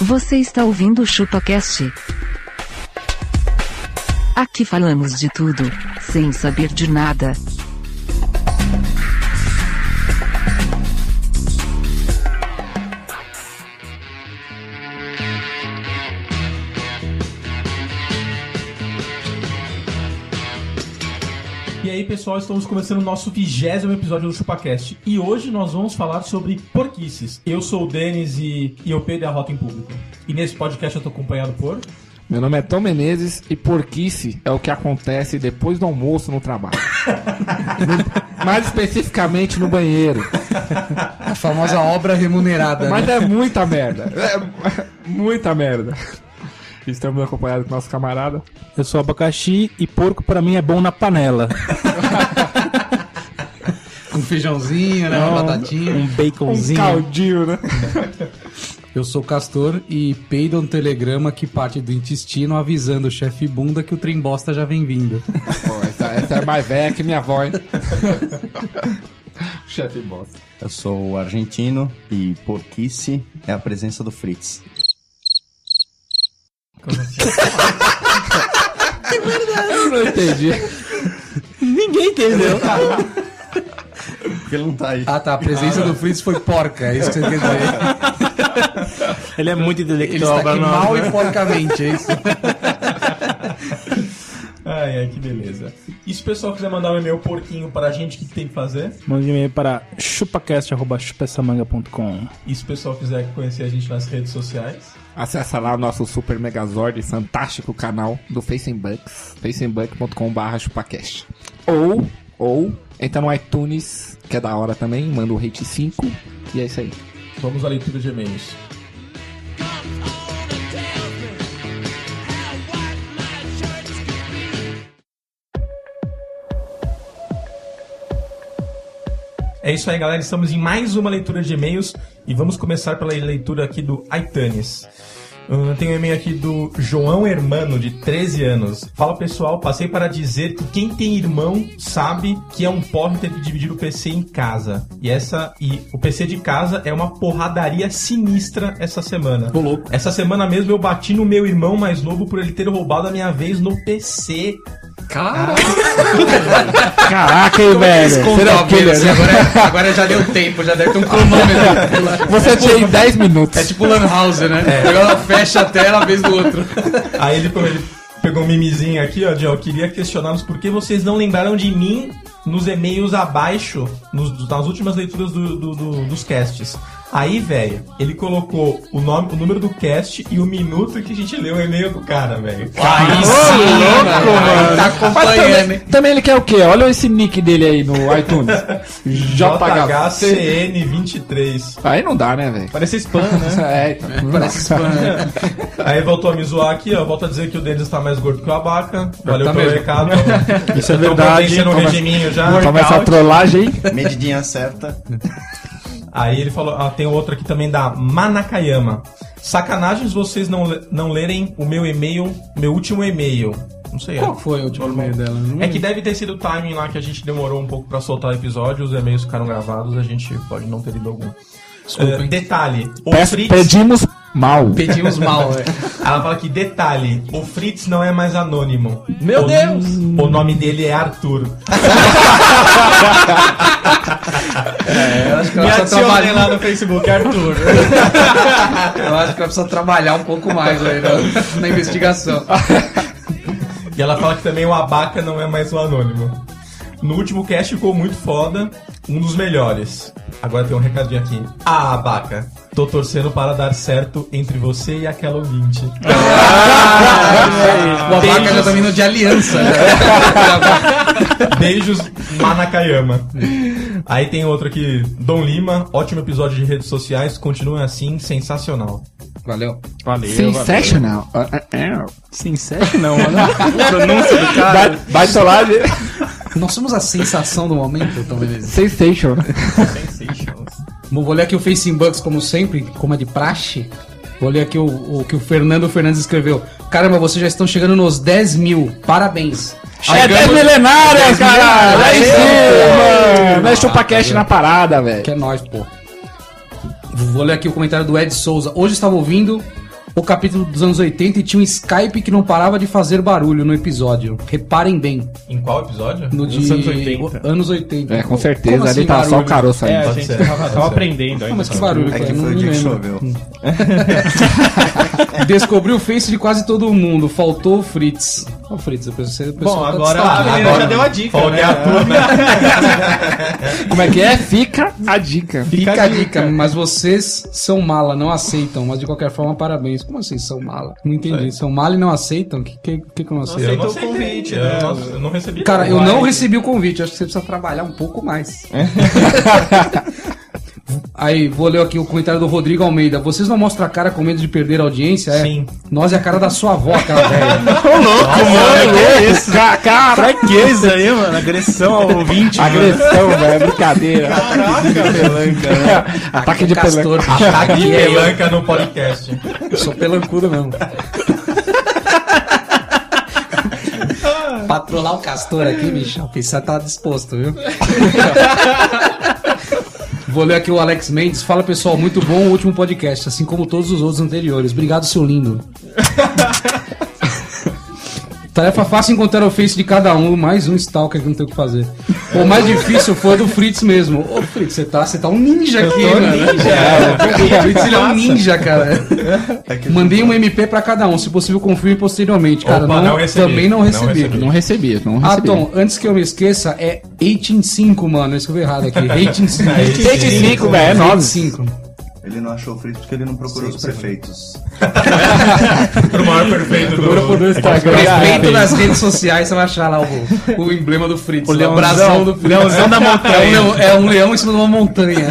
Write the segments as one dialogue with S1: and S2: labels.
S1: Você está ouvindo o ChupaCast? Aqui falamos de tudo, sem saber de nada.
S2: E aí, pessoal, estamos começando o nosso vigésimo episódio do ChupaCast. E hoje nós vamos falar sobre porquices. Eu sou o Denis e, e eu perdi a rota em público. E nesse podcast eu tô acompanhado por...
S3: Meu nome é Tom Menezes e porquice é o que acontece depois do almoço no trabalho. No- mais especificamente no banheiro.
S4: A famosa obra remunerada.
S3: Mas
S4: Né?
S3: é muita merda. É muita merda. Estamos acompanhados com nosso camarada.
S5: Eu sou abacaxi e porco pra mim é bom na panela.
S4: Com feijãozinho, né? Uma batatinha.
S5: Um
S3: Um
S5: baconzinho.
S3: caldinho, né?
S4: Eu sou Castor e peido um telegrama que parte do intestino avisando o chefe bunda que o trem bosta já vem vindo.
S3: Pô, essa, essa é mais velha que minha avó, hein? Chefe bosta.
S6: Eu sou argentino e porquice é a presença do Fritz.
S3: Eu não entendi.
S5: Ninguém entendeu.
S6: Porque ele não tá aí.
S4: Ah tá, a presença do Fritz foi porca, é isso que você quer dizer.
S5: Ele é muito
S4: Ele
S5: intelectual.
S4: está aqui
S5: Bruno.
S4: mal e porcamente, é isso?
S2: Ai, ai, que beleza. E se o pessoal quiser mandar um e-mail porquinho pra gente, o que, que tem que fazer?
S5: Mande um e-mail para chupacast.chupessamanga.com
S2: E se o pessoal quiser conhecer a gente nas redes sociais?
S3: Acessa lá o nosso Super Megazord fantástico canal do Facebooks, facebook.com.br chupacast. Ou, ou, entra no iTunes, que é da hora também, manda o rate 5, e é isso aí.
S2: Vamos à leitura de e-mails. É isso aí, galera. Estamos em mais uma leitura de e-mails e vamos começar pela leitura aqui do Aitanes. Hum, tem um e-mail aqui do João Hermano, de 13 anos. Fala pessoal, passei para dizer que quem tem irmão sabe que é um porre ter que dividir o PC em casa. E essa e o PC de casa é uma porradaria sinistra essa semana. Essa semana mesmo eu bati no meu irmão mais novo por ele ter roubado a minha vez no PC.
S4: Cara,
S5: Caraca, hein, velho.
S4: Será que
S5: é?
S4: agora, é- agora já deu tempo, já deve ter um cronômetro.
S3: Você tinha em 10
S4: É
S3: minutos.
S4: tipo Lan House, né? Agora ela fecha a tela a vez do outro.
S2: Aí ele, como ele pegou um mimizinho aqui, ó, de ó, queria questioná-los por que vocês não lembraram de mim nos e-mails abaixo, nos- nas últimas leituras do- do- do- dos casts. Aí, velho, ele colocou o nome, o número do cast e o minuto que a gente leu o e-mail do cara, velho.
S4: Aí sim, mano. Tá acompanhando, hein?
S3: Também, também ele quer o quê? Olha esse nick dele aí no iTunes. JHC.
S2: JHCN23.
S3: Aí não dá, né, velho?
S2: Parece spam, né?
S3: É, então, não dá.
S4: Parece spam, né?
S2: Aí voltou a me zoar aqui, ó. Volta a dizer que o Denis tá mais gordo que o Abaca. Valeu
S4: Tá
S2: pelo
S4: mesmo.
S2: recado.
S5: Isso é
S2: Eu tô
S5: verdade.
S2: preenchendo
S5: hein?
S2: o
S5: Toma-
S2: regiminho já. Tá
S3: Toma essa trollagem, hein?
S6: Medidinha certa.
S2: Aí ele falou, ah, tem outra aqui também da Manakayama. Sacanagens vocês não, le- não lerem o meu e-mail, meu último e-mail. Não sei.
S4: Qual
S2: é.
S4: foi o último e-mail dela? Não
S2: É que deve ter sido o timing lá que a gente demorou um pouco pra soltar o episódio, os e-mails ficaram gravados, a gente pode não ter lido algum.
S4: Desculpa,
S2: Eh,
S4: hein?
S2: detalhe, o
S3: Peço-
S2: Fritz,
S3: pedimos mal.
S4: pedimos mal, né? velho.
S2: ela fala que detalhe, o Fritz não é mais anônimo.
S4: Meu
S2: O-
S4: Deus!
S2: O nome dele é Arthur.
S4: Eu acho que
S2: Me
S4: ela precisa
S2: adicionem
S4: trabalhar.
S2: lá no Facebook, Arthur.
S4: Eu acho que ela precisa trabalhar um pouco mais aí na, na investigação.
S2: E ela fala que também o Abaca não é mais o anônimo. No último cast ficou muito foda, um dos melhores. Agora tem um recadinho aqui. Ah, Abaca, tô torcendo para dar certo entre você e aquela ouvinte.
S4: o abaca já tá vindo de aliança. né?
S2: Beijos, Manakayama. Aí tem outro aqui, Dom Lima, ótimo episódio de redes sociais, continuem assim, sensacional.
S4: Valeu.
S5: Valeu,
S3: Sensational.
S5: Sincero não, olha a pronúncia do cara.
S3: Baitolagem.
S4: Nós somos a sensação do momento, então beleza.
S3: Sensation.
S4: Bom, vou ler aqui o Facebooks, como sempre, como é de praxe. Vou ler aqui o, o que o Fernando Fernandes escreveu. Caramba, vocês já estão chegando nos 10 mil. Parabéns.
S3: É 10 milenárias, caralho. Aí sim, mano. Não é chupacast na parada,
S4: Que
S3: velho.
S4: é nóis, pô. Vou ler aqui o comentário do Ed Souza. Hoje estava ouvindo o capítulo dos anos 80 e tinha um Skype que não parava de fazer barulho no episódio. Reparem bem.
S2: Em qual episódio?
S4: No de
S5: Nos anos 80.
S4: Anos 80.
S3: É, com
S4: Como
S3: certeza.
S4: assim
S3: ali tá só o
S4: barulho?
S3: caroço
S5: É,
S3: ainda.
S5: a
S2: Pode
S5: gente
S2: ser,
S5: tava,
S2: pode
S5: tava
S2: ser.
S5: aprendendo
S4: Ah,
S5: ainda.
S4: mas que barulho,
S6: É
S4: cara,
S6: que
S4: não
S6: foi o
S4: me
S6: dia que
S4: lembro.
S6: choveu.
S4: Descobriu o Face de quase todo mundo, faltou o Fritz. Ó, o Fritz, depois você depois
S5: Bom,
S4: você tá
S5: agora
S4: destacado.
S5: a Helena já deu a dica,
S2: Qual que é a
S5: né?
S2: tua, né?
S3: Como é que é? Fica a dica.
S4: Fica, a dica, mas vocês são mala, não aceitam. Mas de qualquer forma, parabéns. Como assim são mala? Não entendi. São mala e não aceitam? O que, que, que, que eu não aceito?
S2: Eu não
S5: Aceitou
S2: aceitei,
S5: o convite,
S2: eu
S5: né?
S2: não- Eu não recebi.
S4: Cara,
S2: nada.
S4: eu
S5: Vai.
S4: não recebi o convite. Acho que você precisa trabalhar um pouco mais. Aí, vou ler aqui o comentário do Rodrigo Almeida. Vocês não mostram a cara com medo de perder a audiência? É.
S2: Sim.
S4: Nós é a cara da sua avó, aquela velha.
S5: Mano,
S7: é
S5: que isso?
S3: Ca- Cara,
S5: Fraqueza aí, mano. Agressão ao ouvinte. mano.
S3: agressão, velho. É Brincadeira.
S7: né?
S3: Ataque de
S4: Castor.
S3: pelanca.
S2: Ataque
S4: Aqui é eu.
S2: pelanca no podcast.
S4: Sou pelancudo mesmo. Patrolar o castor aqui, bicho. O pensar tá disposto, viu? Vou ler aqui o Alex Mendes. Fala pessoal, muito bom o último podcast, assim como todos os outros anteriores. Obrigado, seu lindo. Tarefa fácil encontrar o face de cada um, mais um stalker que não tem o que fazer. O mais difícil foi do Fritz mesmo. Ô Fritz, você tá, você tá um ninja aqui, mano. O Fritz ele é um ninja, cara.
S6: É
S4: Mandei um MP pra cada um, se possível confirme posteriormente, cara.
S2: Opa,
S4: não,
S2: não recebi.
S4: também não
S2: Não
S4: recebi.
S2: recebi.
S3: Não recebi, não
S4: Ah,
S3: recebi.
S4: Tom, antes que eu me esqueça, é 85, mano. Eu escrevi errado aqui. 85.
S2: Aí sim.
S3: 85, velho. É nove.
S4: 85.
S5: um-
S6: Ele não achou o Fritz porque ele não procurou os prefeitos.
S2: Pro maior perfeito do
S3: Procura por no Instagram.
S4: Prefeito das redes sociais, você vai achar lá o, o emblema do Fritz.
S5: O
S4: lá,
S5: leãozão-
S4: brasão do Fritz.
S5: leãozão da montanha.
S4: É um leão, é um leão em cima de uma montanha.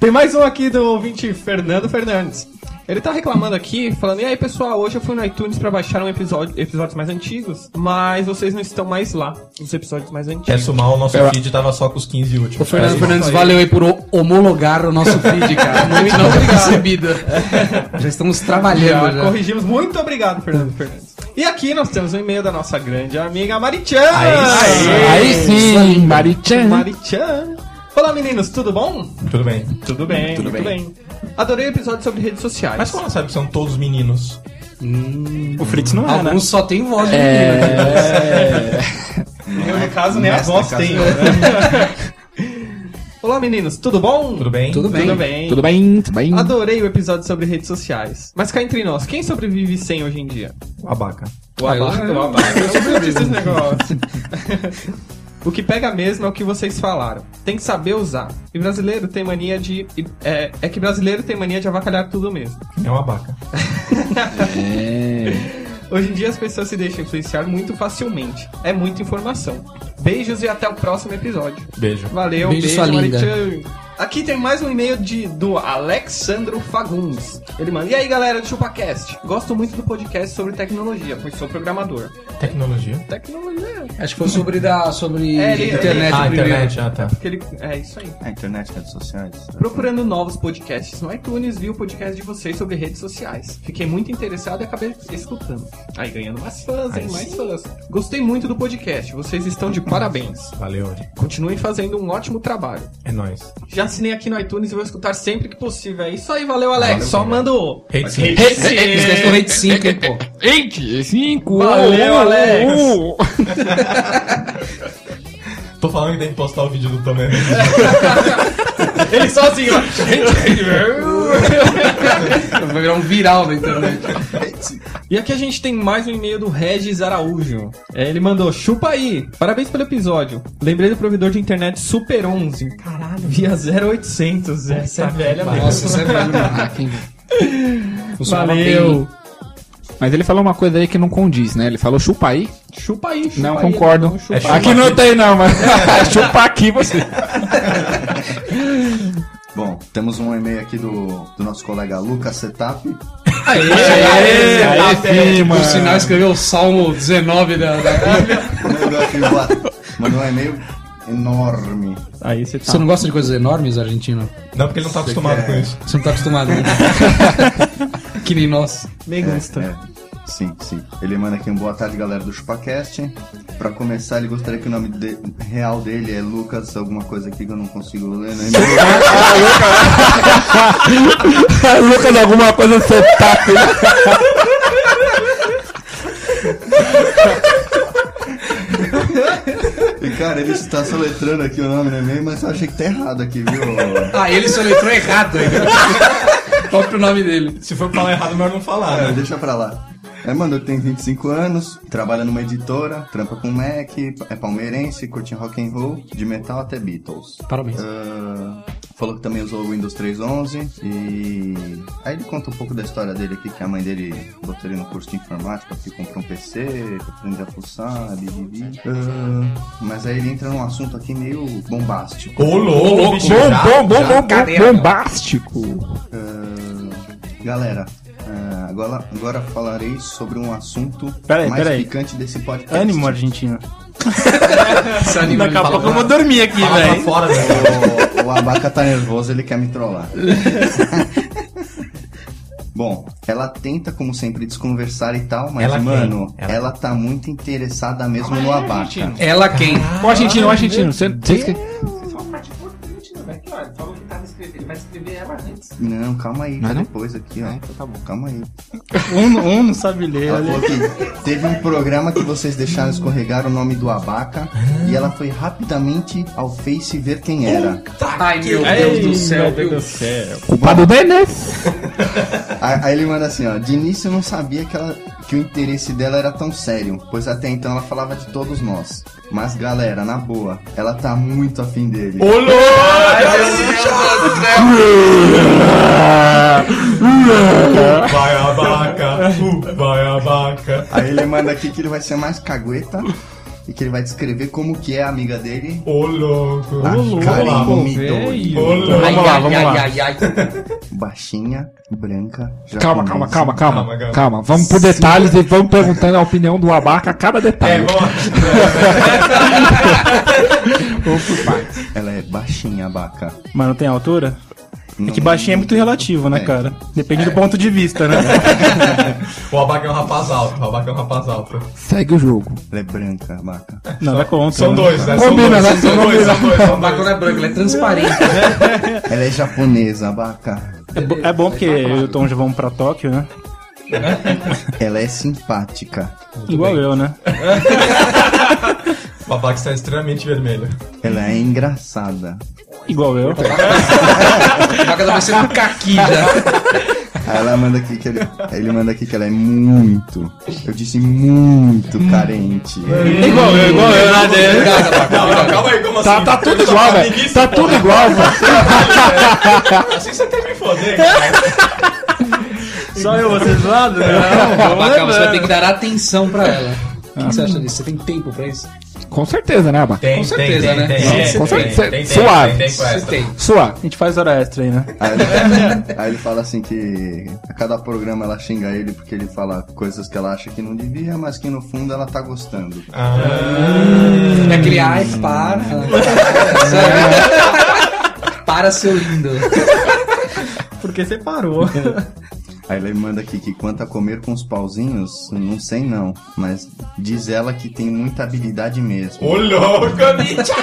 S7: Tem mais um aqui do ouvinte Fernando Fernandes. Ele tá reclamando aqui, falando: E aí pessoal, hoje eu fui no iTunes pra baixar um episódio, episódios mais antigos, mas vocês não estão mais lá, os episódios mais
S2: Quer
S7: antigos.
S2: sumar o nosso feed, tava só com os 15
S4: O
S2: últimos.
S4: É. Fernando
S2: Aí,
S4: Fernandes,
S7: aí.
S4: valeu aí por o- homologar o nosso feed, cara. Muito não percebida. Já estamos
S7: Já
S4: trabalhando. Já.
S7: corrigimos. Muito obrigado, Fernando Fernandes. E aqui nós temos um e-mail da nossa grande amiga Marichan.
S3: Aí sim, Marichan.
S7: Marichan. Olá meninos, tudo bom?
S2: Tudo bem.
S7: Tudo bem, tudo bem. Adorei o episódio sobre redes sociais.
S2: Mas como ela sabe que são todos meninos?
S5: O Fritz não é, né?
S4: Alguns só tem voz de menino. né?
S7: eu, no caso, nem a
S6: Nesta
S7: voz
S6: casa,
S7: tenho.
S2: né?
S7: Olá meninos, tudo bom?
S2: Tudo bem?
S4: Tudo bem.
S7: Tudo bem.
S3: Tudo bem, tudo bem.
S7: Adorei o episódio sobre redes sociais. Mas cá entre nós, quem sobrevive sem hoje em dia?
S2: Abaca.
S7: O
S4: Ah, eu-
S7: abaca,
S4: eu-
S7: o abaca. Eu sobrevivo esse negócio. O que pega mesmo é o que vocês falaram. Tem que saber usar. E brasileiro tem mania de. É, é que brasileiro tem mania de avacalhar tudo mesmo.
S2: É um abaca.
S7: Hoje em dia as pessoas se deixam influenciar muito facilmente. É muita informação. Beijos e até o próximo episódio.
S2: Beijo.
S7: Valeu,
S4: Beijo, sua linda.
S7: Maritchan. Aqui tem mais um e-mail de, do Alexandro Fagundes. Ele manda: E aí galera do ChupaCast? Gosto muito do podcast sobre tecnologia, pois sou programador.
S2: Tecnologia.
S7: Tecnologia?
S4: Acho que foi sobre, da, sobre
S7: É, ele-
S4: internet
S2: ah,
S4: primeiro.
S2: internet, ah, tá.
S7: Que ele- é isso aí.
S6: A internet, redes sociais. tá?
S7: Procurando novos podcasts no iTunes, vi o podcast de vocês sobre redes sociais. Fiquei muito interessado e acabei escutando. Aí ganhando mais fãs, hein? Mais fãs. Gostei muito do podcast, vocês estão de parabéns.
S2: Valeu, Ori.
S7: Continuem fazendo um ótimo trabalho.
S2: É nóis.
S7: Já assinei aqui no iTunes e vou escutar sempre que possível. É isso aí, valeu, Alex. Só manda o.
S2: Hate sim.
S4: Esquece do rate 5, hein, pô.
S3: 25.
S7: Valeu,
S5: Uh,
S7: Alex.
S2: Tô falando que tem que postar o vídeo do Tom Hanks.
S7: Ele sozinho, ó.
S4: Vai virar um viral na internet.
S7: e aqui a gente tem mais um e-mail do Regis Araújo. É, ele mandou: chupa aí. Parabéns pelo episódio. Lembrei do provedor de internet Super 11. Caralho. Via 0800. Essa é velha
S4: Nossa, isso é velho. Funcionava bem.
S7: Valeu.
S5: uh.
S3: Mas ele falou uma coisa aí que não condiz, né? Ele falou chupa aí.
S7: Chupa aí, chupa
S3: Não
S7: aí,
S3: concordo.
S7: não, chupa
S2: É
S7: aí. É.
S3: aqui não tem não, mas chupa aqui você.
S6: Bom, temos um e-mail aqui do, do nosso colega Lucas Setap.
S3: Aí sim,
S4: Por sinal, escreveu o Salmo 19 da. da-
S6: Mandou aqui boa- Mandou um e-mail enorme.
S7: Aí você
S4: Você não gosta de coisas enormes, argentino?
S2: Não, porque ele não tá acostumado
S6: quer-
S2: com isso.
S4: Você não tá acostumado, né? que nem nós.
S7: Me gusta.
S6: É. Sim, sim. Ele manda aqui um boa tarde, galera do ChupaCast. Pra começar, ele gostaria que o nome de- real dele é Lucas, alguma coisa aqui que eu não consigo ler. Né?
S3: É Lucas, alguma coisa você tá.
S6: E, cara, ele está soletrando aqui o nome no e-mail, mas eu achei que tá errado aqui, viu?
S4: Ah, ele soletrou errado ainda. Qual que é o nome dele?
S2: Se for falar errado, melhor não falar,
S6: É,
S2: né?
S6: deixa pra lá. É, mano, eu tenho 25 anos, trabalha numa editora, trampa com Mac, é palmeirense, curte rock and roll, de metal até Beatles.
S4: Parabéns.
S6: Ah, falou que também usou o Windows 3.11 e aí ele conta um pouco da história dele aqui, que a mãe dele botou ele no curso de informática, que comprou um PC, aprendeu a pulsar, bibibi. Ah, mas aí ele entra num assunto aqui meio bombástico.
S2: Ô, louco, bicho, já-
S3: Bom, bom, bom,
S2: já-
S3: bom, bom, bombástico.
S6: Ah, galera, ah, agora, agora falarei sobre um assunto
S5: Peraí,
S6: mais
S5: peraí.
S6: picante desse podcast.
S5: Ânimo, Argentina.
S4: Esse animal
S5: Daqui a
S4: fala-
S5: pouco eu vou dormir aqui,
S2: Fala pra
S5: velho.
S2: fora, né?
S6: O, o Abaca tá nervoso, ele quer me trollar. Bom, ela tenta, como sempre, desconversar e tal, mas,
S2: Ela quem?
S6: mano,
S2: Ela-
S6: ela... tá muito interessada mesmo no Abaca.
S4: Ela quem?
S5: O argentino, o argentino. Você, você,
S6: Não, calma aí, tá
S3: não?
S6: depois aqui, ó. tá bom. Calma aí.
S5: um, um não sabe ler.
S6: Ela
S5: olha aí.
S6: falou que teve um programa que vocês deixaram escorregar o nome do Abaca e ela foi rapidamente ao Face ver quem era.
S4: Ai, meu Deus do céu, viu?
S3: Culpado dele, né?
S6: Aí aí ele manda assim, ó. De início eu não sabia que, ela, que o interesse dela era tão sério, pois até então ela falava de todos nós. Mas galera, na boa, ela tá muito afim dele.
S2: Vai abaca, uh, vai abaca.
S6: Aí ele manda aqui que ele vai ser mais cagueta e que ele vai descrever como que é a amiga dele.
S2: Ô, louco.
S6: A
S4: Ah,
S6: Karen Midori.
S2: Ô, louco.
S5: Vamos lá, vamos lá.
S6: Baixinha, branca,
S3: Calma, calma,
S6: japonesa.
S3: calma, calma,
S2: Calma, calma.
S3: calma. Vamos por detalhes e vamos perguntando a opinião do Abaca a cada
S2: É,
S3: detalhe.
S2: vamos lá.
S6: Ela é baixinha, abaca.
S5: Mas não tem altura? É
S6: Não-
S5: que baixinho é muito relativo, né,
S6: É.
S5: cara? Depende do ponto de vista, né?
S2: O abaca é um rapaz alto, o abaca é um rapaz alto.
S3: Segue o jogo.
S6: Ela é branca, abaca.
S5: Não, dá conta.
S2: São
S5: né?
S2: dois, né?
S3: Combina,
S2: são dois,
S3: né?
S2: São dois, são dois,
S4: O
S2: são dois.
S4: bagulho não é branco, ele é transparente.
S6: Ela é japonesa, abaca.
S5: É, bo- é bom porque eu e o Tom já vamos pra Tóquio, né?
S6: Ela é simpática.
S5: Igual eu, né?
S2: O abaca está extremamente vermelho.
S6: Ela é engraçada.
S5: Igual eu.
S4: Agora vai ser um caqui já.
S6: Aí ela manda aqui que ele, ele manda aqui que ela é muito, eu disse muito carente.
S5: Igual eu, igual eu, né?
S4: Obrigado, Abaca.
S2: Não, não, calma aí, como
S3: Tá,
S2: assim?
S3: tá tudo
S2: Eu sou
S3: igual, velho.
S2: feminista,
S3: Tá
S2: porra.
S3: tudo igual, velho.
S2: Assim você quer me foder, cara.
S5: Só eu, vocês do lado? Não, Ah.
S4: Abaca, você vai ter que dar atenção pra ela. O que, que você acha disso? Você tem tempo pra isso?
S3: Com certeza, né, Abaca?
S2: Tem,
S4: Com certeza, né?
S2: tem,
S4: Não,
S2: tem, É, tem,
S3: com certeza.
S2: tem, tem,
S3: Suave.
S2: tem, tem com
S4: Você
S2: essa.
S4: tem.
S5: A
S3: Suave.
S5: gente faz hora extra aí, né?
S6: Aí ele, aí ele fala assim que a cada programa ela xinga ele porque ele fala coisas que ela acha que não devia, mas que no fundo ela tá gostando.
S4: É aquele ai, para. Sabe? para, seu lindo.
S5: Porque você parou.
S6: Aí ele manda aqui que quanto a comer com os pauzinhos, não sei não, mas diz ela que tem muita habilidade mesmo.
S2: Ô, louco, bicho.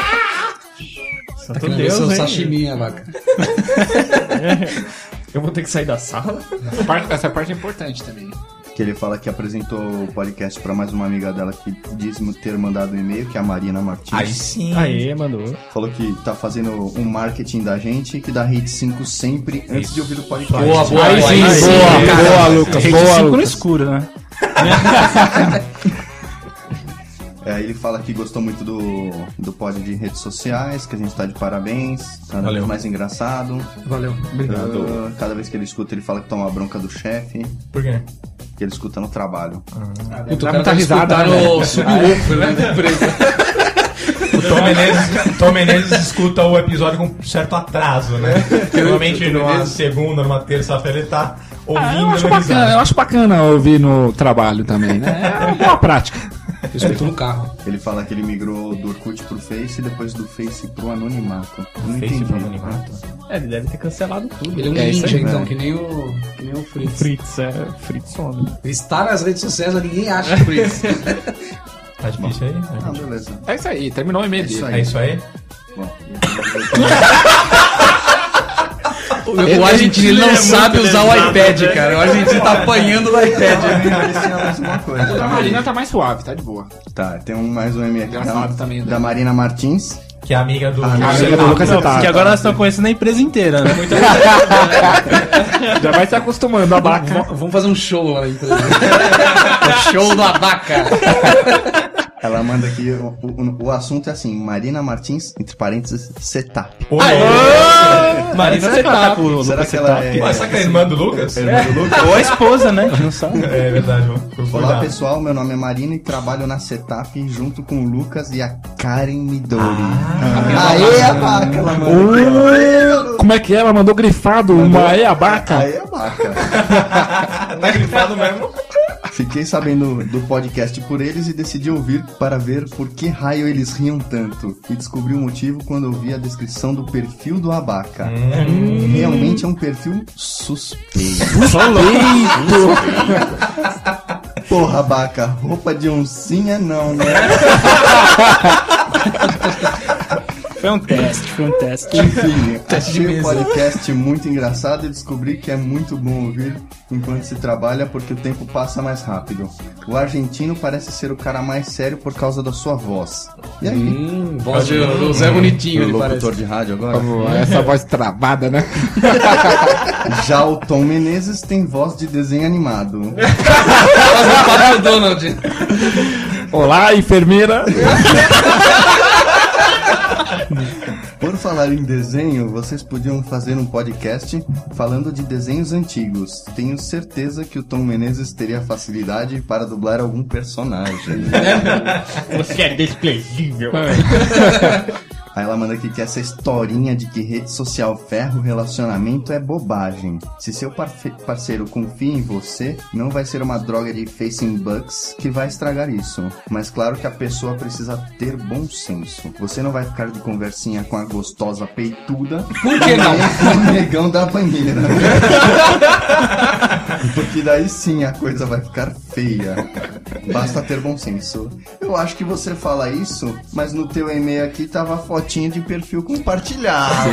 S4: Tá querendo ver seu sashimi, Abaca.
S7: Eu vou ter que sair da sala?
S3: Essa parte é importante também.
S6: Que ele fala que apresentou o podcast pra mais uma amiga dela que diz ter mandado um e-mail, que é a Marina Martins.
S2: Aí sim.
S5: Aê, mandou.
S6: Falou que tá fazendo um marketing da gente que dá hit 5 sempre antes de ouvir o podcast.
S4: boa,
S3: Aí sim, boa, boa, Lucas.
S5: Rede
S3: Boa,
S5: 5 no
S3: Lucas.
S5: escuro, né?
S6: É, ele fala que gostou muito do, do pod de redes sociais, que a gente tá de parabéns, tá
S2: Valeu.
S6: mais engraçado.
S4: Valeu.
S6: Ah, cada vez que ele escuta, ele fala que toma bronca do chefe,
S2: Por quê?
S6: que ele escuta no trabalho.
S4: Puta,
S3: Dá
S4: o cara
S3: muita
S4: tá
S3: risada,
S4: risada,
S3: né?
S4: o subwoofer né, da empresa.
S2: O Tom Menezes, Tom Menezes escuta o episódio com certo atraso, né? Normalmente numa segunda, numa terça-feira ele tá
S3: Ah, Eu
S2: ouvindo
S3: acho
S2: e
S3: bacana, eu acho bacana ouvir no trabalho também, né? É uma boa prática.
S4: Eu escuto no carro.
S6: Ele fala que ele migrou do Orkut pro Face e depois do Face pro anonimato. Eu Não
S2: Face
S6: entendi.
S2: pro anonimato?
S5: É, ele deve ter cancelado tudo.
S4: Ele é um
S3: É, isso
S4: ninja,
S3: aí,
S4: então,
S3: né?
S4: que nem o, que nem o Fritz.
S5: Fritz, é. Fritz homem.
S4: Ele está nas redes sociais, mas ninguém acha o Fritz.
S2: Tá difícil aí?
S6: Ah, beleza.
S3: É isso aí, terminou o e-mail
S6: É isso
S3: dele.
S2: É isso aí?
S6: Bom,
S4: O argentino não sabe usar o iPad, cara. O argentino tá apanhando o iPad.
S6: uma coisa.
S3: A Marina tá mais suave, tá de boa.
S6: Tá, tem um, mais um e aqui da,
S3: Engraçado também, né?
S6: da Marina Martins.
S2: Que é amiga do.
S6: Ah,
S2: José
S3: amiga do
S2: Paulo.
S3: Lucas tá.
S5: Não,
S3: Setaro.
S5: porque agora nós estamos conhecendo a empresa inteira, né?
S3: Já vai se acostumando, a vaca.
S4: V- Vamos fazer um show lá na empresa. o show do Abaca.
S6: Ela manda aqui, o, o- o assunto é assim, Marina Martins, entre parênteses, setup.
S2: Ô,
S5: Marina Setup, o Lucas
S6: Será que ela
S5: Setup.
S6: é...
S2: Pô, será que é irmã do Lucas?
S6: é irmã do Lucas?
S5: Ou a esposa, né? A gente não sabe.
S2: É verdade, mano. Foi
S6: Olá
S2: cuidado.
S6: pessoal, meu nome é Marina e trabalho na Setup junto com o Lucas e a Karen Midori. Ah, Aê, a vaca, ela manda. aqui, ó.
S3: Como é que é? Ela mandou grifado uma e abaca.
S6: Aê, a vaca.
S2: Tá grifado mesmo.
S6: Fiquei sabendo do podcast por eles e decidi ouvir para ver por que raio eles riam tanto. E descobri o motivo quando ouvi a descrição do perfil do Abaca.
S2: Hum.
S6: Realmente é um perfil suspeito. Porra, Abaca, roupa de oncinha não, né?
S5: Foi um teste, foi um teste.
S6: Enfim,
S5: Teste de
S6: achei o
S5: mesa.
S6: podcast muito engraçado e descobri que é muito bom ouvir enquanto se trabalha porque o tempo passa mais rápido. O argentino parece ser o cara mais sério por causa da sua voz. E aí?
S4: Hum, voz de o Zé Bonitinho,
S6: O
S4: ele
S6: locutor
S4: parece.
S6: de rádio agora.
S3: Pô, Essa voz travada, né?
S6: Já o Tom Menezes tem voz de desenho animado.
S4: Faz o papo do Donald.
S3: Olá, enfermeira.
S6: Por falar em desenho, vocês podiam fazer um podcast falando de desenhos antigos. Tenho certeza que o Tom Menezes teria facilidade para dublar algum personagem.
S4: É
S5: Você é desprezível.
S6: Aí ela manda aqui que essa historinha de que rede social ferro relacionamento é bobagem. Se seu parfe- parceiro confia em você, não vai ser uma droga de facing bucks que vai estragar isso. Mas claro que a pessoa precisa ter bom senso. Você não vai ficar de conversinha com a gostosa peituda
S4: Por que não?
S6: o negão da banheira. Porque daí sim a coisa vai ficar feia. Basta ter bom senso. Eu acho que você fala isso, mas no teu e-mail aqui tava a fotinha de perfil compartilhado.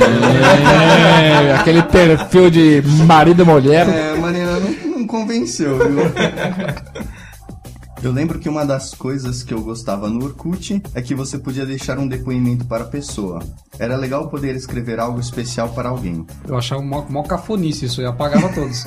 S3: É, aquele perfil de marido e mulher.
S6: É, Marina, não, não convenceu, viu? Eu lembro que uma das coisas que eu gostava no Orkut é que você podia deixar um depoimento para a pessoa. Era legal poder escrever algo especial para alguém.
S4: Eu achava mó, mó cafonice isso, eu apagava todos.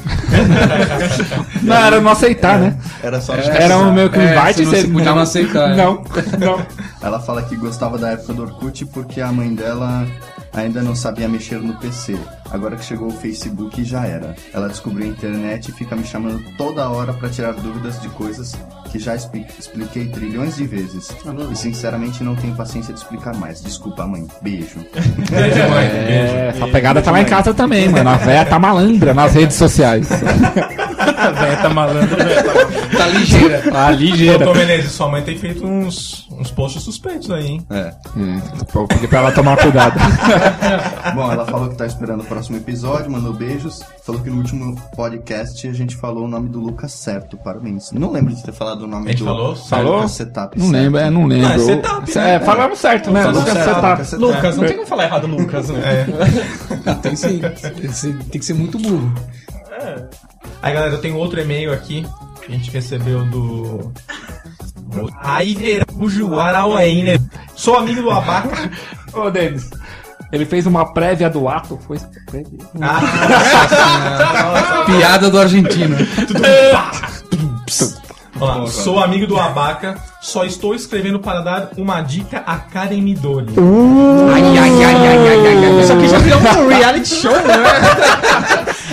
S3: Não, era não aceitar, né?
S6: Era só
S3: Era um meio que
S4: É,
S3: invite
S4: você não
S3: e
S4: se podia não aceitar, é.
S3: Não, não.
S6: Ela fala que gostava da época do Orkut porque a mãe dela ainda não sabia mexer no PC. Agora que chegou o Facebook já era. Ela descobriu a internet e fica me chamando toda hora pra tirar dúvidas de coisas que já expli- expliquei trilhões de vezes. E sinceramente não tenho paciência de explicar mais. Desculpa, mãe. Beijo.
S2: Beijo, mãe. Beijo.
S3: É, essa pegada tá lá em casa também, mano. A véia tá malandra nas redes sociais.
S5: A velha tá malandro, velho.
S4: Tá ligeira.
S3: Ah,
S2: Ô,
S3: ligeira.
S2: Tom Menezes, sua mãe tem feito uns, uns posts suspeitos aí, hein?
S6: É.
S3: Hum, Vou pedir pra ela tomar cuidado.
S6: Bom, ela falou que tá esperando o próximo episódio, mandou beijos. Falou que no último podcast a gente falou o nome do Lucas certo. Parabéns. Não lembro de ter falado o nome
S2: A gente
S6: do
S2: falou?
S6: do
S3: Falou?
S6: Lucas Setup.
S3: Não lembro, é, não lembro.
S2: Ah, é
S4: tá
S2: setup,
S3: É, falamos certo, né?
S2: Falamos
S3: Lucas
S2: certo,
S3: setup.
S6: Lucas Setup.
S5: Lucas,
S2: É.
S5: não tem como falar errado, Lucas, né?
S4: Tem, sim, tem, sim, tem que ser muito burro.
S2: Aí, galera, eu tenho outro e-mail aqui que a gente recebeu do. Aí, Arauaí, né? Sou amigo do Abaca.
S3: Ô, Denis. Ele fez uma prévia do ato. Foi prévia.
S2: Ah,
S4: Piada do argentino.
S2: vamos lá. Sou amigo do Abaca, só estou escrevendo para dar uma dica a Karen Midori.
S4: Ai, ai, ai, ai, ai, ai, ai.
S5: Isso aqui já virou um reality show, né?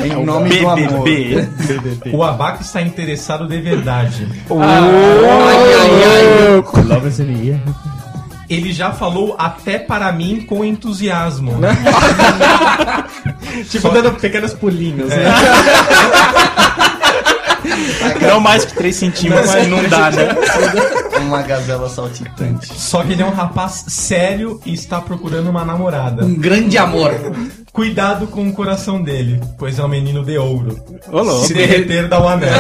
S6: Em É nome do amor.
S5: BBB.
S2: O Abaca está interessado de verdade.
S5: Love is in the air.
S2: Ele já falou até para mim com entusiasmo.
S6: Né?
S2: É.
S5: Tipo, dando pequenos pulinhos, né? Não mais que 3 centímetros, mas não dá, né?
S6: Uma gazela saltitante.
S2: Só que ele é um rapaz sério e está procurando uma namorada.
S4: Um grande amor.
S2: Cuidado com o coração dele, pois é um menino de ouro.
S5: Ô, louco.
S2: Se derreter, dá um anel.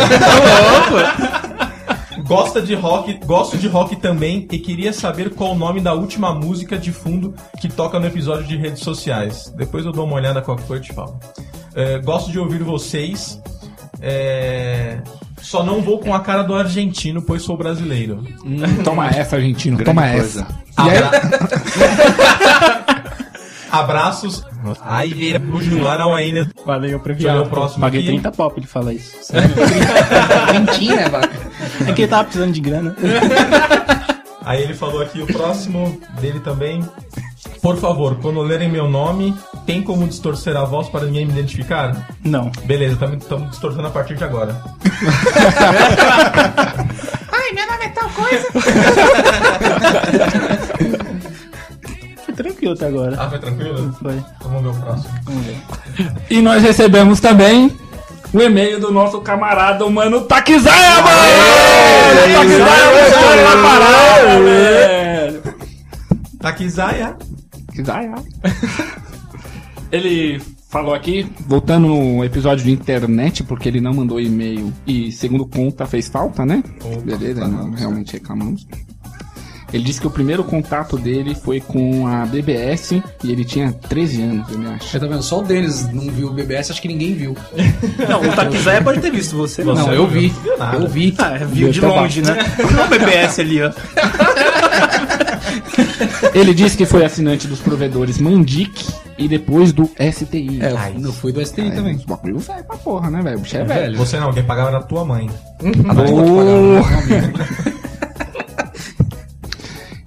S2: Gosta de rock, gosto de rock também e queria saber qual o nome da última música de fundo que toca no episódio de redes sociais. Depois eu dou uma olhada qual que foi e te falo. É, gosto de ouvir vocês. É, Só não vou com a cara do argentino, pois sou brasileiro.
S3: Hum, Toma essa, argentino. Toma
S6: coisa.
S3: essa.
S4: Ah, é
S2: Abraços. Ai, o Jularão ainda.
S5: Valeu,
S2: Deixa eu ler o próximo
S5: Paguei
S2: aqui.
S5: 30 pau pra ele falar isso.
S4: Mentira, né, vaca.
S5: É que ele tava precisando de grana.
S2: Aí ele falou aqui o próximo dele também. Por favor, quando lerem meu nome, tem como distorcer a voz para ninguém me identificar?
S5: Não.
S2: Beleza, estamos distorcendo a partir de agora.
S5: Foi tranquilo até agora.
S2: Ah, foi tranquilo?
S5: Foi.
S2: Então vamos ver o próximo.
S3: E nós recebemos também o e-mail do nosso camarada, o mano Takizaya, mano! Takizaya, história na parada, velho!
S2: Tá Takizaya.
S3: Takizaya. Ele falou aqui, voltando no episódio de internet, porque ele não mandou e-mail e, segundo conta, fez falta, né? Beleza, não, realmente reclamamos. Ele disse que o primeiro contato dele foi com a BBS e ele tinha 13 anos, eu me acho.
S4: Você tá vendo? Só o Denis não viu o BBS, acho que ninguém viu.
S5: Não, o Taquizaya pode ter visto você.
S4: Não, eu vi.
S2: viu nada.
S4: Eu vi. É,
S5: Ah, viu de longe, né? Olha o BBS ali, ó.
S3: Ele disse que foi assinante dos provedores Mandic e depois do STI.
S4: É, eu fui- eu fui do STI também.
S3: Os bagulho velho pra porra, né, velho? O bicho é velho.
S4: Velho.
S2: Você não, quem pagava era a tua mãe.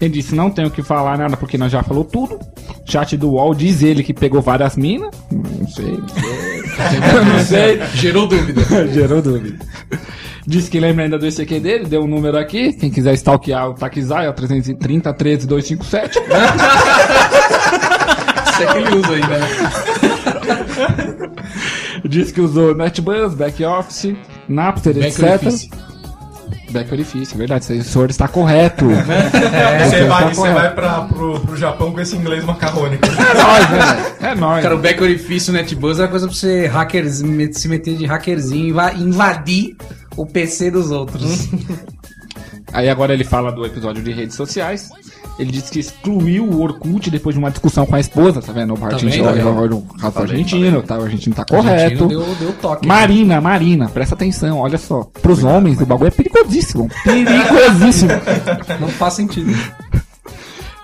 S3: Ele disse, não tenho o que falar nada porque nós já falou tudo. Chat do UOL diz ele que pegou várias minas. Não sei, não sei. não sei.
S4: Gerou dúvida.
S3: Gerou dúvida. Diz que lembra ainda do ICQ dele, deu um número aqui. Quem quiser stalkear o Takizai é o 330 13 257.
S4: Isso é que ele usa ainda, né?
S3: Diz que usou NetBus, BackOffice, Napster,
S4: Back
S3: etc.
S4: Orifice.
S3: Back Orifice, é verdade. O senhor está correto.
S2: É, você
S3: tá
S2: vai,
S3: correto.
S2: você vai pra, pro, pro Japão com esse inglês macarrônico.
S3: É nóis, né? É nóis.
S4: Cara, o back orifício, o netbuzz é coisa pra você hackers, me- se meter de hackerzinho e va- invadir o PC dos outros.
S5: Hum,
S3: Aí agora ele fala do episódio de redes sociais. Ele disse que excluiu o Orkut depois de uma discussão com a esposa, tá vendo? O argentino,
S4: tá vendo?
S3: o- o- o- o- o argentino, tá? O argentino tá
S4: O argentino
S3: correto.
S4: Deu, deu toque. né?
S3: Marina, Marina, presta atenção, olha só. Pros homens, o bagulho é perigosíssimo. Perigosíssimo.
S4: Não faz sentido.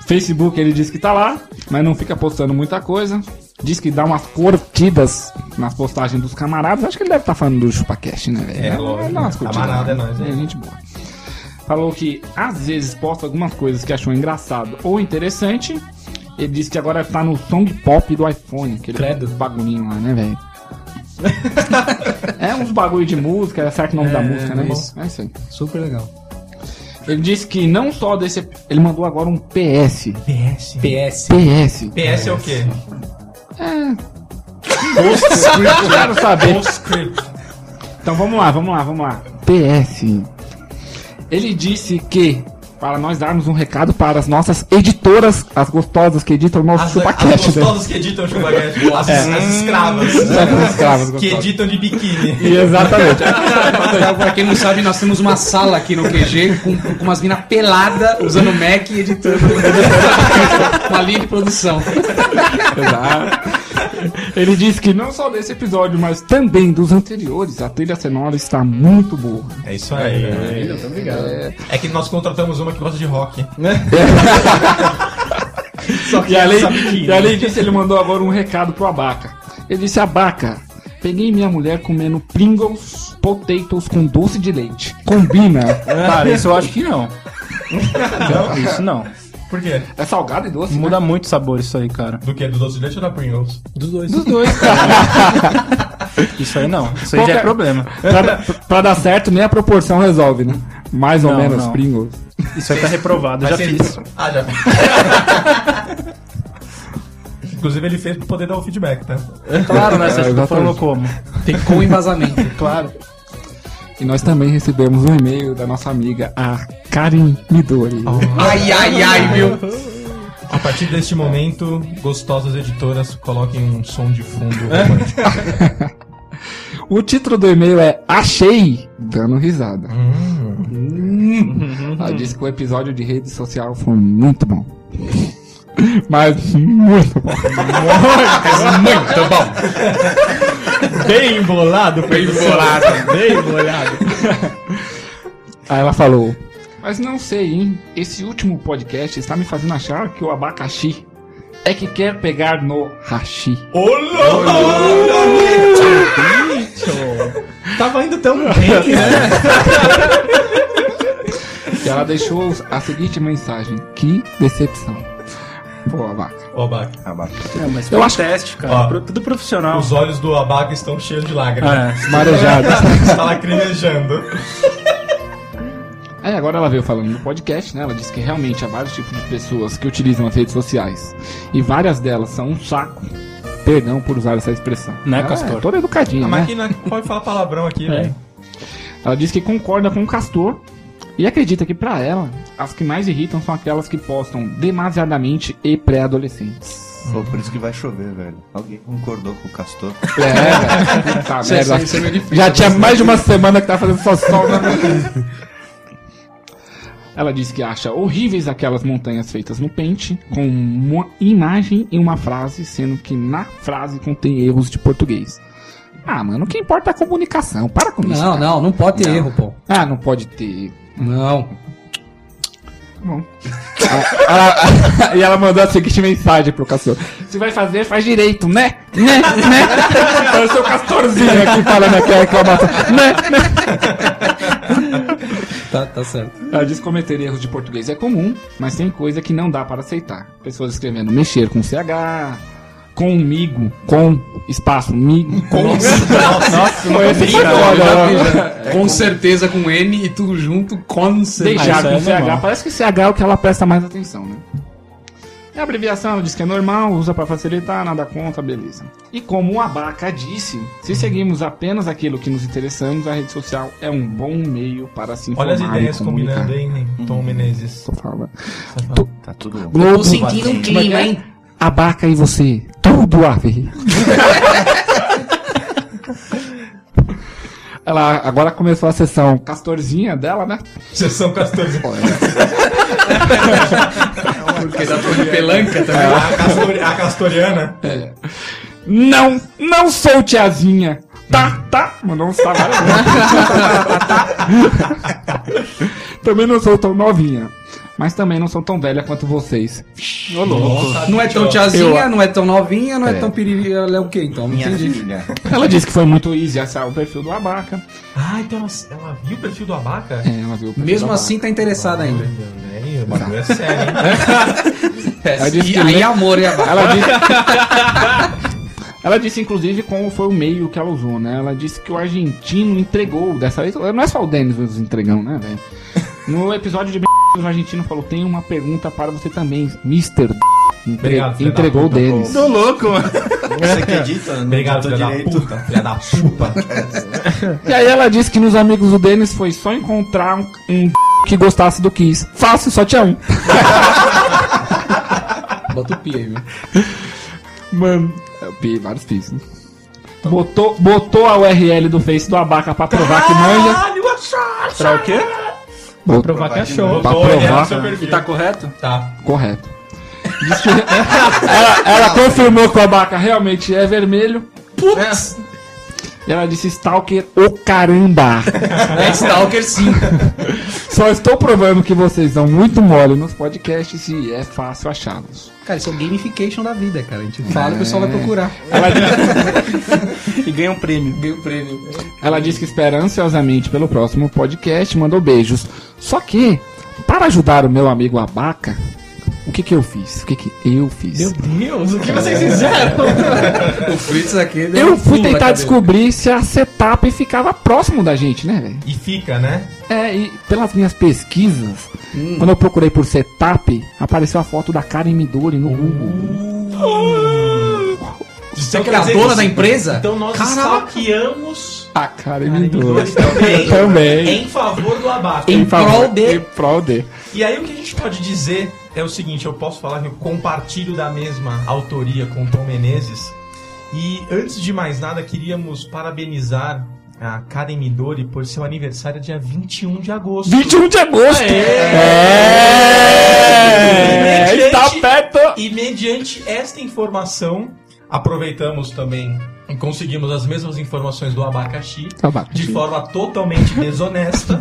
S3: Facebook, ele disse que tá lá, mas não fica postando muita coisa. Diz que dá umas curtidas nas postagens dos camaradas. Acho que ele deve estar falando do ChupaCast, né, velho?
S2: É, lógico,
S3: dá umas
S2: né?
S3: curtidas.
S2: Camarada é nóis, né?
S3: É, gente boa. Falou que às vezes posta algumas coisas que achou engraçado ou interessante. Ele disse que agora tá no song pop do iPhone, aquele
S4: Credo.
S3: bagulhinho lá, né, velho? é uns bagulho de música, é certo o nome da música, né,
S4: isso.
S3: bom? É isso aí.
S4: Super legal.
S3: Ele disse que não só desse. Ele mandou agora um PS.
S2: PS.
S4: PS.
S3: PS.
S2: PS é o quê?
S3: Eu quero saber.
S2: Postscript.
S3: Então vamos lá, vamos lá, vamos lá. PS. Ele disse que para nós darmos um recado para as nossas editoras, as gostosas que editam o nosso
S2: As, as
S3: chupaquete. né?
S2: gostosas que editam o chupaquete. As, as escravas.
S3: As escravas
S2: Que
S3: gostosas.
S2: editam de biquíni.
S3: E Exatamente.
S4: pra quem não sabe, nós temos uma sala aqui no QG com, com umas minas peladas usando Mac e editando. uma linha de produção.
S3: Ele disse que não só desse episódio, mas também dos anteriores, a trilha sonora está muito boa.
S2: É isso aí.
S4: Obrigado.
S2: É que nós contratamos uma que gosta de rock.
S3: E além,
S2: essa biquíni.
S3: e além disso, ele mandou agora um recado pro Abaca. Ele disse: Abaca, peguei minha mulher comendo Pringles potatoes com doce de leite. Combina.
S5: Cara, isso eu acho que não. Ah, Não, isso não.
S2: Por quê?
S3: É salgado e doce?
S5: Muda muito o sabor isso aí, cara.
S2: Do que? Do doce de leite ou da Pringles?
S3: Dos dois.
S5: Isso aí não. Isso aí já é
S3: Qualquer-
S5: problema.
S3: né? pra, dar- pra dar certo, nem a proporção resolve, né? Mais ou
S5: Não,
S3: menos,
S5: não.
S3: Pringles.
S5: Isso aí tá reprovado, eu já
S2: Mas ele-
S5: fiz.
S2: Ah, já fiz. Inclusive ele fez pra poder dar o feedback, tá?
S5: Claro, né?
S3: É,
S5: Você falou
S3: exatamente.
S5: como?
S4: Com embasamento.
S5: Claro.
S3: E nós também recebemos um e-mail da nossa amiga, a Karin Midori.
S7: Ai, ai, ai, viu?
S2: A partir deste momento, gostosas editoras coloquem um som de fundo romântico.
S3: O título do e-mail é Achei! Dando risada. Hum. Ela disse que o episódio de rede social foi muito bom. Mas muito bom.
S5: Muito bom. Bem embolado, bem embolado, bem embolado.
S3: Aí ela falou: Mas não sei, hein? Esse último podcast está me fazendo achar que o abacaxi é que quer pegar no hashi.
S2: Tava indo tão bem, né?
S3: E ela deixou os- a seguinte mensagem: Que decepção. Pô, abaca.
S2: Ó, Baca,
S6: Ah,
S5: Não, mas
S3: Eu
S5: eu
S3: acho-
S5: acho teste, cara.
S2: Ó.
S5: Pro- tudo profissional.
S2: os olhos do Abaca estão cheios de lágrimas.
S5: É.
S3: Marejada.
S2: Está lacrimejando.
S3: Aí agora ela veio falando no podcast, né? Ela disse que realmente há vários tipos de pessoas que utilizam as redes sociais. E várias delas são um saco. Perdão por usar essa expressão.
S5: Né,
S3: Ela
S5: Castor?
S3: É toda educadinha,
S2: A
S3: né?
S2: máquina pode falar palavrão aqui, velho.
S3: Ela diz que concorda com o Castor e acredita que pra ela as que mais irritam são aquelas que postam demasiadamente e pré-adolescentes.
S6: Pô, por isso que vai chover, velho. Alguém concordou com o Castor.
S3: É, velho. Puta
S4: Isso é-
S3: merda.
S4: isso é meio difícil.
S3: Já tinha mais de uma semana que tá fazendo só sol na montanha. Ela diz que acha horríveis aquelas montanhas feitas no pente, com uma imagem e uma frase, sendo que na frase contém erros de português. Ah, mano, o que importa é a comunicação. Para com isso.
S4: Não,
S3: cara.
S4: não, não pode ter erro, pô.
S3: Ah, não pode ter.
S4: Não.
S3: Ela- e ela mandou a seguinte mensagem pro Castor: Se vai fazer, faz direito, né? Né? Né? Eu sou o Castorzinho aqui falando aqui a reclamação. Né?
S4: Tá, tá certo.
S3: Ela diz que cometer erros de português é comum, mas tem coisa que não dá para aceitar. Pessoas escrevendo mexer com CH, comigo, com espaço, migo, com.
S5: Nossa,
S3: Foi esse né? foi
S4: né?
S3: foda, ó.
S4: com certeza, com N e tudo junto, com certeza.
S5: Ah,
S3: Deixar
S5: isso
S3: com
S5: é
S3: CH,
S5: normal.
S3: parece que CH é o que ela presta mais atenção, né? É a abreviação, ela diz que é normal, usa para facilitar, nada contra, beleza. E como o Abaca disse, se seguimos apenas aquilo que nos interessamos, a rede social é um bom meio para se informar
S2: Olha as
S3: e
S2: ideias
S3: comunicar.
S2: combinando, hein, hein, Tom Menezes.
S3: Tô falando.
S6: Tá tudo bom.
S3: Globo,
S1: Tô sentindo um clima, hein?
S3: Abaca e você, tudo a ver. Ela agora começou a sessão castorzinha dela, né?
S2: Sessão Castorzinho.
S4: Porque da Torre Pelanca também.
S2: A, castori- a castoriana.
S3: Não, não sou tiazinha. Tá, tá. Mandou um tá várias vezes. Também não sou tão novinha. Mas também não sou tão velha quanto vocês.
S4: Não é tão tiazinha, não é tão novinha, não é, tão piriri. Ela é o quê, então? Não
S6: Minha
S4: entendi.
S6: filha.
S3: Ela disse que foi muito easy achar o perfil do Abaca.
S2: Ah, então ela, ela viu o perfil do Abaca?
S3: É, ela viu o perfil
S4: Mesmo
S3: do Abaca.
S4: assim, tá interessada ainda.
S2: Velho, o bagulho é sério, hein?
S3: Ela disse
S4: E
S3: que
S4: aí,
S3: lem-
S4: amor, é e abaixo.
S3: Ela disse... Ela disse, inclusive, como foi o meio que ela usou, né? Ela disse que o argentino entregou dessa vez. Não é só o Denis os entregão, né, velho? No episódio de b****, o argentino falou: tem uma pergunta para você também, Mr. b****." Entre-
S2: Obrigado, filha da
S3: entregou o
S2: puta,
S3: Denis.
S5: Tô louco, mano.
S6: Você acredita? Não
S2: Obrigado,
S6: adiantou
S2: filha da puta. Filha da puta.
S3: E aí ela disse que nos amigos do Denis foi só encontrar um, um b**** que gostasse do Kiss. Fácil, só tinha um.
S4: Bota o pi aí, viu? É,
S3: Mano. Eu pi, vários pis. né? Botou, botou a URL do Face do Abaca pra provar que manja.
S5: Pra o quê?
S3: Botou-
S5: Provar que é
S6: de
S5: show.
S3: Pra
S2: Botou olhando
S3: provar.
S2: seu
S5: E
S2: perfil.
S5: tá correto?
S2: Tá.
S3: Correto. Diz que- ela ela confirmou que o abaca realmente é vermelho.
S4: Putz!
S3: É. E ela disse Stalker, o caramba!
S4: É Stalker sim.
S3: Só estou provando que vocês dão muito mole nos podcasts e é fácil achá-los.
S4: Cara, isso é o gamification da vida, cara. A gente fala e o pessoal vai procurar.
S5: E ganha um prêmio.
S4: Ganha o prêmio.
S3: Ela disse que espera ansiosamente pelo próximo podcast, mandou beijos. Só que, para ajudar o meu amigo abaca, o que que eu fiz? O que que eu fiz?
S5: Deus, o que vocês fizeram?
S4: O Fritz aqui. deu
S3: Eu
S4: um
S3: fui
S4: pulo na
S3: tentar
S4: cadeira.
S3: descobrir se a setup ficava próximo da gente, né, velho?
S2: E fica, né?
S3: É, e pelas minhas pesquisas,
S2: Hum.
S3: quando eu procurei por setup, apareceu a foto da Karen Midori no Google.
S4: Você
S2: Então
S4: que é
S2: quer
S4: a
S2: dizer
S4: dona
S2: que-
S4: da empresa?
S2: Então nós
S4: Caraca.
S2: stalkeamos
S3: Ah, cara, me doa.
S2: Dois também.
S3: Também.
S2: Em favor do abate.
S3: Em favor,
S2: prol de-
S3: Em prol de.
S2: E aí o que a gente pode dizer é o seguinte, eu posso falar que eu compartilho da mesma autoria com Tom Menezes. E antes de mais nada, queríamos parabenizar a Karen Midori por seu aniversário dia 21 de agosto.
S3: 21 de agosto!
S2: É. Aê!
S3: É! Está
S2: Gente,
S3: perto!
S2: E mediante esta informação, aproveitamos também e conseguimos as mesmas informações do abacaxi.
S3: Tá
S2: de forma totalmente desonesta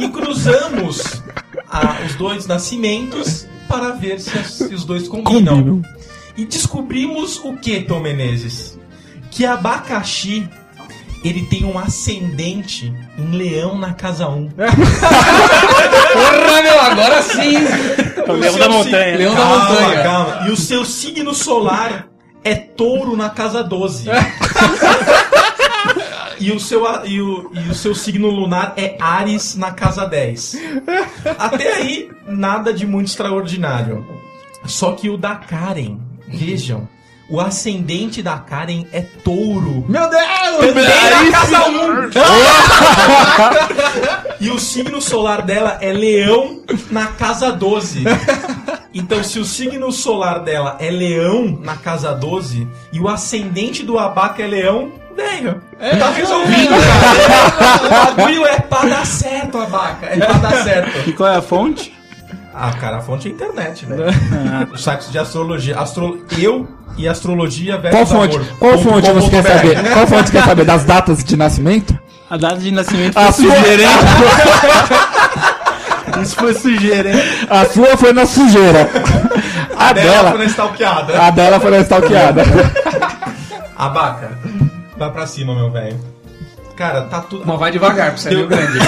S2: e cruzamos a- os dois nascimentos para ver se, as- se os dois combinam. E descobrimos o que, Tom Menezes? Que abacaxi ele tem um ascendente em leão na casa 1.
S4: Porra, meu, agora sim!
S5: Leão da montanha.
S4: Leão da montanha.
S2: Calma. E o seu signo solar é touro na casa 12. E o, seu, a- e, o, e o seu signo lunar é Ares na casa 10. Até aí, nada de muito extraordinário. Só que o da Karen, vejam, o ascendente da Karen é touro.
S7: Meu Deus!
S2: Também na casa 1. e o signo solar dela é leão na casa 12. Então, se o signo solar dela é leão na casa 12 e o ascendente do abaca é leão, velho,
S7: É.
S2: tá resolvido, cara. O bagulho é pra dar certo, abaca. É pra dar certo.
S5: E qual é a fonte?
S2: Ah, cara, a fonte é a internet, velho. Os sites de astrologia. Astro... Eu e astrologia versus
S3: Qual fonte?
S2: amor.
S3: Qual
S2: Ponto
S3: fonte
S2: com
S3: você
S2: ponto é.
S3: quer
S2: BR.
S3: saber? Qual fonte quer saber? Das datas de nascimento?
S5: A data de nascimento
S3: A
S5: foi
S3: sua-
S5: sugerente. Isso foi sugerente.
S3: A sua foi na sujeira.
S2: Dela foi
S3: A Ah, dela.
S2: na stalkeada.
S3: A dela foi na stalkeada.
S2: Abaca, vai pra cima, meu velho. Cara, tá tudo.
S4: Mas vai devagar, pra você é
S2: Deu-
S4: Rio Grande.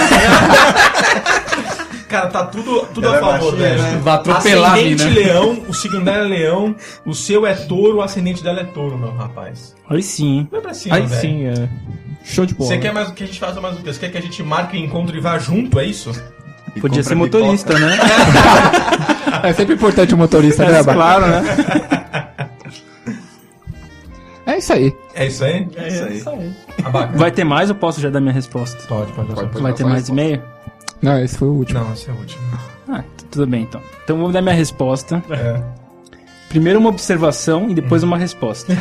S2: Cara, tá tudo, tudo
S6: Ela
S2: a
S6: é
S2: favor,
S6: baixinha,
S2: velho.
S6: né?
S4: Vai atropelar a
S2: ascendente
S4: mina.
S2: leão, o signo dela é leão, o seu é touro, o ascendente dela é touro, meu rapaz.
S5: Aí sim, hein?
S2: Vai pra cima,
S5: Aí
S2: velho.
S5: sim, é.
S7: Show de bola.
S2: Você quer mais que a gente faça mais o quê? Você quer que a gente marque o encontro e vá junto, é isso?
S6: E
S5: Podia
S6: compra
S5: ser
S6: pipoca.
S5: motorista, né?
S3: É sempre importante o motorista, né,
S5: É,
S3: Abaca?
S5: claro, né?
S3: É isso aí.
S2: É isso aí?
S6: É isso aí.
S2: Abaca.
S5: Vai ter mais ou posso já dar minha resposta?
S2: Pode, pode, pode.
S5: Vai ter mais e-mail?
S3: Não, esse foi o último.
S2: Não, esse é o último.
S5: Ah, t- tudo bem então. Então vou dar minha resposta.
S2: É.
S5: Primeiro uma observação e depois uma resposta.
S2: Ah,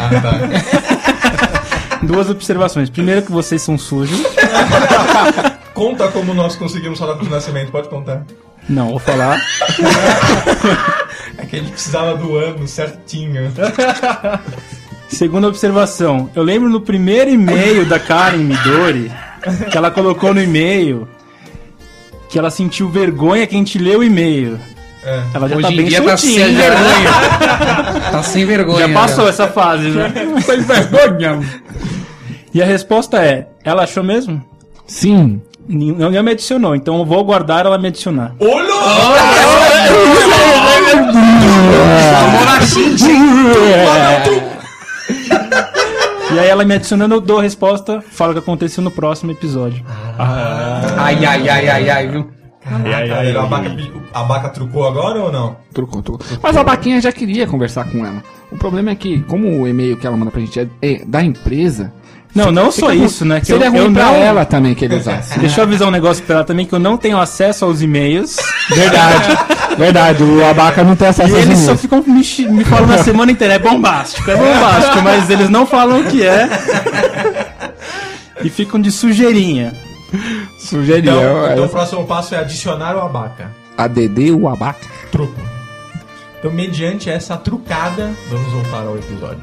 S2: tá.
S5: Duas observações. Primeiro que vocês são sujos.
S2: Conta como nós conseguimos falar do nascimento, pode contar.
S5: Não, vou falar.
S2: É que a gente precisava do ano certinho.
S5: Segunda observação. Eu lembro no primeiro e-mail da Karen Midori, que ela colocou no e-mail, que ela sentiu vergonha que a gente leu o e-mail.
S2: É.
S5: Ela já
S4: Hoje
S5: tá
S4: em
S5: bem
S4: dia tá sem
S5: soltinha, né?
S4: vergonha. tá sem vergonha.
S5: Já passou essa fase, né?
S4: essa vergonha.
S5: E a resposta é, ela achou mesmo?
S3: Sim.
S5: Nin- Não ela me adicionou, então eu vou aguardar ela me adicionar.
S2: Olha!
S5: E aí ela me adicionando, eu dou a resposta, falo o que aconteceu no próximo episódio.
S2: então
S4: Ai, ai, ai, ai, ai, viu?
S2: Caralho, a Baca, pediu- a Baca trucou agora ou não?
S3: Trocou, trocou. Mas a Baquinha já queria conversar com ela. O problema é que, como o e-mail que ela manda pra gente é, é da empresa.
S5: Não, não
S3: fica
S5: só
S3: ru-
S5: isso, né? Que
S3: seria
S5: eu,
S3: ruim
S5: eu
S3: pra
S5: não...
S3: ela também que ele usasse.
S5: Deixa eu avisar um negócio pra ela também, que eu não tenho acesso aos e-mails.
S3: Verdade. Verdade, o Abaca não tem
S5: E
S3: acesso
S5: eles
S3: a
S5: só ficam me, chi- me falando a semana inteira. É bombástico, é bombástico, mas eles não falam o que é. E ficam de sujeirinha.
S3: Sugeria.
S2: Então,
S3: eu-
S2: então
S3: eu-
S2: o próximo passo é adicionar o abaca.
S3: ADD o Abaca.
S2: Truco. Então, mediante essa trucada, vamos voltar ao episódio.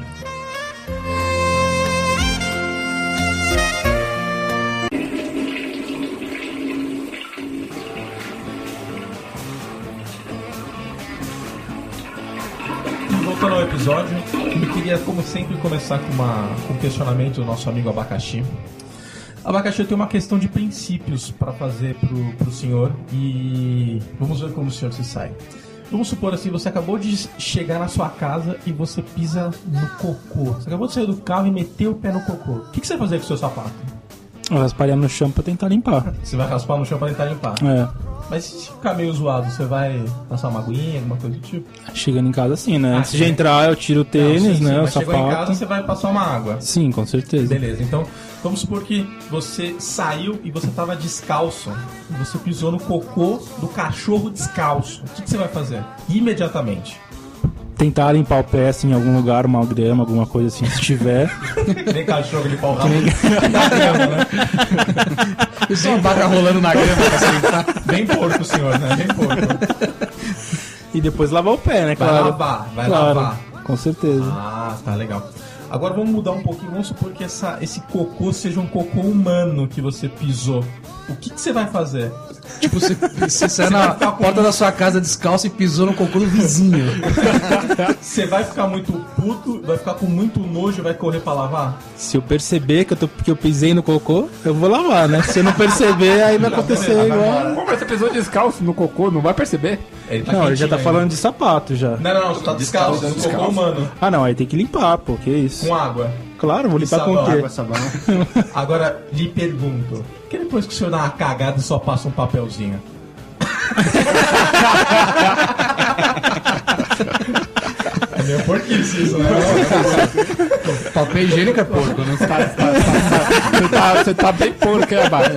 S2: Voltando ao episódio, eu queria, como sempre, começar com, uma, com um questionamento do nosso amigo Abacaxi. Abacaxi, eu tenho uma questão de princípios para fazer pro, pro senhor e vamos ver como o senhor se sai. Vamos supor assim, você acabou de chegar na sua casa e você pisa no cocô. Você acabou de sair do carro e meteu o pé no cocô. O que, que você vai fazer com o seu sapato?
S5: Eu Rasparia no chão pra tentar limpar.
S2: Você vai raspar no chão para tentar limpar.
S5: É.
S2: Mas se ficar meio zoado, você vai passar uma aguinha, alguma coisa do tipo?
S5: Chegando em casa, sim, né?
S2: Ah,
S5: Antes de
S2: chega-
S5: entrar, eu tiro o
S2: Não, sim,
S5: tênis,
S2: sim,
S5: né? O
S2: mas chegou em
S5: sapato.
S2: casa, você vai passar uma água.
S5: Sim, com certeza.
S2: Beleza, então vamos supor que você saiu e você tava descalço. E você pisou no cocô do cachorro descalço. O que, que você vai fazer? Imediatamente.
S5: Tentar limpar o pé, assim, em algum lugar, uma grama, alguma coisa assim, se tiver.
S2: Nem cachorro ele pau rabo. Dá grama, né?
S4: Isso é uma vaca rolando na grama.
S2: Bem porco, senhor, né? Bem porco.
S5: e depois lavar o pé, né?
S2: Vai
S5: Claro.
S2: lavar, vai
S5: claro,
S2: lavar.
S5: com certeza.
S2: Ah, tá legal. Agora vamos mudar um pouquinho. Vamos supor que essa, esse cocô seja um cocô humano que você pisou. O que, que você vai fazer?
S4: Tipo, você, você saiu na porta da sua casa descalço e pisou no cocô do vizinho.
S2: Você vai ficar muito puto, vai ficar com muito nojo e vai correr pra lavar?
S5: Se eu perceber que eu, tô, que eu pisei no cocô, eu vou lavar, né? Se eu não perceber, aí vai acontecer igual.
S3: Pô, mas você pisou descalço no cocô, não vai perceber?
S2: Ele tá
S5: Não, ele já
S2: quentinho
S5: tá
S2: ainda.
S5: falando de sapato já.
S2: Não, não, não, você tá descalço,
S6: Descalço,
S2: descalço. cocô humano,
S5: Ah, não, aí tem que limpar, pô, que isso.
S2: com água.
S5: Claro, vou limpar com o
S2: sabão.
S5: quê?
S6: Água, sabão.
S2: Agora, lhe pergunto, por que depois que o senhor dá uma cagada só passa um papelzinho? é meio porquice isso, né?
S4: Papel higiênico é porco, né?
S3: Você tá, você tá bem porco, hein, Abaca?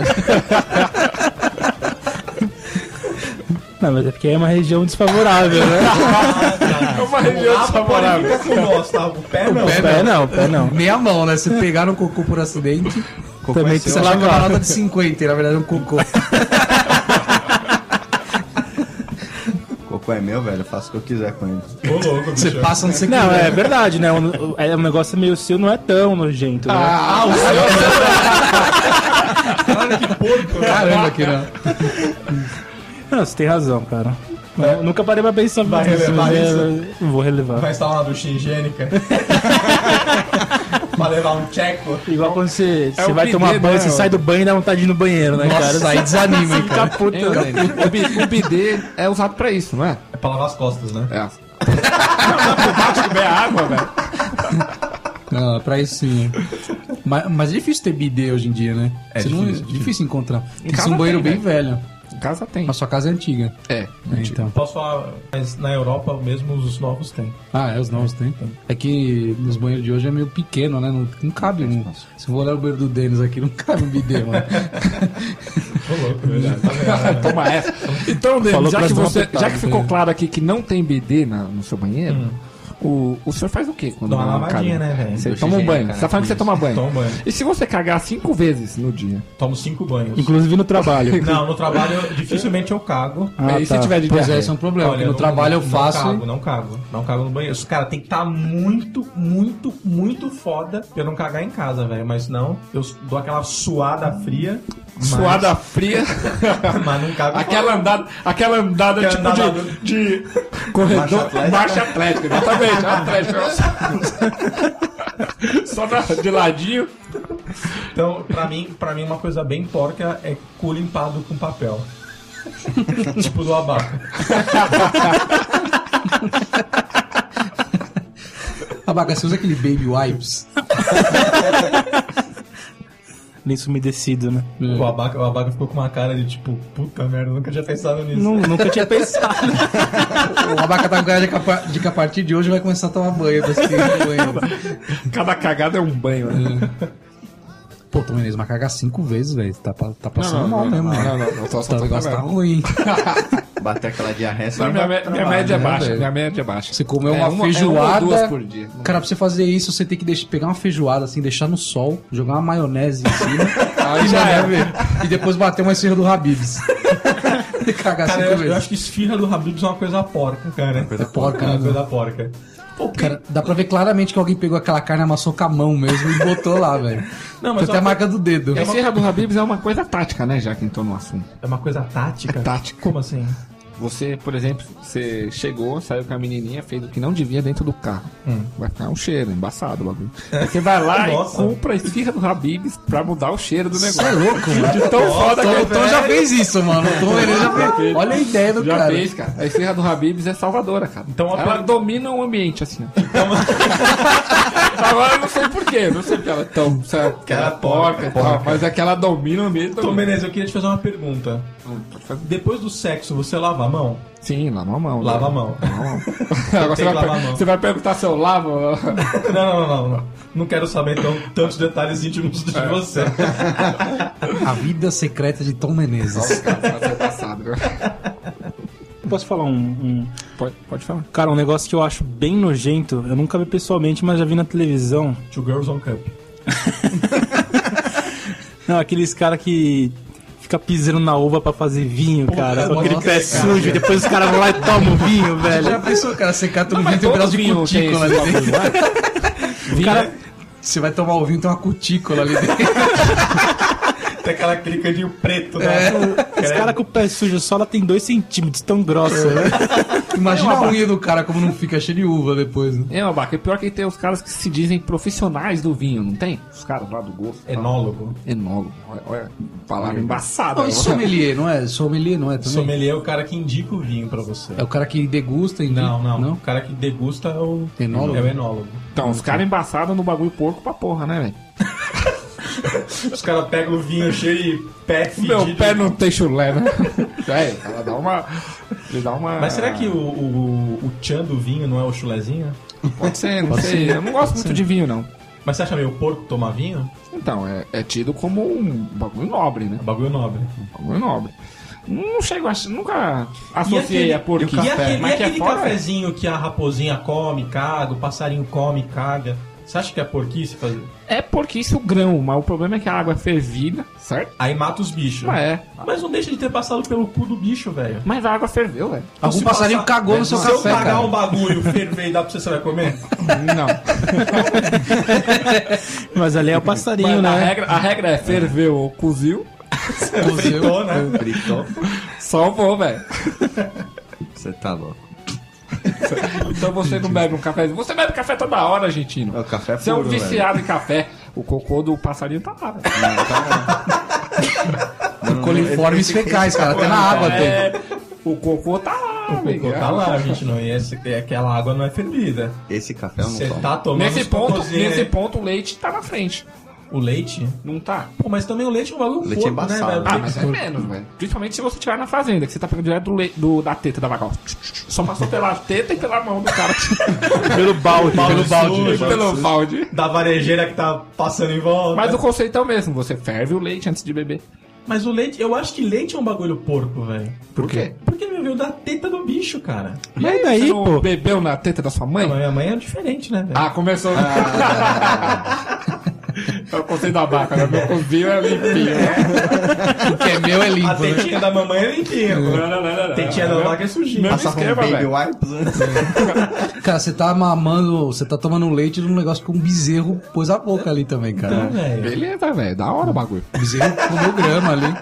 S5: Não, mas é porque é uma região desfavorável, né?
S2: É uma
S3: região desfavorável.
S2: Fica com nós, tá? O pé não.
S5: O pé não, o pé não.
S4: Meia mão, né? Você pegar no cocô por acidente,
S5: Também
S4: você
S5: precisa
S4: achar que é uma
S5: lavar.
S4: nota de 50 e na verdade é um cocô.
S6: Cocô é meu, velho. Eu faço o que eu quiser com ele.
S2: Ô, louco, bicho.
S4: Você passa no
S5: Não,
S4: secundário.
S5: é verdade, né? Um, é um negócio meio seu, não é tão nojento,
S3: Ah.
S5: né?
S4: Caramba, né? que não.
S5: Não, você tem razão, cara.
S3: É.
S5: Eu nunca parei pra pensar
S2: Vai
S5: nisso,
S2: relevar
S5: mas
S2: isso?
S5: é- Vou relevar.
S2: Vai instalar uma ducha higiênica. pra levar um tcheco.
S5: Igual quando você, você
S3: É. o
S5: vai
S3: bidê,
S5: tomar banho,
S3: né,
S5: você
S3: ó.
S5: sai do banho e dá vontade de ir no banheiro, né, cara?
S4: Nossa, Assim, né? aí desanima, hein, cara.
S5: Puta,
S3: Hein, Dani? O bi- O bidê é usado pra isso, não é?
S2: É pra lavar as costas, né?
S3: É.
S4: Não, Ah, pra isso sim. Mas, mas é difícil ter bidê hoje em dia, né?
S2: É
S4: Você não-
S2: difícil,
S4: difícil encontrar. Tem que ser
S3: casa
S4: um banheiro
S3: tem,
S4: bem velho.
S3: Em casa tem.
S4: A sua casa é antiga.
S3: É.
S4: né, então.
S2: Posso falar, mas na Europa mesmo os novos têm.
S4: Ah, é, os novos tem. É que nos banheiros de hoje é meio pequeno, né? Não, não cabe um. Se eu vou olhar o banheiro do Denis aqui, não cabe um bidê, mano.
S2: Ô, louco, é verdade. tá
S3: Toma essa. Então, Dani,
S5: Falou
S3: já
S5: pra
S3: que,
S5: nós
S3: você,
S5: apertar,
S3: já que ficou
S4: né?
S3: claro aqui que não tem bidê na- no seu banheiro, o, o senhor faz o quê? Quando
S2: Hum. Dá uma
S3: vai no
S2: lavadinha,
S3: caminho?
S2: né, velho?
S3: Você
S6: Ducha
S3: toma um
S6: higiênica,
S3: banho.
S6: né?
S3: Você tá falando que você toma banho.
S2: Toma banho.
S3: E se você cagar cinco vezes no dia?
S2: Tomo cinco banhos.
S5: Inclusive no trabalho.
S2: Não, no trabalho eu- dificilmente eu cago.
S5: Ah,
S3: e se
S5: tá.
S3: tiver de
S4: Pois é,
S3: diarreia?
S4: isso é um problema.
S2: Olha,
S4: porque no
S2: não-
S4: trabalho eu
S2: não
S4: faço.
S2: cago, não cago. Não cago no banheiro. Os cara tem que estar muito, muito, muito foda pra eu não cagar em casa, velho. Mas não, eu dou aquela suada fria. mas-
S3: Suada fria,
S2: Mas não cago.
S3: aquela andada, aquela andada
S2: Aquela
S3: tipo
S2: andada-
S3: de, de corredor,
S6: atlética.
S3: marcha atlética, exatamente, atlética. Só na- de ladinho.
S2: Então, pra mim, pra mim, uma coisa bem porca é cu limpado com papel. tipo do abaca.
S4: Abaca, você usa aquele baby wipes?
S5: Lenço umedecido, né?
S4: Hum.
S2: O abaca. O abaca ficou com uma cara de tipo, puta merda, eu nunca tinha pensado nisso.
S5: Nu- nunca tinha pensado.
S4: O Abaca tá com cara de que, a par- de que a partir de hoje vai começar a tomar banho. Você banho.
S3: Cada cagada é um banho, né?
S4: Pô, Tom Menezes, mas cagar cinco vezes, velho. Tá, pa- tá
S3: Não,
S4: passando
S3: não,
S4: mal
S3: não,
S4: mesmo,
S3: não,
S4: né?
S3: não, não, não, só-
S4: Tá,
S3: só
S4: o
S3: tô
S4: negócio tá
S3: cagando.
S4: ruim.
S6: Bater aquela diarreia. só
S3: Não,
S6: não
S3: Minha,
S6: dá
S3: me- minha
S6: trabalho,
S3: média é
S4: né,
S3: baixa,
S4: velho?
S3: minha média é baixa.
S4: Você comeu
S3: É uma-
S4: uma,
S3: é uma
S4: feijoada.
S3: ou duas por dia.
S4: Cara, pra você fazer isso, você tem que deixar- pegar uma feijoada, assim, deixar no sol, jogar uma maionese em cima.
S3: Aí
S4: e
S3: já
S4: mandar
S3: é.
S4: ver. E depois bater uma esfirra do Habibs. E cagar
S2: Cara,
S4: cinco
S2: eu, eu
S4: vezes.
S2: acho que esfirra do Habibs é uma coisa porca, cara. É
S4: coisa porca,
S2: uma
S4: né?
S2: coisa porca. Pô,
S4: Cara, dá pra ver claramente que alguém pegou aquela carne, amassou com a mão mesmo e botou lá, velho.
S2: Não,
S4: Não,
S2: mas
S4: mas É até
S2: uma
S4: a marca do dedo.
S3: é Esse Rabos Habibs é uma coisa tática, né? Já que entrou no assunto.
S2: É uma coisa tática?
S3: É tática.
S2: Como assim?
S3: Você, por exemplo, você chegou, saiu com a menininha, fez o que não devia dentro do carro. Vai ficar um cheiro, embaçado o bagulho. Aí Você vai lá e
S2: Nossa.
S3: compra a esfirra do Habibs pra mudar o cheiro do negócio. é louco,
S4: mano.
S3: De tão foda que
S4: Tom,
S3: é.
S4: o Tom já fez isso, mano. O Tom ele já fez. Olha a ideia É do
S3: Já
S4: cara.
S3: fez, cara. A esfirra do Habibs é salvadora, cara.
S2: Então, a
S3: ela
S2: per-
S3: domina o ambiente, assim. ó. Agora eu não sei porquê, não sei porque ela é tão. Sabe, que ela é porca e tal, mas é que ela domina o ambiente.
S2: Tom
S3: domina.
S2: Menezes, eu queria te fazer uma pergunta. Depois do sexo, você lava a mão?
S3: Sim, lava a mão.
S2: Lava
S3: né?
S2: a mão.
S3: Lava a mão. Agora você
S2: que lavar a
S3: vai, per-
S2: mão.
S3: você vai perguntar se eu lavo.
S2: Não, não, não, não. Não quero saber então, tantos detalhes íntimos de você.
S4: A vida secreta de Tom Menezes.
S5: Posso falar um- um,
S3: né? Pode, pode falar.
S5: Cara, um negócio que eu acho bem nojento, eu nunca vi pessoalmente, mas já vi na televisão.
S2: Two Girls on Cup.
S5: Não, aqueles cara que fica pisando na uva pra fazer vinho, cara. Com aquele
S4: nossa,
S5: pé sujo, e depois os caras vão lá e tomam o vinho,
S4: Já
S5: velho.
S4: pensou, cara, secar todo vinho tem um pedaço de cutícula ali dentro.
S5: O cara,
S4: Você vai tomar o vinho, tem uma cutícula ali dentro.
S2: Tem aquela cricadinho preto, né?
S3: é
S5: os caras com o pé sujo, só ela tem 2 centímetros, tão grossa, velho.
S4: Imagina a unha do cara como não fica cheio de uva depois, né?
S3: É, Abaca, e pior que tem os caras que se dizem profissionais do vinho, não tem? Os caras lá do gosto.
S2: É
S3: tal.
S2: Enólogo.
S3: Enólogo. Olha, olha a palavra embaçada.
S4: Não, e sommelier, não Ah, é? Sommelier não é também?
S2: Sommelier é o cara que indica o vinho pra você.
S4: É o cara que degusta, enfim.
S2: Não, não, O
S4: não?
S2: cara que degusta é o
S4: Enólogo?
S2: É o enólogo.
S3: Então, os caras embaçados no bagulho porco pra porra, né, velho?
S2: Os caras pegam o vinho cheio e pé fedido.
S3: Meu pé não tem chulé, né? Véi, ela dá uma. Ele dá uma.
S2: Mas será que o, o, o tchan do vinho não é o chulezinho?
S3: Pode ser, não sei. Eu não gosto muito de vinho, não.
S2: Mas você acha meio porco tomar vinho?
S3: Então, é, é tido como um bagulho nobre, né?
S2: É bagulho nobre.
S3: Um bagulho nobre. Não chego a. Nunca
S2: aquele-
S3: associei a porco
S2: E aquele,
S3: mas
S2: e
S3: que é
S2: aquele
S3: fora. é.
S2: cafezinho que a raposinha come, caga, o passarinho come, caga. Você acha que é porquice fazer?
S3: É porque isso é o grão, mas o problema é que a água é fervida, certo?
S2: Aí mata os bichos.
S3: Mas é.
S2: Mas não deixa de ter passado pelo cu do bicho, velho.
S3: Mas a água ferveu, velho.
S4: Algum
S2: Se
S4: passarinho
S2: passar-
S4: cagou no seu
S2: Se
S4: café,
S2: eu pagar
S4: cara.
S2: um bagulho, ferver e dar pra você, você vai comer?
S3: Não.
S5: Mas ali é o passarinho,
S3: a,
S5: né?
S3: regra, a regra é ferveu ou coziu,
S2: Fritou, né?
S6: Fritou?
S3: salvou, velho.
S6: Você tá louco.
S3: Então você não bebe um café. Você bebe café toda hora,
S6: É
S3: argentino.
S6: o café
S3: Você é um
S6: puro, velho.
S3: viciado em café. O cocô do passarinho tá lá, velho.
S6: Não, tá-
S4: Coliformes fecais, cara. Até na água tem.
S3: É, o cocô tá lá, velho.
S2: Tá lá, gente, não. E esse, é aquela água não é fervida.
S6: Esse café eu não
S2: Você
S6: tomo.
S2: tá tomando
S3: Nesse
S2: os
S3: ponto,
S2: cocôzinhos,
S3: nesse
S2: né?
S3: ponto, o leite tá na frente.
S2: O leite?
S3: Não tá?
S2: Pô, mas também o leite é um bagulho
S6: Leite é
S2: porco, né,
S6: embaçado.
S2: velho?
S3: Ah, mas é menos, velho. Principalmente se você tiver na fazenda, que você tá pegando direto do, le- do- da teta da vaca. ó. Só passou pela teta e pela mão do cara.
S5: Pelo balde,
S2: Pelo
S5: pelo balde.
S2: sujo,
S3: pelo balde.
S2: Da varejeira que tá passando em volta.
S3: Mas o conceito é o mesmo, você ferve o leite antes de beber.
S2: Mas o leite, eu acho que leite é um bagulho porco, velho.
S3: Por quê?
S2: Porque meu veio da teta do bicho, cara.
S5: Mas
S3: Você
S5: daí,
S3: não
S5: pô.
S3: bebeu na teta da sua mãe?
S2: Mas minha mãe é diferente, né, velho?
S3: Ah, começou. é o conceito da vaca, né? Meu cozinho é limpinho.
S4: O que é meu é
S2: a
S4: limpo, né?
S2: tetinha da mamãe é limpinha. pô. A tetinha da vaca é sujinha.
S3: Meu-
S6: Passava um
S3: esquema,
S6: baby
S3: velho.
S6: wipes
S4: Cara, você tá mamando, você tá tomando leite de um negócio que um bezerro pôs a boca ali também, cara.
S2: Então, velho.
S3: Beleza, é, velho. Da hora o bagulho.
S4: O bezerro comeu grama ali.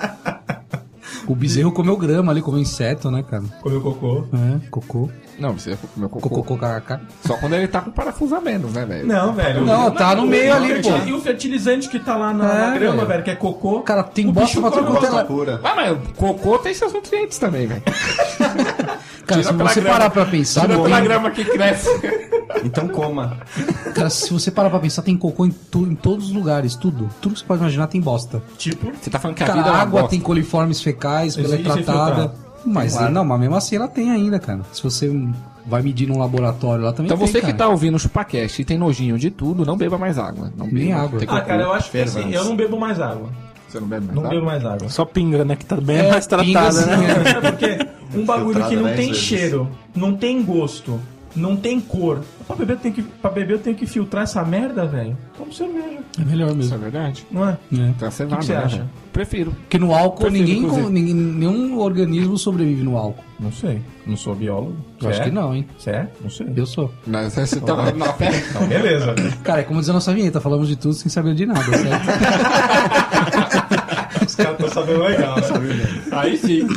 S4: O bezerro comeu grama ali, comeu inseto, né, cara?
S2: Comeu cocô.
S4: É, cocô.
S3: Não, você é meu cocô.
S4: Cocô, kkk.
S3: Só quando ele tá com parafuso a menos, né, velho?
S2: Não, velho.
S4: Não, tá no meio ali, pô.
S2: E o fertilizante que tá lá na, na
S4: É,
S2: grama,
S4: velho.
S2: velho, que é cocô.
S4: Cara, tem
S2: O
S4: bosta
S2: bicho
S4: pra tudo
S2: come
S4: quanto é
S2: bosta.
S4: lado.
S6: pura.
S3: Ah, mas cocô tem seus nutrientes também, velho.
S4: Cara, se você parar pra pensar,
S3: Tira pela
S4: tem-
S3: grama que cresce.
S6: Então coma.
S4: cara, se você parar pra pensar, tem cocô em, tu- em todos os lugares, tudo. Tudo que você pode imaginar tem bosta.
S2: Tipo,
S3: Você tá falando que a
S4: Cara,
S3: vida é
S4: a
S3: uma
S4: água
S3: bosta.
S4: tem coliformes fecais, ela é
S2: Existe
S4: tratada.
S2: filtrar.
S4: Mas não, mas mesmo assim ela tem ainda, cara. Se você vai medir num laboratório lá também
S3: Então
S4: tem,
S3: você que
S4: cara.
S3: tá ouvindo o Chupacast e tem nojinho de tudo, não beba mais água. Não
S4: Nem
S3: beba.
S4: água.
S3: Tem
S2: ah,
S3: cocô.
S2: cara, eu acho que assim,
S4: né?
S6: Fervans.
S2: eu não bebo mais água.
S3: Você não bebe mais
S4: Tá.
S2: Não
S3: água?
S2: bebo mais água.
S5: Só pinga, né? Que tá bem
S4: É,
S5: mais
S4: pinga
S5: tratada,
S4: assim,
S5: né?
S4: é.
S2: É porque um bagulho que não
S6: dez
S2: tem
S6: vezes.
S2: cheiro, não tem gosto, não tem cor. Pra beber eu tenho que, pra beber eu tenho que filtrar essa merda, velho. Como cerveja,
S4: É melhor
S3: Isso é
S4: mesmo.
S3: verdade.
S2: não é?
S4: É.
S3: Então você
S2: que
S3: vai,
S2: você
S3: né,
S2: acha?
S3: velho? Prefiro.
S4: Porque no álcool,
S3: Prefiro,
S4: ninguém,
S3: inclusive.
S4: com- ninguém- nenhum organismo sobrevive no álcool.
S2: Não sei. Não sou biólogo.
S4: Eu acho que não, hein?
S2: Você é? Não sei.
S4: Eu sou.
S3: Mas você tá falando na pé.
S2: Então, beleza.
S4: Cara, é como diz a nossa vinheta, falamos de tudo sem saber de nada, certo?
S2: né? Os caras estão sabendo legal.
S3: Aí sim.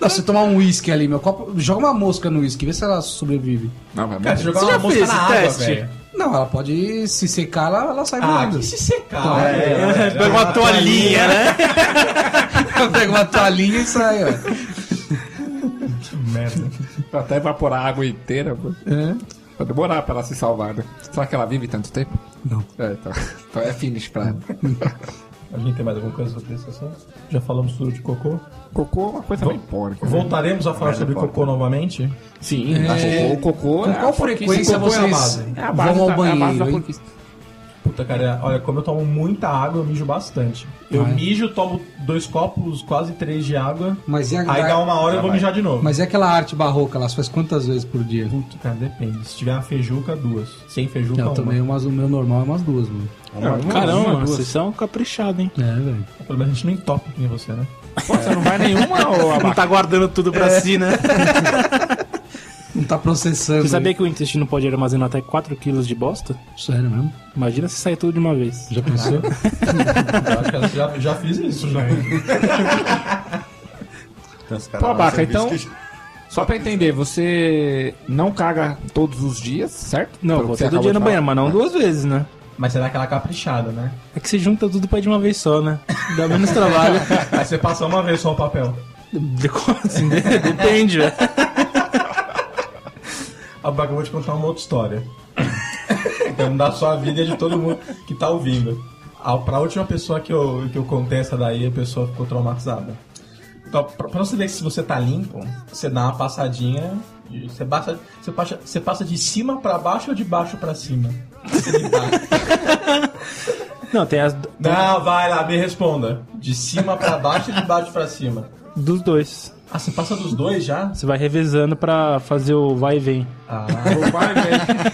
S4: Não, se eu tomar um uísque ali, meu copo. Joga uma mosca no uísque, vê se ela sobrevive.
S3: Não, vai
S2: Cara,
S3: morrer.
S2: se jogar
S5: Você
S2: uma
S5: já
S2: mosca
S5: fez
S2: na
S5: esse
S2: água,
S5: teste?
S2: velho.
S4: Não, ela pode se secar, ela, ela sai
S2: Ah,
S4: voando. Então, é,
S2: que se secar. velho.
S5: É, Pega uma toalhinha, né?
S4: Pega uma toalhinha e sai, ó.
S2: Merda.
S3: Pra até evaporar a água inteira, pô.
S4: É.
S3: Vai demorar pra ela se salvar, né? Será que ela vive tanto tempo? Não. É, então, então é finish pra ela.
S2: Alguém tem mais alguma coisa sobre esse assunto? Já falamos tudo de cocô.
S3: Cocô é uma coisa
S2: Vol-
S3: bem porca. né?
S2: Voltaremos a falar sobre cocô novamente.
S3: Sim, é... o cocô...
S4: Com
S3: é a
S4: qual
S3: porquice.
S4: frequência
S2: cocô é a
S4: vocês
S2: base.
S3: É a base,
S4: vão ao
S3: da, é a base da
S4: banheiro? hein?
S3: porquice.
S2: Puta, cara, olha, como eu tomo muita água, eu mijo bastante. Eu
S4: Vai.
S2: mijo, tomo dois copos, quase três de água.
S4: Mas e a-
S2: Aí dá um uma hora eu vou mijar de novo.
S4: Mas é aquela arte barroca, elas faz quantas vezes por dia?
S2: Puta, cara, depende. Se tiver uma feijuca, duas. Sem feijuca,
S4: Eu
S2: uma.
S4: também, umas, o meu normal é umas duas, mano.
S5: Caramba, vocês são caprichados, hein?
S4: É, velho.
S2: Pelo menos a gente não entopa que nem você, né?
S3: Pô, você não vai nenhuma ou
S5: Não tá guardando tudo pra si, né?
S4: Não tá processando.
S5: Você sabia que o intestino pode armazenar até 4 kg de bosta?
S4: hein? Sério mesmo?
S5: Imagina se sair tudo de uma vez.
S4: Já pensou?
S2: Eu acho que eu já, já fiz isso, já.
S4: É.
S3: Pô, Abaca, então... Só pra entender, você não caga todos os dias, certo?
S5: Não,
S3: Pelo
S5: vou
S3: que você
S5: todo
S3: acabou
S5: dia
S3: de
S5: no
S3: falar. Tá.
S5: banheiro, mas não duas vezes, né?
S2: Mas será aquela caprichada, né?
S5: É que você junta tudo pra ir de uma vez só, né? Dá menos trabalho.
S2: Aí você passa uma vez só o papel.
S5: Assim, Depende, né? velho.
S2: Ah, Baca, eu vou te contar uma outra história. então da sua vida e de todo mundo que tá ouvindo. A, pra última pessoa que eu, que eu contei essa daí, a pessoa ficou traumatizada. Então, pra, pra você ver se você tá limpo, você dá uma passadinha. e Você passa, você passa, você passa de cima pra baixo ou de baixo pra cima? Você limpa.
S5: Não, tem as
S2: Não, vai lá, me responda. De cima pra baixo ou de baixo pra cima?
S5: dos dois.
S2: Ah, você passa dos dois já?
S5: Você vai revezando pra fazer o vai e vem.
S2: Ah,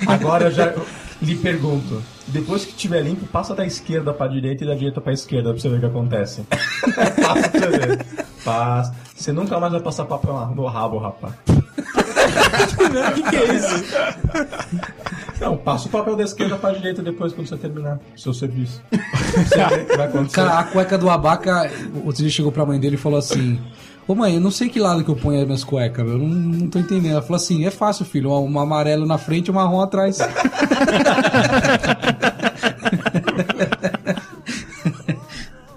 S2: Agora eu já lhe pergunto. Depois que tiver limpo, passa da esquerda pra direita e da direita pra esquerda pra você ver o que acontece. passa pra você ver. Passa. Você nunca mais vai passar papel na- no rabo, rapaz. O que, é isso? Não, passa o papel da esquerda pra direita depois quando você terminar o seu serviço. Você vê o que vai acontecer.
S4: Cara, a cueca do Abaca, outro dia chegou pra mãe dele e falou assim: Ô mãe, eu não sei que lado que eu ponho as minhas cuecas, meu, eu não, não tô entendendo. Ela falou assim: é fácil, filho, um amarelo na frente e um marrom atrás.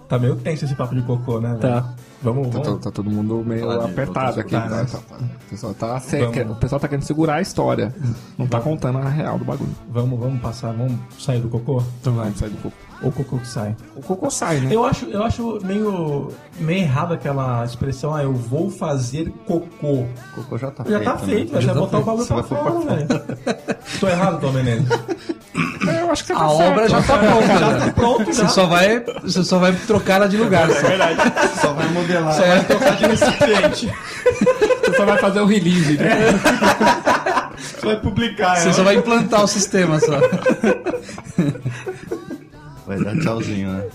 S2: Tá meio tenso esse papo de cocô, né? velho?
S5: Tá.
S2: Vamos,
S3: Tá,
S2: vamos.
S3: to- tá todo mundo meio
S6: Falar de
S3: apertado
S6: outras
S3: aqui. Tá,
S2: coisas.
S3: tá- tá. O, pessoal tá se-
S2: Vamos.
S3: o pessoal tá querendo segurar a história. Não tá contando a real do bagulho.
S2: Vamos, vamos passar, vamos sair do cocô?
S3: Então vai. Sai do cocô.
S2: Ou o cocô que sai?
S3: O cocô sai, né?
S2: Eu acho, eu acho meio, meio errado aquela expressão, ah, eu vou fazer cocô.
S6: O cocô já tá
S2: Já tá feito, velho. já vai botar o bagulho pra fora, velho. Tô errado, Tom Menezes.
S3: Eu, acho que você
S4: A obra já tá pronta. já tá
S2: pronto, já.
S4: Você só vai, você só vai trocar ela de lugar. Só.
S6: Só vai modelar.
S4: É, Só vai
S2: Tocar de recipiente.
S3: Você só vai fazer o release, né?
S2: Você vai publicar,
S4: Você
S2: né?
S4: só vai implantar o sistema só.
S6: Vai dar tchauzinho, né?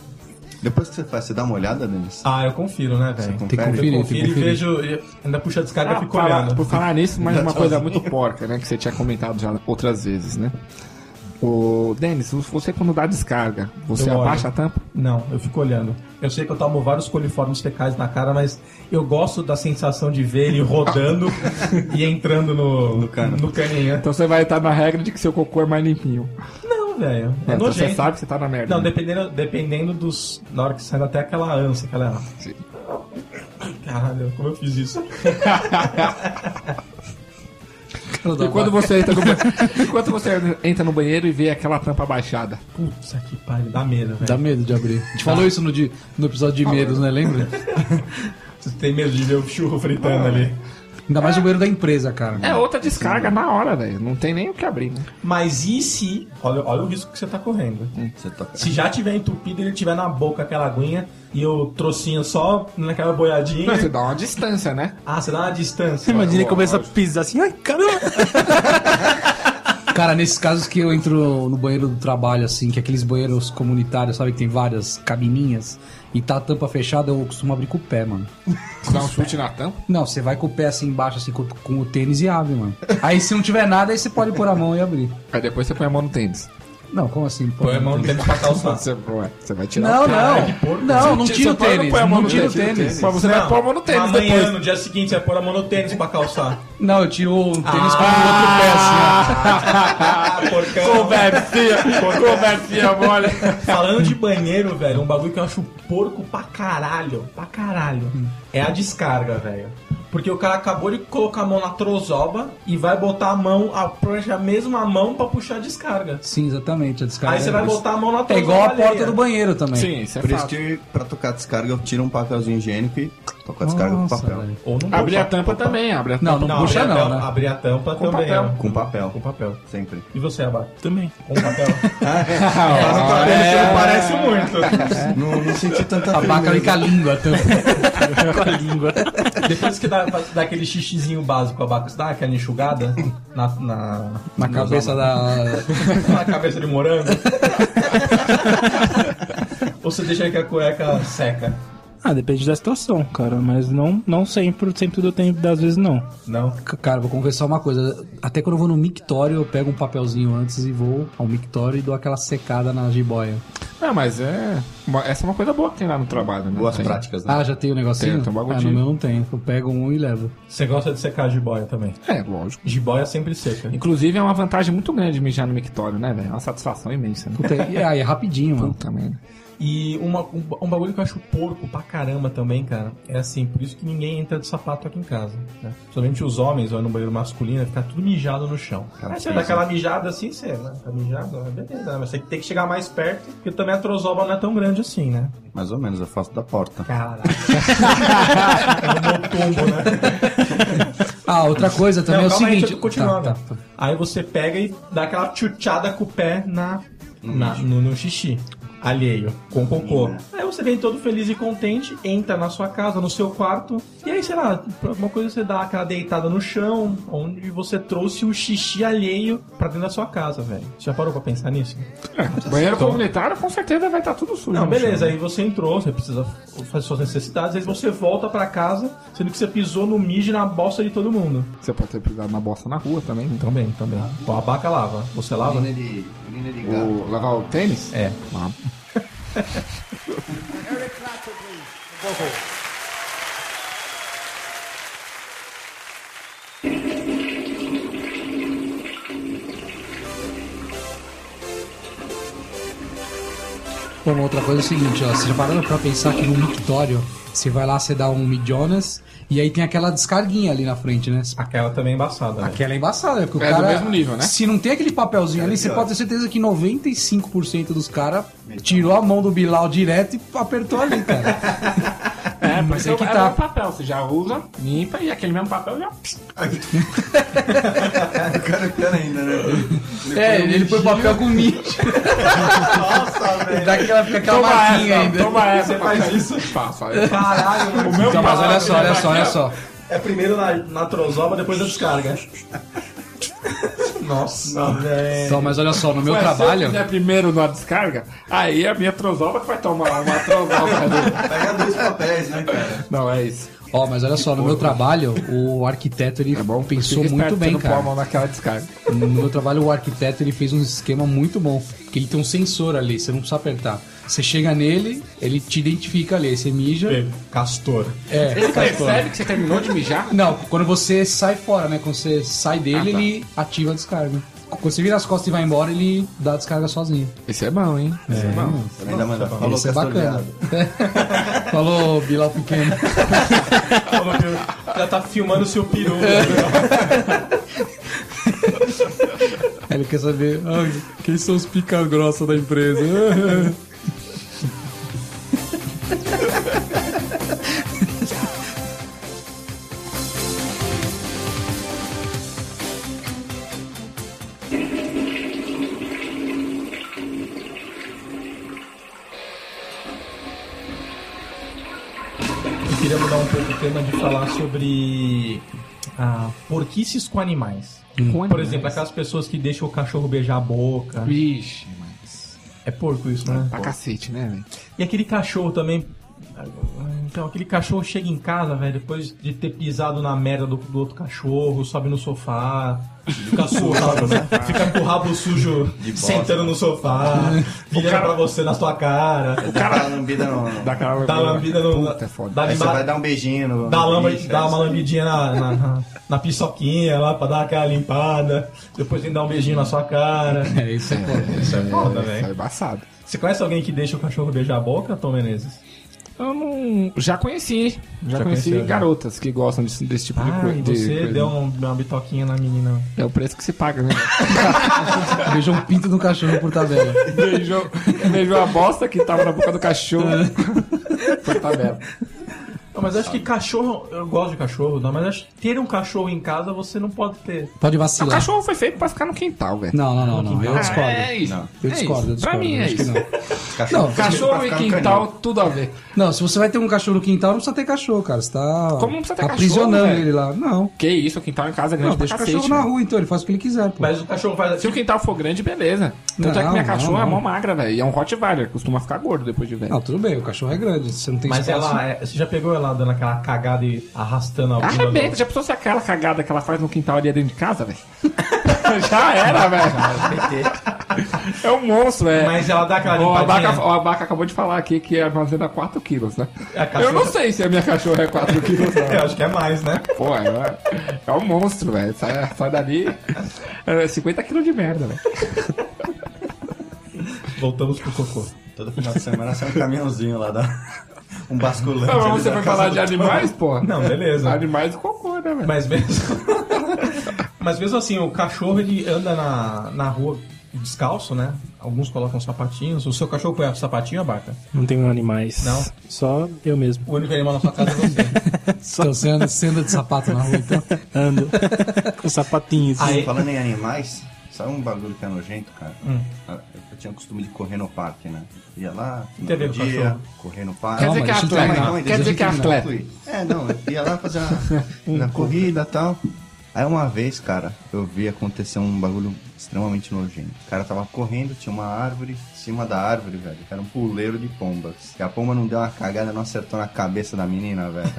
S6: Depois que você faz, você dá uma olhada, Denis?
S2: Ah, eu confiro, né, velho?
S6: Confere.
S4: Tem que conferir,
S2: Eu
S4: tem
S2: confiro
S4: que
S2: e
S4: conferir.
S2: vejo. Ainda puxa a descarga e
S3: Ah,
S2: fico
S3: fala-
S2: olhando.
S3: por falar nisso, mas uma coisa muito porca, né? Que você tinha comentado já outras vezes, né? Ô, Denis, você quando dá descarga, você
S2: Eu olho.
S3: abaixa a tampa?
S2: Não, eu fico olhando. Eu sei que eu tomo vários coliformes fecais na cara, mas eu gosto da sensação de ver ele rodando e entrando no, no,
S6: cano.
S2: caninho.
S3: Então você vai estar na regra de que seu cocô é mais limpinho.
S2: Não, velho. É,
S3: É, então
S2: nojento.
S3: você sabe que você tá na merda.
S2: Não,
S3: né?
S2: dependendo, dependendo dos. Na hora que sai dá até aquela ânsia, aquela.
S3: Sim.
S2: Caralho, como eu fiz isso?
S3: E quando você entra no banheiro, enquanto você entra no banheiro e vê aquela tampa baixada.
S2: Putz, que pariu, dá medo, velho.
S4: Dá medo de abrir. A gente falou isso no, de- no episódio de medos, né? Lembra?
S2: Você tem medo de ver o churro fritando ali.
S4: Ainda mais o banheiro da empresa, cara.
S3: É outra descarga na hora, velho. Não tem nem o que abrir, né?
S2: Mas e se. Olha, olha o risco que você tá correndo.
S6: Você toca.
S2: Se já tiver entupido e ele tiver na boca aquela aguinha e o trocinho só naquela boiadinha.
S3: Não, você dá uma distância, né?
S2: Ah, você dá uma distância.
S5: Imagina ele
S3: Boa,
S5: começa a
S3: lógico.
S5: pisar assim, ai caramba!
S4: Cara, nesses casos que eu entro no banheiro do trabalho, assim, que é aqueles banheiros comunitários, sabe, que tem várias cabininhas, e tá a tampa fechada, eu costumo abrir com o pé, mano.
S3: Você dá um chute na tampa.
S4: Não, você vai com o pé assim embaixo, assim, com, com o tênis e abre, mano. Aí se não tiver nada, aí você pode pôr a mão e abrir.
S2: Ah.
S3: Aí depois você põe a mão no tênis.
S4: Não, como assim? Pô,
S2: Põe a mão no tênis pra calçar.
S3: Você, ué, você vai tirar
S4: Não,
S3: o
S4: não. Não, não tira o tênis. Não tira o tênis.
S3: Mas você vai pôr a mão no tênis
S2: amanhã,
S3: depois.
S2: no dia seguinte, você vai pôr a mão no tênis pra calçar.
S4: Não, eu tiro o tênis com o outro pé assim. ó.
S2: Ah, porcão.
S3: Conversinha mole.
S2: Falando de banheiro, velho, um bagulho que eu acho porco pra caralho, pra caralho,
S4: Hum.
S2: é a descarga, velho. Porque o cara acabou de colocar a mão na trozoba e vai botar a mão, a prancha, a mesma mão pra puxar a descarga.
S4: Sim, exatamente. A descarga
S2: Aí você
S4: é
S2: vai
S4: isso.
S2: botar a mão na
S4: É
S2: trozoba.
S4: igual a porta
S2: alheia.
S4: do banheiro também.
S3: Sim, isso é
S6: Por isso
S3: fato.
S6: que pra tocar descarga eu tiro um papelzinho higiênico e toco a descarga
S4: Nossa,
S6: com papel.
S4: velho.
S2: Ou não
S3: Abrir
S2: puxa.
S3: a tampa também, abre a tampa.
S4: Não, não,
S2: Não,
S4: Ah, puxa
S2: abrir a
S4: não,
S2: tampa-
S4: né?
S2: Abrir a tampa
S3: Com
S2: também.
S3: papel.
S2: né?
S6: Com papel.
S2: Com papel.
S6: Sempre.
S2: E você, Abá?
S5: Também.
S2: Com papel?
S4: É,
S3: Ah,
S2: Você não parece muito.
S6: não, não senti tanta
S4: A vaca ali com a língua então. também.
S2: Depois que dá, dá aquele xixizinho básico, Abá, você dá aquela enxugada na... Na,
S4: Na cabeça da.
S2: na cabeça de morango? Ou você deixa que a cueca seca?
S5: Ah, depende da situação, cara. Mas não, não sempre, sempre do tempo, das vezes não.
S2: Não?
S4: Cara, vou confessar uma coisa. Até quando eu vou no mictório, eu pego um papelzinho antes e vou ao mictório e dou aquela secada na jiboia.
S3: Ah, mas é. uma- Essa é uma coisa boa que tem lá no trabalho, né?
S6: Boas
S3: Tem.
S6: práticas, né?
S4: Ah, já tem o negocinho?
S3: Tem, tem um bagulho
S4: ah,
S3: de-
S4: no meu não tem. Eu pego um e levo.
S2: Você gosta de secar a jiboia também.
S3: É, lógico.
S2: Jiboia sempre seca.
S3: Inclusive é uma vantagem muito grande mijar no mictório, né, velho? É uma satisfação imensa, né?
S4: Puta, e aí é rapidinho, mano.
S3: Puta merda.
S2: E uma- um, ba- um bagulho que eu acho porco pra caramba também, cara, é assim, por isso que ninguém entra de sapato aqui em casa, né? Somente os homens vão no banheiro masculino, ficar tudo mijado no chão. Aí você dá aquela mijada assim, você, né? Tá mijado, né? beleza, mas você tem que chegar mais perto, porque também a trozoba não é tão grande assim, né?
S6: Mais ou menos, eu faço da porta.
S2: Caralho. é um bom tombo, né?
S4: Ah, outra coisa também
S2: Não,
S4: é o
S2: calma aí,
S4: seguinte.
S2: deixa eu continuar,
S4: Tá,
S2: velho.
S4: tá.
S2: Aí você pega e dá aquela tchutchada com o pé na, na- no, no xixi. Alheio, com cocô. Aí você vem todo feliz e contente, entra na sua casa, no seu quarto, e aí, sei lá, por alguma coisa você dá aquela deitada no chão, onde você trouxe o xixi alheio pra dentro da sua casa, velho. Você já parou pra pensar nisso?
S3: Banheiro comunitário com certeza vai estar tudo sujo.
S2: Não,
S3: no
S2: beleza,
S3: chão. né?
S2: aí você entrou, você precisa fazer suas necessidades, aí você volta pra casa, sendo que você pisou no mijo e na bolsa de todo mundo.
S3: Você pode ter pisado na bosta na rua também, então.
S2: Também, também. O abaca lava. Você lava?
S6: Menina de, menina de gato.
S3: O, lavar o tênis?
S2: É.
S3: Ah,
S4: Bom, outra coisa é o seguinte, ó, vocês já pararam pra pensar que no mictório, você vai lá, você dá um midionas, e aí tem aquela descarguinha ali na frente, né?
S2: Aquela também é embaçada. né?
S4: Aquela é embaçada, né? porque
S3: É
S4: o
S3: do
S4: cara...
S3: mesmo nível, né?
S4: Se não tem aquele papelzinho ali, você pode ter certeza que 95% dos caras tirou a mão do Bilal direto e apertou ali, cara.
S3: É,
S4: Hum,
S3: mas
S4: mas
S3: é
S4: é
S3: que
S4: que
S3: tá.
S4: tá.
S3: o papel, você já usa, limpa e aquele mesmo papel já.
S6: O cara pior ainda, né?
S4: é, ele põe papel com nicho.
S6: Nossa, velho.
S4: Dá aquela, fica aquela marquinha ainda.
S3: toma essa,
S2: Você faz
S3: papai.
S2: isso?
S3: Faço, aí.
S2: Caralho, mano.
S4: Então, mas olha só,
S3: né?
S4: olha só, olha só.
S2: É primeiro na, na trozoba, depois né? na descarga. Nossa, velho.
S4: Então, mas olha só, no meu
S3: É. Ué, Se eu
S4: trabalho...
S3: fizer primeiro na descarga, aí é a minha trozoba que vai tomar uma trozoba. né?
S6: Pega dois papéis, né, cara?
S3: Não, é isso.
S4: Ó, mas olha só, no meu trabalho, o arquiteto ele pensou
S3: É Fica esperto,
S4: muito
S3: você
S4: bem,
S3: não põe a
S4: cara.
S3: mão naquela descarga.
S4: No meu trabalho, o arquiteto ele fez um esquema muito bom. Porque ele tem um sensor ali, você não precisa apertar. Você chega nele, ele te identifica ali, aí você mija.
S2: Castor.
S4: É,
S3: Ele
S4: castor.
S3: percebe que você terminou de mijar?
S4: Não, quando você sai fora, né? Quando você sai dele,
S3: Ah, tá.
S4: ele ativa a descarga. Quando você vira as costas e vai embora, ele dá a descarga sozinho.
S3: Isso é bom, hein? Isso é, bom.
S6: Ainda manda. Falou,
S4: Isso é
S6: Castor
S4: bacana.
S6: Viado.
S4: Falou, Bilal Pequeno.
S2: Já tá filmando seu peru. né?
S4: Aí Ele quer saber ah, quem são os pica grossa da empresa.
S2: Eu queria mudar um pouco o tema de falar sobre ah, porquices com animais. Por exemplo, aquelas pessoas que deixam o cachorro beijar a boca.
S3: Vixe, mas.
S2: É porco isso, né?
S3: Pra cacete, né, velho?
S2: E aquele cachorro também. Então, aquele cachorro chega em casa, velho, depois de ter pisado na merda do, do outro cachorro, sobe no sofá, fica suado, né? Fica com o rabo sujo sentando no sofá, virando pra você na sua cara.
S6: O cara lambida no.
S3: Dá
S4: Tá
S3: aquela
S2: Dá lambida no.
S3: Puta, é foda.
S2: Dá,
S6: Aí você
S2: limba-
S6: vai dar um beijinho no. né?
S2: dá, lama-
S6: Ixi,
S2: dá
S6: aí
S2: uma lambidinha na, na, na- na piçoquinha lá pra dar aquela limpada. Depois tem que dar um beijinho na sua cara.
S4: É isso aí.
S2: Isso é foda,
S3: Isso é
S2: velho.
S3: embaçado.
S2: Você conhece alguém que deixa o cachorro beijar a boca, Tom Menezes?
S3: Eu não. Já conheci. Já, né?
S2: Já
S3: conheci
S2: conheceu, já.
S3: garotas que gostam desse, desse tipo de
S2: Ah,
S3: coi-
S2: e
S3: de coisa.
S2: você deu um- uma bitoquinha na menina.
S3: É o preço que se paga, né?
S4: Beijou o pinto do cachorro por tabela.
S3: beijou, beijou a bosta que tava na boca do cachorro. Foi tabela.
S2: Não, mas acho que cachorro, eu gosto de cachorro, não, mas acho que ter um cachorro em casa você não pode ter.
S4: Pode
S3: O
S4: vacilar.
S3: cachorro foi feito pra ficar no quintal, velho.
S4: Não, não, não, não. Eu discordo.
S3: É isso.
S4: Eu
S3: É
S4: discordo, eu
S3: isso. Pra
S4: discordo.
S3: mim é
S4: acho que
S3: isso.
S4: não.
S6: Cachorro.
S3: Cachorro
S6: Pra
S3: e
S6: ficar no
S3: quintal, tudo a ver.
S4: Não, se você vai ter um cachorro no quintal, não precisa ter cachorro, cara. Você tá
S3: Como não precisa ter
S4: aprisionando
S3: cachorro, velho?
S4: ele lá. Não.
S3: Que isso, o quintal em casa é grande
S4: Não,
S3: pra
S4: deixa o
S3: cacete,
S4: cachorro na
S3: velho.
S4: rua, então. Ele faz o que ele quiser, pô.
S2: Mas o cachorro faz. tipo,
S3: Se o quintal for grande, beleza. Tanto é que
S4: Não,
S3: minha
S4: não,
S3: cachorra é
S4: não.
S3: mó magra, velho. E é um Rottweiler, costuma ficar gordo depois de velho.
S4: Não, tudo bem, o cachorro é grande. Você não tem
S2: Mas
S4: espaço.
S2: ela, é- você já pegou ela dando aquela cagada e arrastando a bunda? no-
S3: Arrebenta, já pensou se aquela cagada que ela faz no quintal ali é dentro de casa, velho? já era, velho. É um monstro, velho.
S2: Mas ela dá aquela
S3: O abaca,
S2: limpadinha.
S3: o Abaca acabou de falar aqui que é armazena 4 quilos, né?
S2: A cachorra-
S3: Eu não sei se a minha cachorra é 4 quilos, não.
S2: Eu acho que é mais, né?
S3: Pô, é, é um monstro, velho. Sai, sai dali. É 50 quilos de merda, velho.
S2: Voltamos pro cocô.
S6: Todo final de semana sai um caminhãozinho lá da. Um basculante.
S3: Não,
S6: ali
S3: mas é você
S6: da
S3: foi
S6: casa
S3: falar
S6: do
S3: de animais, pô?
S2: Não, beleza.
S3: Animais e cocô, né, velho?
S2: Mas mesmo. Mas mesmo assim, o cachorro ele anda na, na rua descalço, né? Alguns colocam sapatinhos. O seu cachorro põe sapatinho, abaca?
S5: Não tenho animais.
S2: Não?
S5: Só eu mesmo.
S2: O único animal na sua casa é você.
S4: Então você anda, você anda de sapato na rua, então.
S5: Ando. Com sapatinhos.
S2: Aí-
S6: Falando em animais, sabe um bagulho que é nojento, cara?
S3: Hum.
S6: Ah, Eu tinha o costume de correr no parque, né? Ia lá,
S2: Tem a ver
S6: no
S2: com
S6: dia,
S2: cachorro?
S6: correr no parque.
S3: Quer dizer que é
S4: Calma, deixa eu
S3: atleta.
S4: terminar.
S3: Quer dizer que é atleta.
S6: É, não, eu ia lá fazer uma, uma corrida e tal. Aí uma vez, cara, eu vi acontecer um bagulho extremamente nojento. O cara tava correndo, tinha uma árvore, em cima da árvore, velho, era um puleiro de pombas. E a pomba não deu uma cagada, não acertou na cabeça da menina, velho.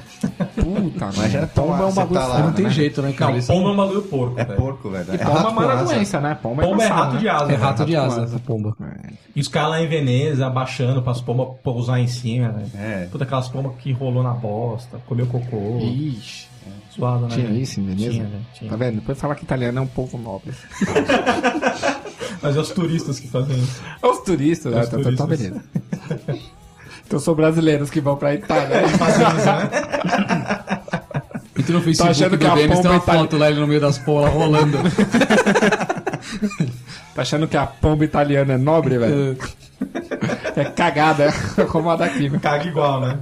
S3: Puta, né?
S6: Mas
S3: velho.
S6: era pomba, é um bagulho tá lá,
S4: não tem
S6: né?
S4: jeito, né, cara?
S2: Não,
S4: Isso
S2: pomba é um bagulho porco.
S6: É
S2: velho.
S6: porco, velho. É
S3: Pomba é
S6: rato
S3: uma
S6: com asa.
S3: doença, né? Pomba é,
S2: Pomba é
S3: caçado,
S2: rato
S3: né?
S2: de asa.
S4: É
S2: velho.
S4: rato de
S3: com
S4: asa,
S3: asa.
S4: essa pomba.
S2: E os caras lá em Veneza, abaixando pras pombas pousar em cima, velho.
S6: É.
S2: Puta, aquelas pombas que rolou na bosta, comeu cocô,
S3: Ixi.
S2: suado, né?
S3: Tinha
S2: velho?
S3: isso em Veneza?
S2: Tinha, velho, tinha.
S3: Tá vendo? Depois falar que italiano é um povo nobre.
S2: Mas é os turistas que fazem isso.
S3: É os turistas, né?
S2: os
S3: Tá,
S2: turistas.
S3: tá, tá beleza. Então são brasileiros que vão pra Itália. um-
S4: Entra no Facebook
S3: É. Tá achando que
S4: do
S3: a
S4: Denis, tem
S3: pomba
S4: uma
S3: é itali-
S4: foto lá ele no meio das polas rolando.
S3: Tá achando que a pomba italiana é nobre, velho? É cagada, é como a daqui, velho.
S2: Caga igual, né?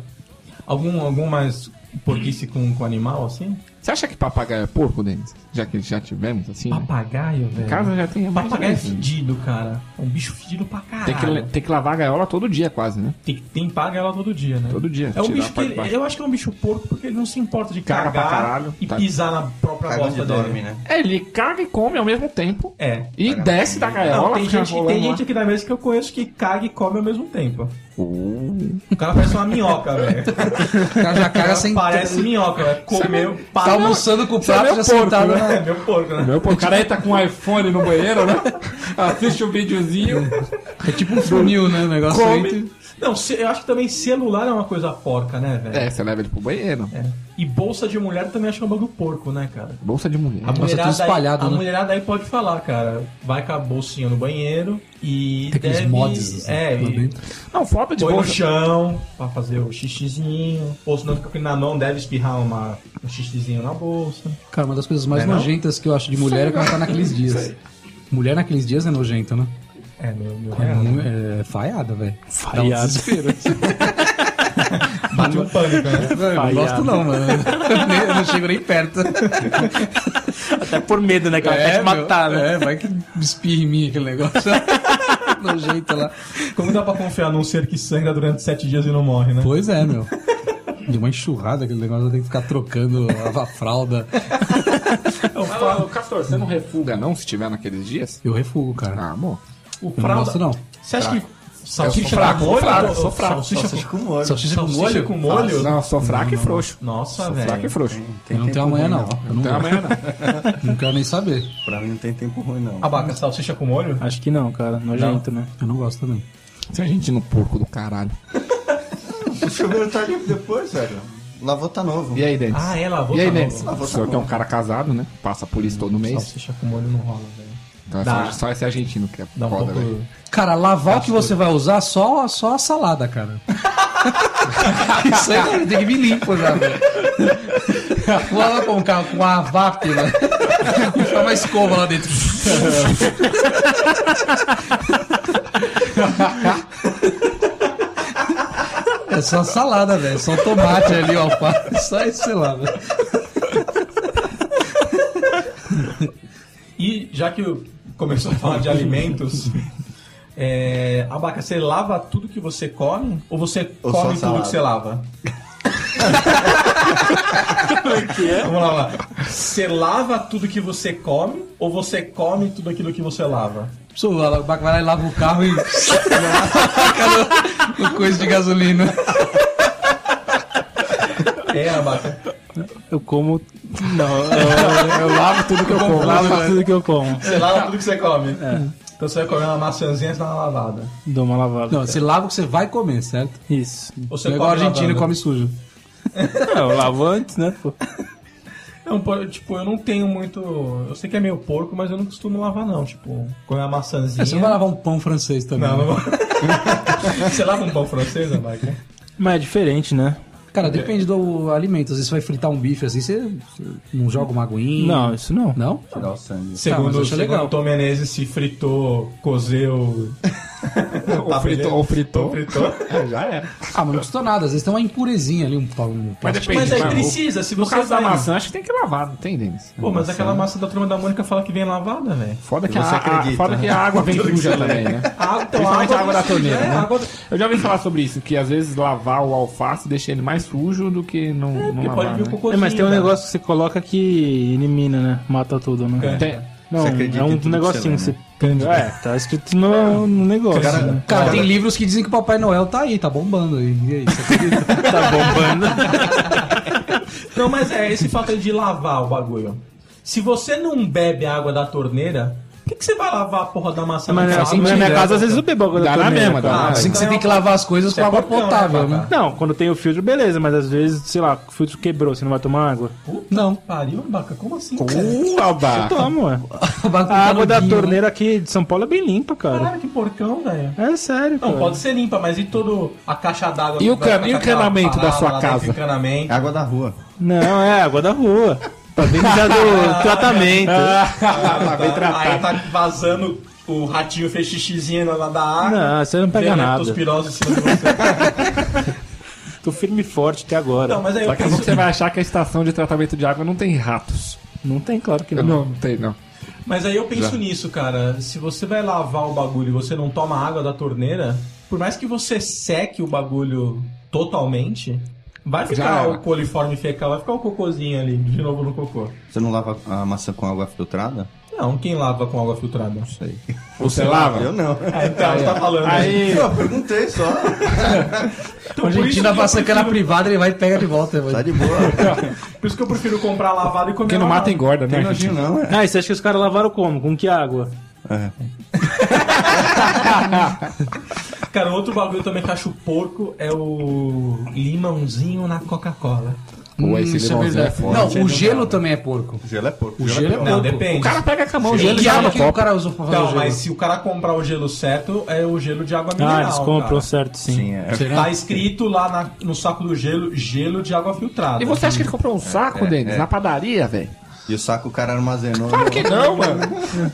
S2: Algum, algum mais porquice com, com animal, assim?
S3: Você acha que papagaio é porco, Denis? Já que já tivemos, assim? né?
S2: Papagaio, velho.
S3: Em casa já tem mais
S2: Papagaio é
S3: de vez.
S2: fedido, cara. É um bicho fedido pra
S3: tem que,
S2: caralho.
S3: tem que lavar a gaiola todo dia, quase, né?
S2: Tem que tem paga ela todo dia, né?
S3: Todo dia.
S2: É um
S3: Tirar a
S2: bicho que
S3: parte de
S2: ele-
S3: baixo.
S2: eu acho que é um bicho porco porque ele não se importa de
S3: Caga pra
S2: cagar
S3: caralho.
S2: e
S3: Tá.
S2: pisar na própria
S6: Caga onde
S2: bosta dele.
S6: dorme, né?
S3: É, ele caga e come ao mesmo tempo.
S2: É.
S3: E desce da gaiola.
S2: Não, tem
S3: fica
S2: gente, tem
S3: rolando né? lá.
S2: gente aqui na mesa que eu conheço que caga e come ao mesmo tempo. O cara parece uma minhoca, velho.
S4: O cara já caga sem
S2: Parece minhoca, velho. Comeu,
S4: Tá
S2: parou.
S4: almoçando com o
S3: um Isso é
S4: prato
S3: meu
S4: já
S3: porco,
S4: sentado
S3: né?
S4: na.
S2: É meu porco, né?
S3: Meu, pô, o cara aí tá com um iPhone no banheiro, né? Assiste um videozinho.
S4: É tipo um funil, né? O negócio aí.
S3: Come.
S2: Não, ce- eu acho que também celular é uma coisa porca, né, velho?
S3: É, você leva ele pro banheiro.
S2: É. E bolsa de mulher também acho que é um bagulho porco, né, cara?
S3: Bolsa de mulher.
S2: A mulherada,
S4: tudo espalhado,
S2: aí, a
S4: né?
S2: mulherada aí pode falar, cara. Vai com a bolsinha no banheiro e.
S4: Tem aqueles
S2: deve-
S4: mods, assim,
S2: é,
S4: lá
S2: e
S4: dentro.
S3: Não, foto de
S2: põe no
S3: bolsa.
S2: chão pra fazer o xixizinho. Ou senão fica com ele na mão, deve espirrar uma, um xixizinho na bolsa.
S4: Cara, uma das coisas mais
S2: Não é não?
S4: nojentas que eu acho de mulher é quando ela tá naqueles dias. Mulher naqueles dias é nojenta, né?
S2: É, meu, meu
S4: É,
S2: real.
S4: mu- é falhada, velho. Dá um
S5: Falhada.
S4: desespero.
S2: Bateu um pânico, né?
S4: Não, eu não
S5: Falhada.
S4: gosto não, mano. Eu não chego nem perto.
S5: Até por medo, né? Que ela quer te
S4: meu,
S5: matar, né?
S4: é, vai que espirra em mim aquele negócio. Nojenta lá.
S2: Como dá pra confiar num ser que sangra durante sete dias e não morre, né?
S4: Pois é, meu. De uma enxurrada, aquele negócio tem que ficar trocando a, a fralda.
S2: É
S3: Ô, Castor, você não refuga não se tiver naqueles dias?
S4: Eu refugo, cara.
S3: Ah, amor.
S2: O
S4: Eu não gosto, não.
S2: Você acha que Salsicha com
S3: fraco, sou
S2: molho?
S3: fraco,
S2: ou-
S3: sou fraco.
S2: Salsicha com molho.
S8: Salsicha com molho?
S2: com molho?
S3: Não, sou fraco e frouxo.
S2: Nossa,
S3: né? Sou
S2: velho.
S3: fraco e frouxo.
S4: Eu não tenho amanhã, não. Eu não,
S3: Até
S4: vou.
S3: amanhã não.
S4: não quero nem saber.
S6: Pra mim não tem tempo ruim, não.
S2: Abaca, salsicha com molho?
S5: Acho que não, cara. Nojento, né?
S4: Eu não gosto também.
S3: Tem gente no porco do caralho.
S6: O chuveiro tá limpo depois, velho. Lavou tá novo.
S3: E aí, Denis?
S2: Ah, é, lavou.
S3: e aí,
S2: tá
S3: Denis?
S2: novo.
S3: O senhor que é um cara casado, né? Passa por isso todo mês.
S2: Salsicha com molho não rola, velho.
S3: Então, é
S2: Dá.
S3: só, só esse argentino que é
S2: Dá um
S3: foda, velho.
S2: pouco...
S4: Cara, lavar o que você vai usar só, só a salada, cara. Isso aí cara, tem que vir limpo já, velho. Lava com, ca- com a VAP, né? Puxa uma escova lá dentro. É só salada, velho. Só tomate ali, alface. Só isso, sei lá, velho.
S2: E já que eu- começou a falar de alimentos, é, abaca, você lava tudo que você come ou você
S6: Ou só
S2: come tudo
S6: salada?
S2: que você lava? Vamos lá, vamos lá. Você lava tudo que você come ou você come tudo aquilo que você lava?
S4: Sou, o Baco vai lá e lava o carro e. Cara, no coisa de gasolina.
S2: É, abaca.
S5: Eu como. Não, eu, eu lavo tudo que eu como. Lavo tudo que eu como.
S2: Você lava tudo que você come.
S4: É.
S2: Então você vai comer uma maçãzinha e dá uma lavada.
S5: Dou uma lavada.
S4: Não, você lava o que você vai comer, certo?
S5: Isso.
S2: Ou você
S4: Você igual
S2: come
S4: argentino
S2: lavando.
S4: come sujo.
S5: Não, eu lavo antes, né? pô?
S2: Não, pô, tipo, eu não tenho muito. Eu sei que é meio porco, mas eu não costumo lavar, não. Tipo, comer uma maçãzinha.
S4: É, você não vai lavar um pão francês também.
S2: Não,
S4: né?
S2: não vou. Você lava um pão francês, Abaca?
S5: Mas é diferente, né?
S4: Cara, depende do alimento. Às vezes você vai fritar um bife assim, você você não joga uma aguinha.
S5: Não, isso não.
S4: Não?
S3: é-
S6: Tirar o sangue.
S2: Segundo,
S4: mas eu
S2: o
S4: acho legal.
S2: segundo Tom Menezes, se fritou, cozeu.
S3: Ou
S6: Tá
S3: fritou, ou fritou.
S2: fritou.
S3: É, já era.
S4: Ah, mas não custou nada. Às vezes tem uma impurezinha ali, um, um
S3: Mas
S4: plástico.
S3: depende.
S2: Mas aí
S3: mano.
S2: precisa, se
S3: No
S2: você
S3: caso da
S2: vai-
S3: maçã, acho que tem que lavar, não tem, Denis?
S2: Pô, mas aquela massa da turma da Mônica fala que vem lavada, velho.
S3: Foda que,
S6: Você
S3: a, a,
S6: acredita,
S3: foda
S6: né?
S3: que a água vem suja também, né?
S2: Ah, então
S3: Principalmente a água da torneira,
S2: É,
S3: né?
S2: água da-
S3: Eu já ouvi falar sobre isso, que às vezes lavar o alface deixa ele mais sujo do que não, não
S2: É, Porque pode
S3: lavar,
S2: vir o
S3: né?
S2: cocôzinho.
S5: É, mas tem um
S2: né?
S5: negócio que você coloca que elimina, né? Mata tudo, né?
S3: Tem-
S5: Não,
S6: Você acredita
S5: é
S6: em
S5: um
S6: tudo que
S5: negocinho que
S6: você
S5: você. É, tá escrito no, no negócio. né?
S4: Cara, tem livros que dizem que o Papai Noel tá aí, tá bombando aí. E aí, você acredita?
S5: tá bombando.
S2: Não, mas é esse fato aí de lavar o bagulho. Se você não bebe a água da torneira, por que, que você vai lavar a porra da maçã?
S5: Mas é assim
S2: Não
S5: na-
S2: faz
S5: na minha
S2: sentido.
S5: casa, às vezes eu bebo água
S3: Dá
S5: da
S3: na
S5: torneira,
S3: mesma, dá
S5: cara.
S3: na
S4: Ah, assim que você tem que lavar as coisas com
S2: é
S4: água
S2: porcão, né,
S4: potável,
S2: Baca?
S4: né?
S5: Não, quando tem o filtro, beleza, mas às vezes, sei lá, o filtro quebrou, você não vai tomar água?
S2: Puta
S4: Não.
S2: que pariu, Baca, como assim? cara?
S3: Uh, abaca.
S5: Toma, ué.
S4: O bagulho
S5: A
S4: tá
S5: água da
S4: nudinho, né?
S5: torneira aqui de São Paulo é bem limpa, cara.
S2: Caralho, que porcão, velho.
S5: É sério,
S2: Não,
S5: cara.
S2: pode ser limpa, mas e todo a caixa d'água?
S3: E
S2: que
S3: o
S2: vai
S3: can-
S2: ficar
S3: e o
S2: com aquela
S3: encanamento da
S2: parada
S3: sua
S2: lá dentro,
S3: casa?
S2: Encanamento.
S6: É Água da rua.
S5: Não, é água da rua. Pra dentro já do tratamento.
S2: Ah.
S3: tá bem
S2: Aí
S3: tratado.
S2: tá vazando, o ratinho fez xixizinho lá da água.
S5: Não, você não pega
S2: Tem a
S5: nada.
S2: leptospirose em cima de você.
S5: Tô firme e forte até agora.
S2: Não, mas aí eu
S3: Daqui a pouco
S2: penso,
S3: você vai achar É que a estação de tratamento de água não tem ratos.
S5: Não tem, claro que
S3: Eu
S5: não.
S3: Não, não tem, não.
S2: mas aí eu penso nisso, cara. Se você vai lavar o bagulho e você não toma água da torneira, por mais que você seque o bagulho totalmente, vai
S3: Já
S2: ficar
S3: era.
S2: o coliforme fecal, vai ficar o cocôzinho ali, de novo no cocô.
S6: Você não lava a maçã com água filtrada?
S2: Não, quem lava com água filtrada? Não sei.
S3: Você lava?
S6: Eu não.
S2: Ah, então, você tá falando.
S5: Aí,
S6: Eu perguntei só.
S2: Então,
S4: O
S2: por isso
S4: argentino
S2: que eu
S4: passa aquela privada, ele vai e pega de volta. velho.
S6: Tá de boa.
S2: Por isso que eu prefiro comprar lavado e comer
S3: Quem não
S2: lavado.
S3: mata engorda, né?
S6: Tem nojinho não, é.
S5: ah, e você acha que os caras lavaram como? Com que água?
S2: Cara, outro bagulho também que eu acho porco é o limãozinho na Coca-Cola.
S3: Pô, esse
S4: Isso é
S3: limãozinho é
S4: verdade.
S3: foda.
S4: Não, o gelo também é porco.
S6: Gelo é porco.
S4: O gelo é
S6: pior.
S4: porco.
S2: Não, depende.
S3: O cara pega com a mão, o
S4: E
S3: gelo é
S4: que
S3: já
S4: água
S3: no
S4: que o
S3: copo.
S4: cara usou pra fazer o
S2: Não,
S4: gelo?
S2: mas se o cara comprar o gelo certo, é o gelo de água mineral.
S5: ah, eles compram
S2: cara.
S5: certo, sim.
S6: Sim, é.
S2: Tá escrito lá na- no saco do gelo, gelo de água filtrada.
S3: E você acha que ele
S2: É,
S3: comprou um saco, Denis, na padaria, velho?
S6: E o saco o cara armazenou.
S3: Claro que não, mano.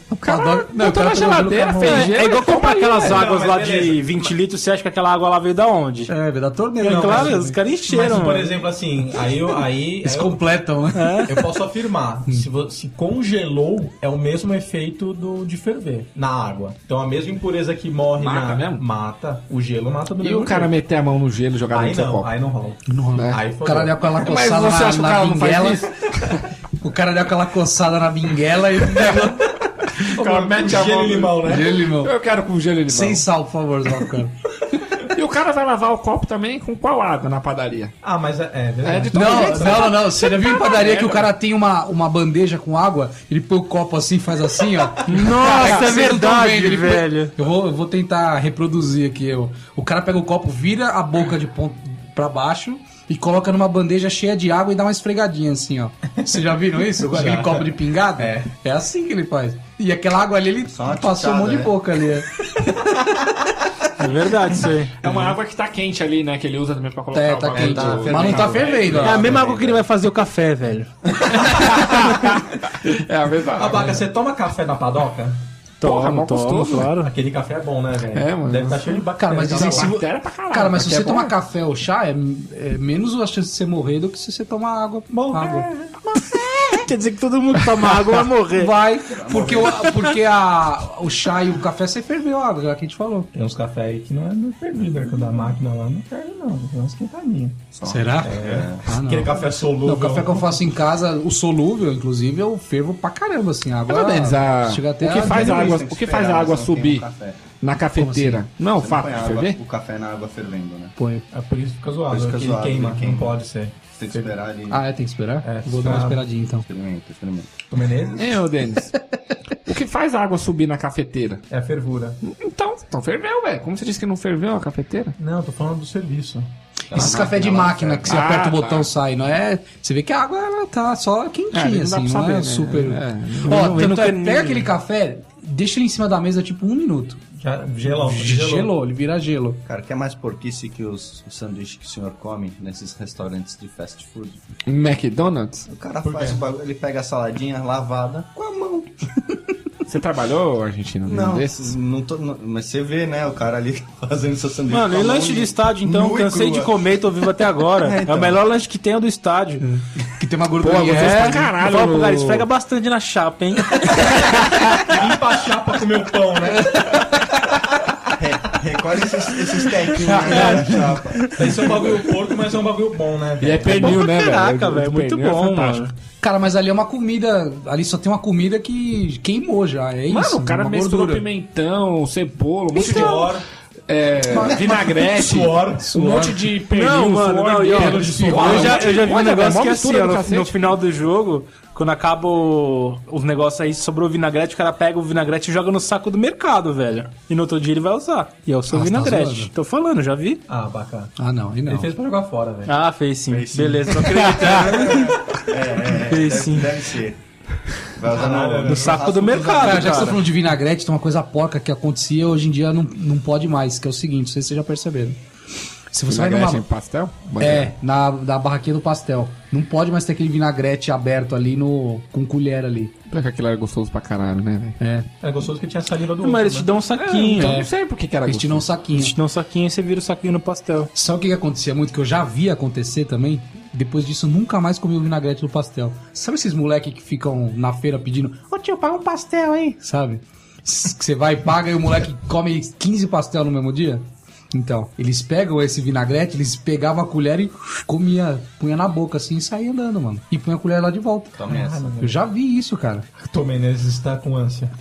S3: O cara
S4: Adoro- Não, o
S3: botou na
S4: cara pegou o
S3: geladeira,
S4: gelo com a
S3: fez
S4: mão.
S3: gelo.
S5: É igual comprar aquelas águas
S2: mas
S5: lá
S2: beleza.
S5: de 20 litros, você acha que aquela água lá veio da onde?
S4: É, veio da torneira.
S5: É
S4: Não,
S5: claro,
S4: mas-
S5: os caras
S2: Mas,
S5: encheram.
S2: por
S5: mano.
S2: exemplo, assim, aí eu, aí,
S4: Eles
S2: aí eu,
S4: completam, né?
S3: É.
S2: eu posso afirmar, se, vo- se congelou, é o mesmo efeito do, de ferver na água. Então a mesma impureza que morre
S3: Mata
S2: na...
S3: mesmo?
S2: Mata. O gelo mata do
S3: E o
S2: mesmo
S3: cara
S2: jeito.
S3: meter a mão no gelo e jogar
S2: Aí
S3: dentro do seu
S2: não,
S3: copo.
S2: aí não rola.
S4: Não rola.
S2: Aí
S4: O
S2: foi.
S4: cara deu aquela
S3: Mas
S4: coçada
S3: você
S4: na,
S3: acha que o
S4: na
S3: cara não faz
S4: binguela.
S3: isso?
S4: O cara deu aquela coçada na binguela e.
S2: Cara, mete a mão. limão, né?
S4: Gelo e limão.
S3: Eu quero com gelo e limão.
S4: Sem sal, por favor, Zalcano.
S3: E o cara vai lavar o copo também com qual água na padaria?
S2: Ah, mas é, é verdade.
S3: de todo
S4: Não,
S3: jeito.
S4: não, não. Você já viu em padaria que o cara tem uma, uma bandeja com água, ele põe o copo assim, faz assim, ó.
S5: Nossa, é
S4: vocês não tão
S5: verdade,
S4: vendo, ele põe-
S5: velho.
S4: Eu vou, eu vou tentar reproduzir aqui. Eu. O cara pega o copo, vira a boca de ponto pra baixo e coloca numa bandeja cheia de água e dá uma esfregadinha assim, ó. Vocês já viram isso? Aquele copo de pingada? É. É assim que ele faz. E aquela água ali, ele
S6: Só uma
S4: passou um
S6: quitada,
S4: monte de
S6: né?
S4: boca ali. é.
S5: É verdade isso aí.
S8: É uma água que tá quente ali, né? Que ele usa também pra colocar
S4: Uhum. É,
S8: o
S4: tá
S8: bagulho.
S4: quente.
S6: tá
S4: Mas não tá
S6: fermentado.
S4: fervendo, ó.
S5: É a mesma água que ele vai fazer o café, velho.
S3: É a mesma
S4: Tá
S3: água.
S2: Abaca, você toma café na padoca?
S3: Porra, é mó gostoso,
S5: claro.
S2: Aquele café é bom, né, velho?
S3: É, mano.
S2: Deve estar cheio de bacana.
S4: Cara, mas dizem que se vo-
S3: Bactéria pra caralho.
S4: Cara, mas se
S3: Bactéria
S4: você
S3: é bom,
S4: tomar
S3: né?
S4: café ou chá, é, é menos a chance de você morrer do que se você tomar água. água.
S5: Quer dizer que todo mundo toma
S3: É.
S5: água vai morrer.
S4: Vai, porque, o, porque a, o chá e o café você ferveu a água, já que a gente falou.
S2: Tem uns cafés aí que não é não é fervido, né? que o da máquina lá não ferve, não. Tem uns esquentadinhos.
S4: Será?
S3: É.
S4: Ah, não.
S2: Aquele café solúvel.
S4: Não, o café que eu faço em casa, o solúvel, inclusive, eu fervo pra caramba, assim. A água
S3: Mas, Denis, a-
S4: chega até
S3: o que faz a
S6: Tem
S3: água-
S6: isso, tem
S3: o que faz a
S6: esperar,
S3: água
S6: senão queima o
S3: subir?
S6: café.
S3: Na cafeteira.
S4: assim?
S3: Não, o
S6: Você não
S3: fato
S6: põe
S3: de
S6: a
S3: ferver?
S6: água- o café na água fervendo, né?
S4: Põe.
S2: É por isso que fica zoado.
S6: Por isso
S2: Porque
S6: que é
S2: ele
S6: zoado,
S2: queima,
S6: ele
S2: não
S6: queima.
S2: pode ser.
S6: Você tem que esperar ali.
S4: Ah, é, tem que esperar?
S2: É,
S4: Vou dar uma
S2: tá.
S4: esperadinha então.
S6: Experimenta, experimenta.
S2: O Menezes
S3: É, ô Denis. o que faz a água subir na cafeteira?
S2: é a fervura.
S3: Então, então ferveu, velho. Como você disse que não ferveu a cafeteira?
S2: Não, eu tô falando do serviço.
S4: Esses café de
S6: máquina lá
S4: máquina que você
S3: Ah,
S4: aperta
S3: tá.
S4: o botão e sai, não é? Você vê que a água ela tá só
S3: É, não
S4: quentinha,
S3: dá
S4: assim,
S3: pra
S4: não
S3: saber,
S4: é
S3: né?
S4: super.
S3: É,
S4: Ó,
S5: não-
S4: tanto
S5: não
S4: é,
S5: tem-
S4: pega aquele café, deixa ele em cima da mesa tipo um minuto.
S2: Já, gelão.
S4: Gelou, ele vira gelo.
S6: Cara, que é mais porquice que os, os sanduíches que o senhor come nesses restaurantes de fast food?
S3: McDonald's?
S6: O cara faz o bagulho, ele pega a saladinha lavada com a mão.
S3: Você trabalhou, Argentina, num Hum,
S6: Não,
S3: desses?
S6: não tô, não- mas você vê, né, o cara ali fazendo seu sanduíche.
S5: Mano,
S6: com
S5: e
S6: a mão
S5: lanche de estádio, então,
S6: nua e
S5: cansei de
S6: crua.
S5: comer, tô vivo até agora. É, o melhor lanche que tem é o do estádio.
S4: Que tem uma
S5: Pô,
S4: gordura.
S5: vocês
S4: é,
S5: pra caralho. Fala pro cara, esfrega bastante na chapa, hein?
S2: Limpa a chapa com meu pão, né?
S6: É, é quase esses, esses tequinhos né, na chapa.
S2: Isso é um bagulho porco, mas é um bagulho bom, né,
S3: E é
S2: velho?
S3: pernil,
S5: pra
S3: né, velho?
S5: caraca, velho, muito
S3: pernil é
S5: bom,
S3: fantástico.
S5: mano.
S4: Cara, mas ali é uma comida. Ali só tem uma comida que queimou já. É
S3: Mano,
S4: isso.
S3: o cara
S4: uma
S3: misturou
S4: gordura.
S3: pimentão, cebola, um monte de
S2: Suor,
S3: é, vinagrete,
S2: suor.
S3: um monte de pernil,
S5: Não, mano,
S3: suor,
S5: não, e ó,
S3: pelo de suor.
S5: Eu já, eu já vi um
S3: Olha,
S5: negócio
S3: mó
S5: que é assim,
S3: mistura do
S5: ó, no,
S3: cacete.
S5: no final do jogo, quando acaba o- os negócios aí, sobrou o vinagrete, o cara pega o vinagrete e joga no saco do mercado, velho. E no outro dia ele vai usar. E é o seu
S4: Ah, você tá
S5: vinagrete.
S4: zoando?
S5: Tô falando, já vi.
S2: Ah, bacana.
S4: Ah, não, aí
S2: Ele
S4: não.
S2: fez pra jogar fora, velho.
S5: Ah, fez sim. Beleza, tô acreditando.
S6: É,
S5: Fez
S6: deve,
S5: sim.
S6: deve ser. Vai usar na hora.
S5: No saco do mercado,
S4: Cara, já que você tá
S5: cara.
S4: falando de vinagrete, tem uma coisa porca que acontecia hoje em dia não, não pode mais, que é o seguinte, não sei se vocês já perceberam. Se você vai
S3: Vinagrete
S4: numa,
S3: em pastel?
S4: É, na, da barraquinha do pastel. Não pode mais ter aquele vinagrete aberto ali no. com colher ali.
S3: Pior que aquilo era gostoso pra caralho, né, velho?
S4: É.
S2: É gostoso que tinha saliva do
S5: Mas eles te
S2: outro, né? É.
S5: dão um saquinho.
S3: É, Eu não sei por que que era
S4: Eles tiram um saquinho.
S5: Eles te dão um saquinho e você vira o saquinho no pastel.
S4: Sabe o que, que acontecia muito, que eu já vi acontecer também? Depois disso, eu nunca mais comi o vinagrete do pastel. Sabe esses moleque que ficam na feira pedindo, ô tio, paga um pastel, hein? Sabe? S- Que você vai e paga e o moleque come 15 pastel no mesmo dia? Então, eles pegam esse vinagrete, eles pegavam a colher e comia, punha na boca assim e saía andando, mano. E punha a colher lá de volta.
S6: Tome essa.
S4: Eu já vi isso, cara.
S2: Tom Menezes está tá com ânsia.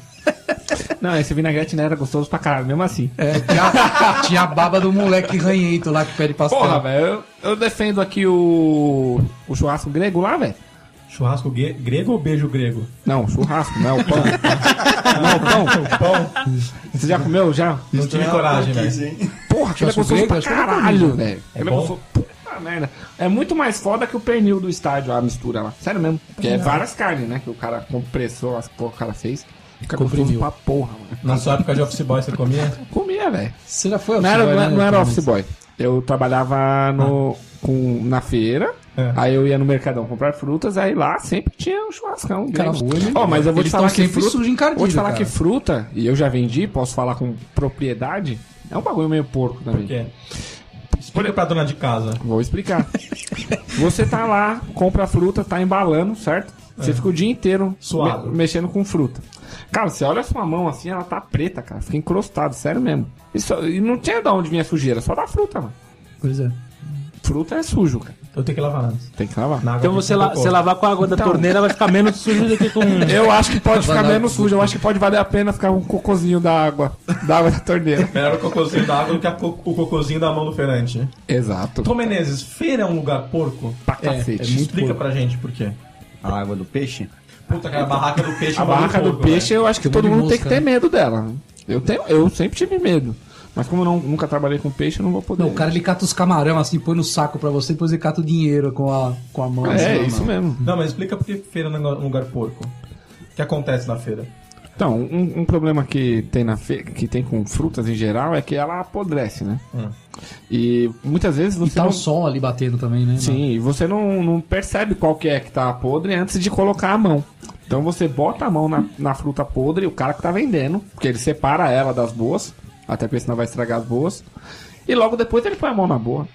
S3: Não, esse vinagrete não era gostoso pra caralho, mesmo assim.
S4: É, tinha, tinha a baba do moleque ranhento lá que pede pastel.
S3: Porra, velho, eu, eu defendo aqui o, o churrasco grego lá, velho.
S2: Churrasco gue- grego ou beijo grego?
S3: Não, churrasco, não, pão. não, pão.
S2: Pão,
S3: Você já comeu, já?
S2: não
S6: é
S2: tive coragem, velho.
S3: Porra, aquilo é
S4: Churrasco
S3: gostoso
S4: grego?
S3: pra
S4: Acho que eu nunca comi,
S3: caralho,
S4: mano.
S3: velho.
S2: É
S3: Aquilo
S2: bom?
S3: gostoso- Puta merda. É muito mais foda que o pernil do estádio, a mistura lá. Sério mesmo. Porque é várias carnes, né, que o cara compressou, as porra que o cara fez. Fica gostoso
S4: Comprimiu.
S3: pra porra, mano.
S2: Na sua época de office boy você comia?
S3: Comia, velho.
S4: Você já foi ao
S3: Não era,
S4: office boy,
S3: não, era-
S4: né,
S3: não era
S4: Thomas?
S3: office boy. Eu trabalhava no, com, na feira,
S2: É.
S3: aí eu ia no mercadão comprar frutas, aí lá sempre tinha um churrascão.
S4: Cara,
S3: grande.
S4: rua, ele-
S3: Ó, mas eu vou
S4: eles
S3: te falar
S4: tão
S3: que
S4: sempre
S3: fruta,
S4: sujo, encardido,
S3: Vou te falar
S4: cara.
S3: que fruta, e eu já vendi, posso falar com propriedade, é um bagulho meio porco também.
S2: Por quê? Explica pra dona de casa.
S3: Vou explicar. Você tá lá, compra a fruta, tá embalando, certo? Você fica o dia inteiro
S2: É. Suado.
S3: me- mexendo com fruta. Cara, você olha a sua mão assim, ela tá preta, cara. Fica encrostada, sério mesmo. E, só- e não tinha de onde vinha sujeira, só da fruta, mano.
S4: Pois é.
S3: Fruta é sujo, cara.
S2: Eu tenho que lavar antes.
S3: Tem que lavar.
S2: Na água
S5: Então
S2: que
S5: você
S2: eu
S5: la-
S2: coloco.
S5: se lavar com a água da
S4: Então.
S5: torneira vai ficar menos sujo do que com.
S3: Eu acho que pode ficar menos sujo. Eu acho que pode valer a pena ficar um cocôzinho da água. Da água da torneira.
S2: Melhor o cocôzinho da água do que a co- o cocôzinho da mão do Ferante.
S3: Exato.
S2: Tom Menezes, feira é um lugar porco?
S3: Pra cacete.
S2: Explica pra gente por quê.
S6: A água do peixe?
S2: Puta, cara, a barraca do peixe é
S3: A
S2: um bagulho
S3: barraca do
S2: porco, velho.
S3: peixe, eu acho que
S4: Tem um
S3: todo
S4: monte de
S3: mundo tem que
S4: mosca,
S3: ter medo dela. né? Eu, tenho, eu sempre tive medo. Mas como eu não- nunca trabalhei com peixe, eu não vou poder.
S4: Não, o cara é ele cata os camarão assim, põe no saco pra você, depois ele cata o dinheiro com a, com a mão. assim,
S3: É,
S4: na
S3: isso
S4: mão.
S3: mesmo.
S2: Não, mas explica por que feira é um lugar- um lugar porco. O que acontece na feira?
S3: Então, um, um problema que tem, na fe... que tem com frutas em geral é que ela apodrece, né?
S2: Hum.
S3: E muitas vezes
S4: E
S3: você
S4: tá
S3: não...
S4: o sol ali batendo também, né?
S3: Sim, e você não, não percebe qual que é que tá podre antes de colocar a mão. Então você bota a mão na, na fruta podre, o cara que tá vendendo, porque ele separa ela das boas, até porque senão vai estragar as boas. E logo depois ele põe a mão na boa.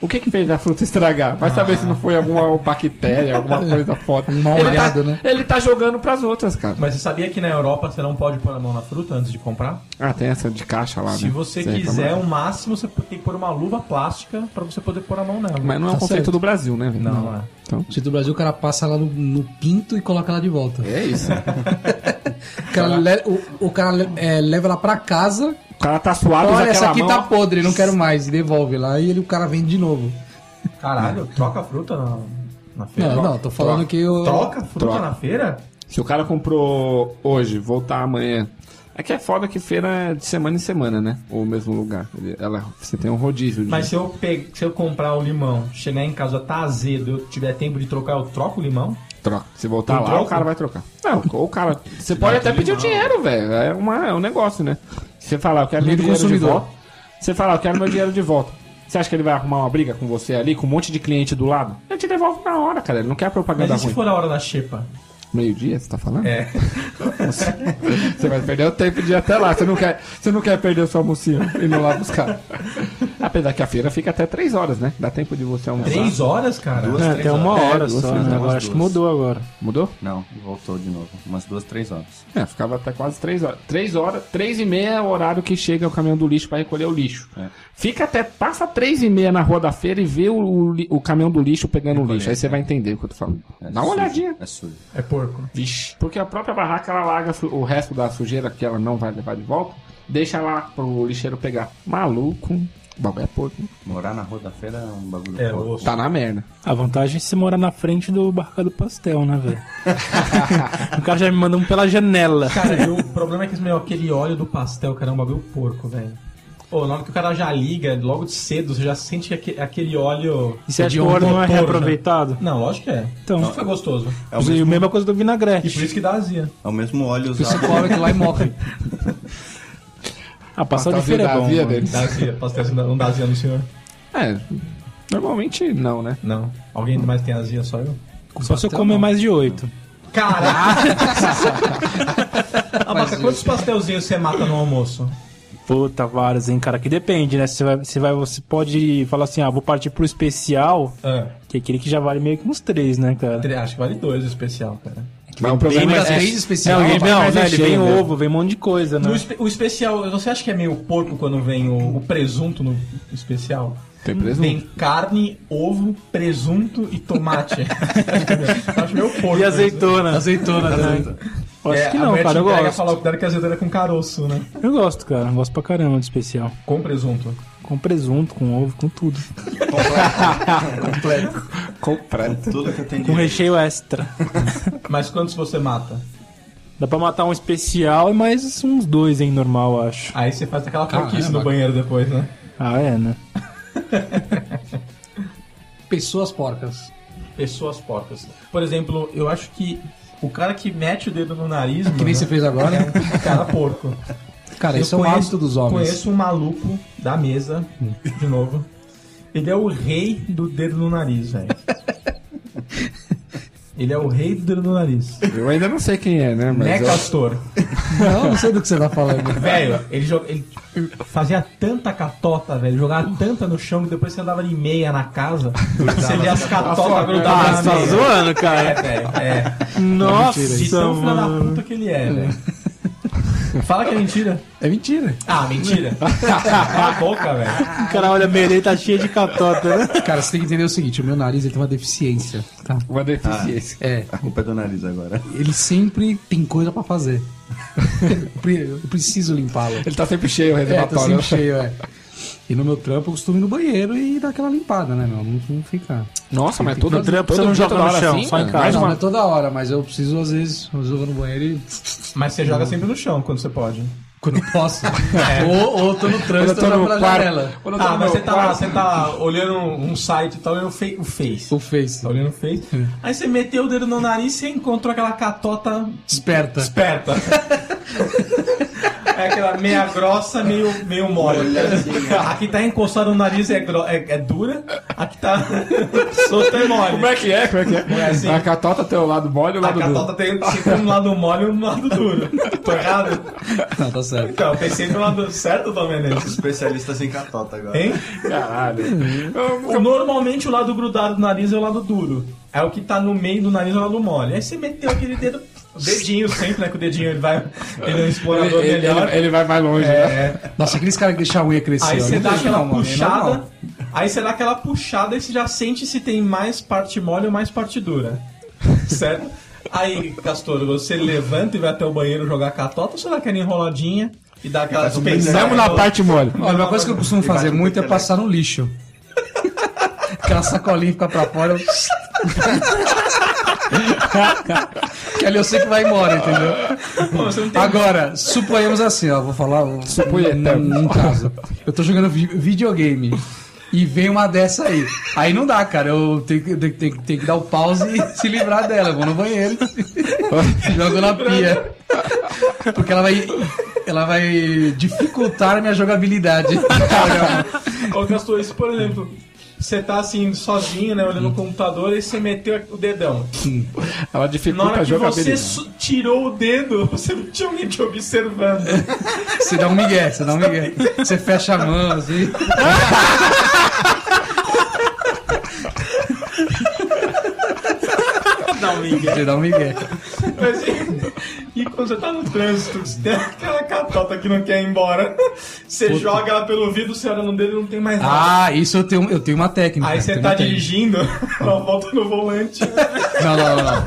S3: O que que fez a fruta estragar? Vai saber se não foi alguma bactéria, alguma coisa foda.
S4: Um mal
S3: ele
S4: olhado,
S3: tá,
S4: né?
S3: Ele tá jogando pras outras, cara.
S2: Mas você sabia que na Europa você não pode pôr a mão na fruta antes de comprar?
S3: Ah, tem essa de caixa lá,
S2: Se
S3: né?
S2: você
S3: Sem
S2: quiser,
S3: reclamar.
S2: o máximo você tem que pôr uma luva plástica pra você poder pôr a mão nela.
S3: Mas não é um
S4: Tá
S3: conceito
S4: certo.
S3: do Brasil, né? velho?
S2: Não, não é.
S3: Então...
S4: Se do Brasil o cara passa lá no, no pinto e coloca ela de volta.
S3: É isso.
S4: O cara, le- o, o cara le- é, leva ela pra casa,
S3: O cara tá suado, usa
S4: olha,
S3: aquela
S4: essa aqui
S3: mão...
S4: tá podre, não quero mais, e devolve lá, e ele, o cara vende de novo.
S2: Caralho, troca a fruta na, na feira?
S4: Não, não, tô falando que eu...
S2: Troca a fruta
S3: Troca.
S2: na feira?
S3: Se o cara comprou hoje, voltar amanhã. É que é foda que feira é de semana em semana, né? Ou o mesmo lugar. Ele- Ela, você tem um rodízio de.
S2: Mas se eu, pe- se eu comprar o limão, chegar em casa, tá azedo, eu tiver tempo de trocar, eu troco o limão?
S3: troca. Se voltar
S2: Com
S3: lá,
S2: um troco?
S3: o cara vai trocar. Não, ou o cara. Você pode até pedir o dinheiro, velho. É, uma- é um negócio, né? Você falar, eu quero meu
S4: Livre
S3: dinheiro de
S4: consumidor.
S3: volta. Você falar, eu quero meu dinheiro de volta. Você acha que ele vai arrumar uma briga com você ali, com um monte de cliente do lado? Ele te devolve na hora, cara. Ele não quer
S2: Mas
S3: propaganda
S2: e se
S3: ruim.
S2: for a hora da xepa?
S3: Meio-dia, você tá falando?
S2: É.
S3: Você vai perder o tempo de ir até lá. Você não quer, você não quer perder sua almocinha e não lá buscar. Apesar que a feira fica até 3 horas, né? Dá tempo de você almoçar.
S2: Três horas, cara?
S6: Duas, três
S5: Até uma
S6: horas.
S5: hora
S3: duas,
S5: só.
S3: três,
S5: né?
S3: umas
S5: Agora acho que mudou agora.
S3: Mudou?
S6: Não, voltou de novo. Umas duas, três horas.
S3: É, ficava até quase 3 horas. 3 horas, 3 e meia é o horário que chega o caminhão do lixo pra recolher o lixo.
S6: É.
S3: Fica até, passa 3 e meia na rua da feira e vê o, o li- o caminhão do lixo pegando o lixo. Aí você vai entender o que eu tô falando.
S6: É
S3: Dá uma
S6: sujo,
S3: olhadinha.
S6: É sujo.
S2: É porco.
S3: Vixe. Porque a própria barraca ela larga su- o resto da sujeira que ela não vai levar de volta, deixa lá pro lixeiro pegar. Maluco. O bagulho é porco. né?
S6: Morar na rua da feira é um bagulho
S2: É
S6: porco.
S2: osso.
S3: Tá na merda.
S5: A vantagem é se morar na frente do barca do pastel, né, velho? o cara já me mandou um pela janela.
S2: Cara, e o problema é que meu, aquele óleo do pastel, cara, é um bagulho porco, velho. Pô, na hora que o cara já liga, logo de cedo, você já sente que aque- aquele óleo.
S5: E você acha
S2: de um
S5: que o óleo não é
S2: motor,
S5: reaproveitado?
S2: Né? Não, lógico que é.
S5: Então.
S2: Então, foi gostoso.
S6: É o
S5: E a mesma coisa do
S2: E por
S5: vinagrete.
S2: isso que dá azia.
S6: É o mesmo óleo
S4: Você
S6: usado.
S4: cobra que lá e morre.
S5: Ah, passar de
S3: Pastelzinho
S5: feira
S3: da
S5: é bom.
S3: Tá via
S5: mano.
S3: deles.
S2: Dá azia. Pastel não dá- não dá azia no senhor?
S3: É, normalmente não, né?
S2: Não. Alguém mais tem azia, só eu?
S5: Só se eu comer mais de oito.
S2: Caralho! Abaca, quantos pastelzinhos você mata no almoço?
S5: Puta, vários, hein, cara. Que depende, né? Você vai, você vai, você pode falar assim, ah, vou partir pro especial,
S2: Ah,
S5: que é aquele que já vale meio que uns três, né, cara?
S2: tre- acho que vale dois o especial, cara.
S3: Mas o
S5: Bem
S3: problema
S5: mais-
S3: é,
S4: três especial,
S5: Não, ele-
S3: vai
S5: não,
S3: mais
S5: né,
S3: é
S5: ele
S3: cheio,
S5: vem
S3: né?
S5: ovo, vem um monte de coisa, né?
S2: No espe- o especial, você acha que é meio porco quando vem o, o presunto no especial?
S3: Tem presunto.
S2: Tem carne, ovo, presunto e tomate. Eu acho meio porco.
S5: E azeitona.
S4: Azeitona também.
S5: Eu Acho
S2: É,
S5: que
S2: a
S5: não,
S2: Beth
S5: cara. Eu
S2: entrega
S5: gosto.
S2: Falar o que dera que azeitona é com caroço, né?
S5: Eu gosto, cara. Eu gosto pra caramba de especial.
S2: Com presunto.
S5: Com presunto, com ovo, com tudo.
S3: Completo.
S6: Tudo que eu tenho
S5: Com recheio extra.
S2: Mas quantos você mata?
S5: Dá pra matar um especial e mais uns dois, hein, normal, eu acho.
S2: Aí você faz aquela
S4: Caramba.
S2: porquice no banheiro depois, né?
S5: Ah, é, né?
S4: Pessoas porcas.
S2: Pessoas porcas. Por exemplo, eu acho que o cara que mete o dedo no nariz.
S4: Que nem
S2: mano,
S4: você fez agora.
S2: É um cara porco.
S4: Cara,
S2: Eu
S4: isso é um hábito dos homens.
S2: Conheço um maluco da mesa, de novo. Ele é o rei do dedo no nariz, velho. Ele é o rei do dedo no nariz.
S3: Eu ainda não sei quem é,
S2: Né,
S3: né? Mas eu-
S2: Castor?
S4: Não, não sei do que você tá falando.
S2: Velho, ele, joga- ele fazia tanta catota, velho. Jogava tanta no chão que depois você andava de meia na casa. Você via as catotas
S5: Ah,
S2: grudadas na
S5: você tá
S2: meia.
S5: zoando, cara.
S2: É, velho, é.
S5: Nossa,
S2: De tão filha da
S5: mano.
S2: puta que ele é, velho. Fala que é mentira.
S4: É mentira.
S2: Ah, mentira. Cala a boca, velho.
S5: O cara olha a minha tá cheia de catota, né?
S4: Cara, você tem que entender o seguinte: o meu nariz ele tem uma deficiência. Tá?
S3: Uma deficiência.
S4: É,
S6: A culpa é do nariz agora.
S4: ele sempre tem coisa pra fazer. Eu pre- eu preciso limpá-lo.
S5: Ah.
S3: Ele tá sempre cheio o
S4: É, tá
S3: reservatório.
S4: sempre cheio, é. E no meu trampo eu costumo ir no banheiro e dar aquela limpada, né, meu? Não, não fica.
S3: Nossa, mas todo,
S5: No trampo você não
S3: dia,
S5: joga
S3: toda
S5: no
S3: hora
S5: chão,
S3: assim,
S5: só em
S3: mano?
S5: casa.
S3: Mais
S4: não,
S3: uma-
S4: não é toda hora, mas eu preciso, às vezes, às vezes eu vou no banheiro e.
S2: Mas você
S3: Hum.
S2: joga sempre no chão quando você pode.
S4: Quando eu posso. ou, ou tô no
S3: É. Quando
S4: trânsito
S3: eu tô
S4: ou tô
S3: no
S4: pela
S3: quarto-
S4: janela.
S3: quando eu tô
S2: Ah,
S3: no
S2: mas
S3: meu
S2: você tá, lá,
S3: quarto-
S2: você tá olhando um site e tá olhando o fe- o Face.
S4: O Face.
S2: Tá olhando o Face.
S3: Hum.
S2: Aí você meteu o dedo no nariz e você encontrou aquela catota
S4: Desperta.
S2: esperta. É aquela meia grossa, meio, meio mole.
S3: assim, né?
S2: Aqui tá encostada no nariz é, gro- é, é dura, aqui tá solta é mole.
S3: Como é que é? Como é que é?
S2: Não é assim?
S3: A catota tem o lado mole e o
S2: A
S3: lado duro.
S2: catota tem sempre um lado mole e um lado duro. Tô errado?
S4: Não, tá certo.
S2: Então, eu pensei no lado certo, Dom Menezes.
S6: Especialistas em catota agora.
S2: Hein?
S3: Caralho.
S2: O- Normalmente o lado grudado do nariz é o lado duro. É o que tá no meio do nariz é o lado mole. Aí você meteu aquele dedo. o Dedinho sempre, né? Que o dedinho ele vai. Ele é um
S3: Ele,
S2: explorador
S3: ele-
S2: melhor.
S3: ele vai mais longe,
S2: É,
S3: né?
S2: é.
S4: Nossa, aqueles caras que deixam a unha crescer.
S2: Aí
S4: ó,
S2: você
S4: não
S2: dá
S4: deixa,
S2: aquela
S4: não, mano, é
S2: puxada.
S4: normal.
S2: Aí você dá aquela puxada e você já sente se tem mais parte mole ou mais parte dura. Certo? Aí, Castor, você levanta e vai até o banheiro jogar catota ou você dá aquela enroladinha e dá aquela dispensada?
S3: um Mesmo na parte mole.
S4: Olha, uma coisa que eu costumo fazer muito é passar no lixo. Aquela sacolinha fica pra fora. Eu... que ali eu sei que vai embora, entendeu?
S2: Pô, você não tem
S4: Agora, suponhamos assim, ó, vou falar um-
S3: tipo Suponhetamos.
S4: num, num caso. Eu tô jogando vi- videogame e vem uma dessa aí. Aí não dá, cara. Eu tenho, que- tenho que- tenho que- tenho que dar o pause e se livrar dela. Eu vou no banheiro, jogo na pia. Porque ela vai. Ela vai dificultar a minha jogabilidade.
S2: Ô, Castor, isso, por exemplo, você tá assim, sozinho, né, olhando o computador e você meteu o dedão.
S3: Ela
S2: Na
S3: dificulta
S2: hora
S3: a
S2: que você
S3: jogabilidade.
S2: su- tirou o dedo, você não tinha alguém te observando.
S4: Você dá um migué, você dá um migué. Você fecha a mão, assim.
S2: Não, ninguém.
S4: Você dá um migué.
S2: Mas e, e quando você tá no trânsito, você tem aquela catota que não quer ir embora, você joga ela pelo vidro, você olha no dedo e não tem mais nada.
S4: Ah, isso eu tenho, eu tenho uma técnica.
S2: Aí você
S4: tenho
S2: tá
S4: uma técnica.
S2: dirigindo, ela volta no volante.
S4: Não, não, não, não.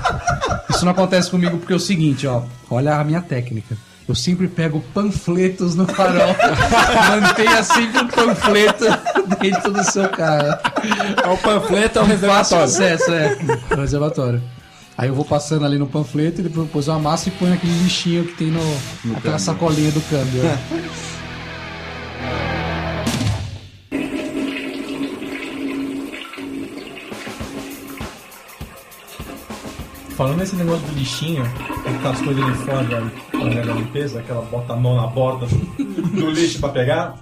S4: Isso não acontece comigo porque é o seguinte, ó. Olha a minha técnica. Eu sempre pego panfletos no farol. Mantenha sempre um panfleto dentro do seu carro.
S3: É o panfleto, é o
S4: Faço
S3: reservatório.
S4: acesso, é. No reservatório. Aí eu vou passando ali no panfleto e depois eu amasso e ponho aquele lixinho que tem no, aquela sacolinha do câmbio. né?
S2: Falando nesse negócio do lixinho, que tá as coisas ali fora da da da limpeza, aquela bota a mão na borda do lixo pra pegar.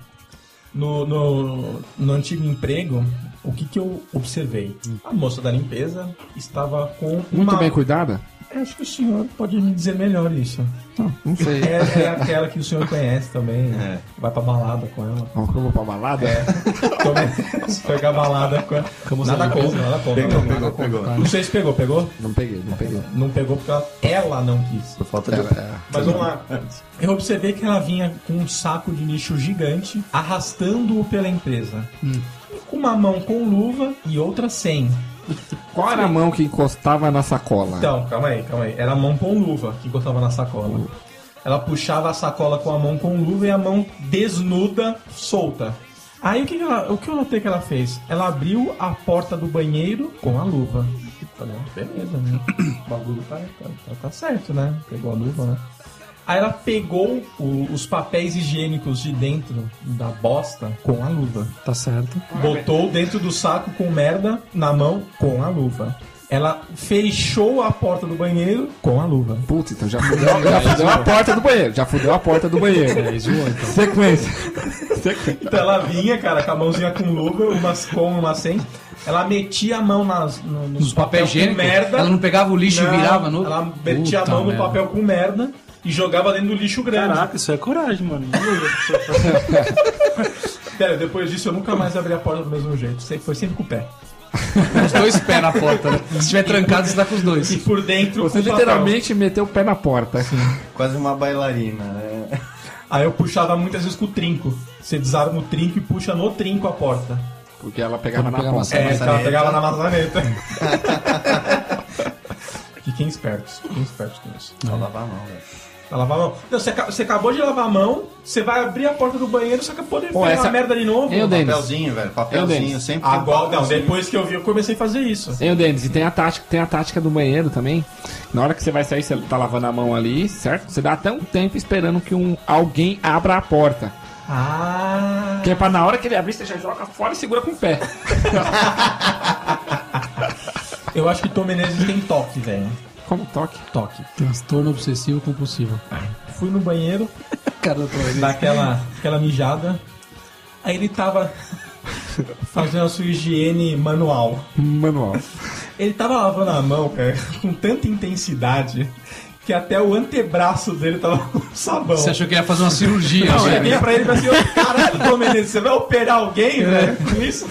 S2: No, no, no antigo emprego, o que que eu observei? A moça da limpeza estava com
S3: Muito
S2: uma...
S3: bem cuidada?
S2: Acho que o senhor pode me dizer melhor isso.
S3: Ah, Não sei.
S2: É, é aquela que o senhor conhece também,
S6: É.
S2: né? vai pra balada com ela.
S3: Ó, que eu vou pra balada?
S2: É. Tome- Se pegar balada com ela. Nada contra, nada contra.
S6: Pegou,
S2: nada
S6: pegou,
S2: contra.
S6: pegou.
S2: Não sei se pegou, pegou?
S3: Não peguei, não peguei.
S2: Não pegou porque ela, ela não quis.
S6: Por falta de.
S3: Pera, é.
S2: Mas vamos lá. Eu observei que ela vinha com um saco de lixo gigante, arrastando-o pela empresa. Com uma mão com luva e outra sem.
S3: Qual era a mão que encostava na sacola?
S2: Então, calma aí, calma aí. Era a mão com luva que encostava na sacola. Ela puxava a sacola com a mão com luva e a mão desnuda, solta. Aí o que, que ela, o que eu notei que ela fez? Ela abriu a porta do banheiro com a luva. Falei, ah, beleza, né? O bagulho tá, tá, tá- tá certo, né? Pegou a luva, né? Aí ela pegou o- os papéis higiênicos de dentro da bosta com a luva.
S4: Tá certo.
S2: Botou dentro do saco com merda na mão com a luva. Ela fechou a porta do banheiro com a luva.
S3: Putz, então já fudeu,
S2: É,
S3: já fudeu a porta do banheiro. Já fudeu a porta do banheiro. Sequência.
S2: Então ela vinha, cara, com a mãozinha com luva, umas com, uma sem. Ela metia a mão nas, no- nos
S4: Nos papéis
S2: papel com
S4: higiênicos?
S2: merda.
S4: Ela não pegava o lixo e
S2: Não,
S4: virava no.
S2: Ela metia
S4: Puta
S2: a mão no
S4: merda.
S2: papel com merda e jogava dentro do lixo grande.
S5: Caraca, isso é coragem, mano.
S2: Cara, depois disso eu nunca mais abri a porta do mesmo jeito. Sempre- Foi sempre com o pé.
S4: Os dois pés na porta, né? Se tiver trancado, você tá com os dois.
S2: E por dentro.
S3: Você
S2: com o papel.
S3: literalmente meteu o pé na porta. assim,
S6: Quase uma bailarina, né?
S2: Aí eu puxava muitas vezes com o trinco. Você desarma o trinco e puxa no trinco a porta.
S3: Porque ela pegava na
S4: pegava
S3: ponta.
S2: É,
S6: maçaneta.
S2: ela pegava na maçaneta. Fiquem espertos, fiquem espertos com isso.
S6: Só lavar a mão, velho.
S2: Vai lavar a mão. Não, você, aca- você acabou de lavar a mão, você vai abrir a porta do banheiro, só que pode
S3: Pô,
S2: fazer
S3: essa-
S2: uma merda de novo.
S3: Hein, o Denis?
S6: Papelzinho, velho.
S3: Eu,
S6: Papelzinho,
S3: Denis.
S6: sempre.
S2: Agora, não, depois que eu vi, eu comecei a fazer isso.
S3: Hein, o Denis? E tem a, tática, tem a tática do banheiro também. Na hora que você vai sair, você tá lavando a mão ali, certo? Você dá até um tempo esperando que um, alguém abra a porta.
S2: Ah.
S3: Que é pra na hora que ele abrir, você já joga fora e segura com o pé.
S2: Eu acho que Tom Menezes tem toque, velho.
S3: Como toque.
S2: Toque.
S4: Transtorno obsessivo compulsivo.
S2: Fui no banheiro,
S4: Cara, eu tô olhando.
S2: dar aquela, aquela mijada. Aí ele tava fazendo a sua higiene manual.
S3: Manual.
S2: Ele tava lavando a mão, cara, é, com tanta intensidade que até o antebraço dele tava com sabão.
S4: Você achou que ia fazer uma cirurgia?
S2: Eu
S4: né?
S2: cheguei pra ele e falei assim, "Ô, caralho, Tom Menezes, você vai operar alguém,
S4: É.
S2: velho? Com isso?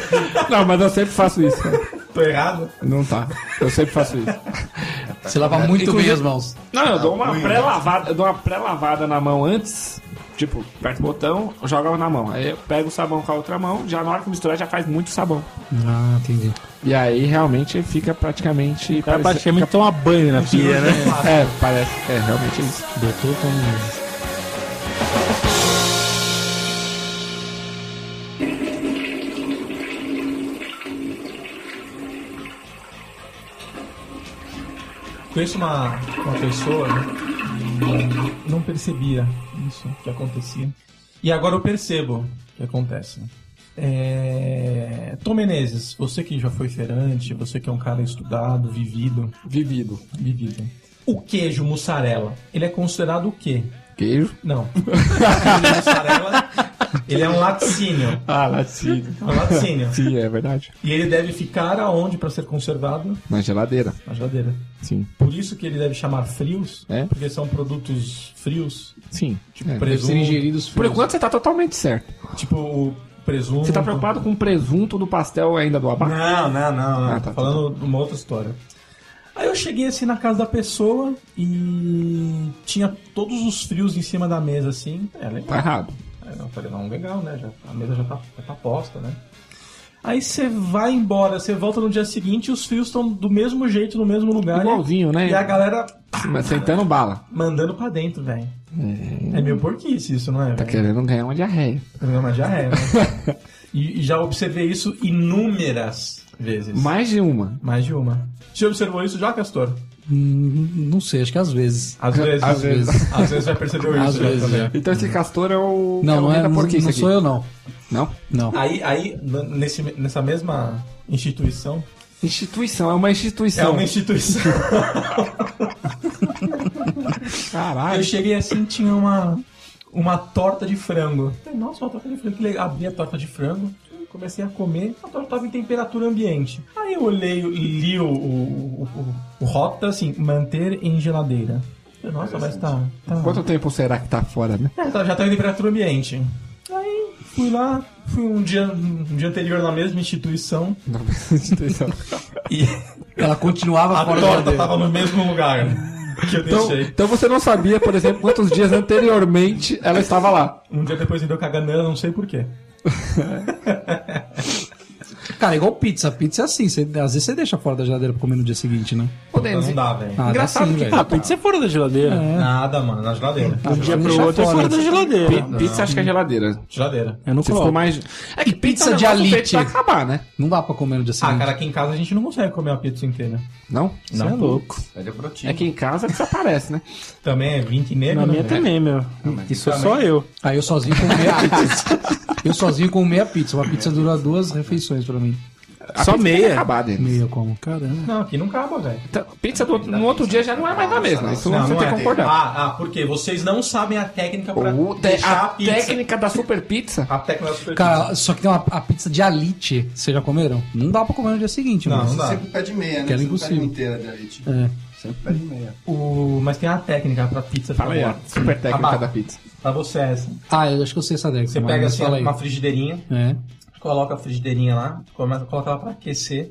S3: Não, mas eu sempre faço isso. cara.
S2: Tô errado?
S3: Não tá. Eu sempre faço isso.
S4: Você lava muito bem as mãos.
S3: Não, eu dou uma pré-lavada, eu dou uma pré-lavada na mão antes, tipo, aperto o botão, joga na mão. Aí eu pego o sabão com a outra mão, já na hora que misturar já faz muito sabão.
S4: Ah, entendi.
S3: E aí realmente fica É praticamente.
S5: Cara,
S3: parece-
S5: praticamente toma banho na pia, né?
S3: É, parece. É realmente isso.
S4: Doutor Tom Menezes.
S2: Conheço uma, uma pessoa, né, não percebia isso que acontecia. E agora eu percebo o que acontece. né. É... Tom Menezes, você que já foi feirante, você que é um cara estudado, vivido,
S3: Vivido.
S2: vivido. O queijo mussarela, ele é considerado o quê?
S3: Queijo.
S2: Não. O queijo mussarela, ele é um laticínio.
S3: Ah, latinho.
S2: É um laticínio.
S3: Sim, é verdade.
S2: E ele deve ficar aonde para ser conservado?
S3: Na geladeira.
S2: Na geladeira.
S3: Sim.
S2: Por isso que ele deve chamar frios,
S3: É.
S2: porque são produtos frios,
S3: Sim.
S2: tipo
S3: É.
S4: Deve ser
S2: presunto,
S4: ingeridos
S3: Por
S4: frios.
S3: enquanto você tá totalmente certo.
S2: tipo o presunto.
S3: Você tá preocupado com o presunto do pastel ainda do abacate?
S2: Não, não, não, não.
S3: Ah, tá,
S2: Tô
S3: tá,
S2: falando de uma outra história. Aí eu cheguei assim na casa da pessoa e tinha todos os frios em cima da mesa assim. É legal.
S3: Tá errado.
S2: Aí eu falei, não, legal, né? Já, a mesa já tá, já tá posta, né? Aí você vai embora, você volta no dia seguinte e os frios estão do mesmo jeito, no mesmo lugar.
S3: Igualzinho, né?
S2: E a galera
S3: Mas sentando bala.
S2: mandando pra dentro, velho. É... meio porquice isso, não é?
S3: Tá
S2: velho?
S3: querendo ganhar uma diarreia.
S2: Programa já é, né? e, e já observei isso inúmeras vezes.
S3: Mais de uma.
S2: Mais de uma. Você observou isso já, Castor?
S4: Hum, Não sei, acho que às vezes.
S2: Às vezes.
S3: Às vezes.
S2: Às vezes já percebeu isso
S4: Às
S2: já
S4: vezes,
S2: também.
S4: é.
S3: Então esse castor é o.
S4: Não, não é.
S3: da
S4: Não,
S3: porquice
S4: não
S3: aqui.
S4: sou eu, não.
S3: Não?
S4: Não.
S2: Aí, aí n- nesse, nessa mesma instituição.
S3: Instituição, é uma
S2: É
S3: instituição.
S2: uma instituição.
S3: Caralho.
S2: Eu cheguei assim, tinha uma, uma torta de frango. Falei, Nossa, uma torta de frango. Que legal. Abri a torta de frango, comecei a comer. A torta estava em temperatura ambiente. Aí eu olhei e li o, o, o- o rota, assim, manter em geladeira. Falei, Nossa, mas tá... tá...
S3: Quanto tempo será que tá fora, né?
S2: É, tá- já tá em temperatura ambiente. Aí fui lá, fui um dia, um dia anterior na mesma instituição
S3: Não, instituição.
S2: e
S4: Ela continuava
S2: a
S4: fora
S2: torta
S4: da
S2: tava no mesmo lugar que eu
S3: Então,
S2: deixei.
S3: então você não sabia, por exemplo, quantos dias anteriormente ela estava lá.
S2: Um dia depois me deu caganela, não sei porquê.
S4: Cara, igual pizza. Pizza é assim. Você, às vezes você deixa fora da geladeira pra comer no dia seguinte, né?
S3: Ô,
S2: Então
S3: Denis, é.
S2: não dá, velho.
S4: Ah,
S3: Engraçado
S4: dá sim,
S3: que-
S4: velho.
S5: Ah, pode ser fora da geladeira.
S2: Nada, mano, na geladeira.
S3: Tá.
S4: Ah,
S5: Um dia
S4: deixa
S5: pro outro é
S4: fora.
S5: fora da geladeira.
S3: pi- pizza acho que é geladeira.
S2: Geladeira.
S5: Eu não
S3: Você ficou
S5: coloco.
S3: mais. É que
S4: pizza de
S3: negócio feito
S4: alite.
S3: pra acabar, né?
S4: Não dá pra comer no dia seguinte.
S2: Ah, cara, aqui em casa a gente não consegue comer uma pizza inteira.
S3: Não?
S5: Você é louco.
S6: Pede a proteína.
S3: É que em casa desaparece, né?
S2: Também é 20 negro,
S5: Na
S2: né?
S5: minha
S2: velho?
S5: também, meu. Isso é só eu.
S4: Aí eu sozinho com meia pizza. Eu sozinho com meia pizza. Uma pizza dura duas refeições pra mim.
S3: A pizza
S5: Só
S3: tem que
S5: meia.
S3: Acabar, Denis.
S4: Meia eu como. Caramba.
S2: Não, aqui não acaba, velho.
S3: Então, pizza do outro- no outro dia já não é mais a mesma. Isso
S2: Não,
S3: você
S2: não
S3: tem que
S2: é.
S3: concordar.
S2: Ah, ah, por quê? Vocês não sabem a técnica pra
S3: Ou te-
S2: deixar
S3: a
S2: a pizza.
S3: técnica da super pizza.
S2: A técnica é da super
S4: Cara, só que tem uma a pizza de alite. Vocês já comeram? Não dá pra comer no dia seguinte,
S2: Não,
S4: mano.
S2: não dá.
S6: Sempre pede meia, né?
S4: Que era
S6: Você
S4: impossível.
S6: Não pede inteira de leite.
S4: É.
S6: Sempre pede meia.
S2: O... Mas tem uma técnica pra pizza ficar
S3: Fala aí,
S2: boa.
S3: a Tá super técnica
S2: Abaca.
S3: da pizza.
S2: Pra você é essa.
S4: Ah, eu acho que eu sei essa década.
S2: Você
S4: mas
S2: pega assim
S4: fala aí.
S2: uma frigideirinha,
S4: É.
S2: coloca a frigideirinha lá, começa, coloca ela pra aquecer.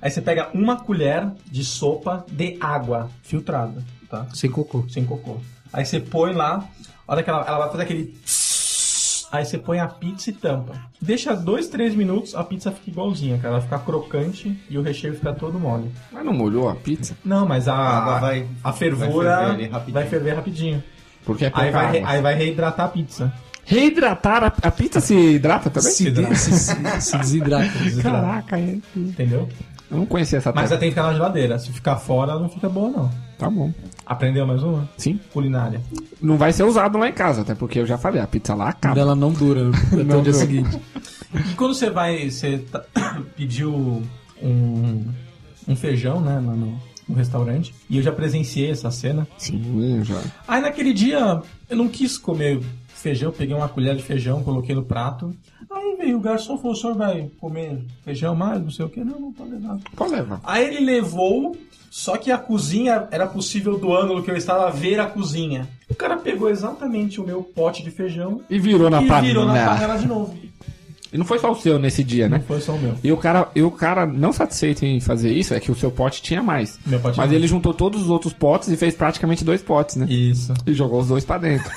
S2: Aí você pega uma colher de sopa de água filtrada, tá?
S4: Sem cocô.
S2: Sem cocô. Aí você põe lá, a hora que ela, ela vai fazer aquele. tss, Aí você põe a pizza e tampa. Deixa dois, três minutos, a pizza fica igualzinha, cara. Ela fica crocante e o recheio fica todo mole.
S3: Mas não molhou a pizza?
S2: Não, mas a,
S6: A água
S2: a,
S6: Ah, vai-
S2: Ah, a fervura
S6: vai
S2: vai
S6: ferver ali
S2: ferver,
S6: rapidinho. Então
S2: rapidinho.
S3: Porque é
S2: Aí
S3: pouca
S2: vai, re-
S3: água.
S2: aí vai reidratar a pizza.
S3: Reidratar a, a pizza se hidrata também?
S4: Se, de- se, se- se desidrata.
S3: Caraca, é-
S2: Entendeu?
S3: eu não conhecia essa
S2: Mas é- ela
S3: técnica.
S2: tem que ficar na geladeira. Se ficar fora, ela não fica boa, não.
S3: Tá bom.
S2: Aprendeu mais uma?
S3: Sim.
S2: Culinária.
S3: Não vai ser usado lá em casa, até porque eu já falei, a pizza lá acaba.
S4: Ela não dura até
S3: Não
S4: o
S3: dura.
S4: dia seguinte.
S2: E quando você vai, você tá- pediu um, um feijão, né, lá no, no restaurante, e eu já presenciei essa cena.
S3: Sim, já.
S2: Aí naquele dia eu não quis comer feijão, peguei uma colher de feijão, coloquei no prato. Aí veio o garçom e falou: o senhor vai comer feijão mais, não sei o que, não, não pode levar.
S3: Qual leva?
S2: Aí ele levou, só que a cozinha era possível do ângulo que eu estava ver a cozinha. O cara pegou exatamente o meu pote de feijão
S3: E virou na
S2: e
S3: panela.
S2: virou na panela de novo.
S3: E não foi só o seu nesse dia,
S2: Não
S3: né?
S2: foi só o meu.
S3: E o cara, e o cara não satisfeito em fazer isso, é que o seu pote tinha mais.
S2: Meu pote
S3: Mas
S2: tinha
S3: ele juntou todos os outros potes e fez praticamente dois potes, né?
S2: Isso.
S3: E jogou os dois pra dentro.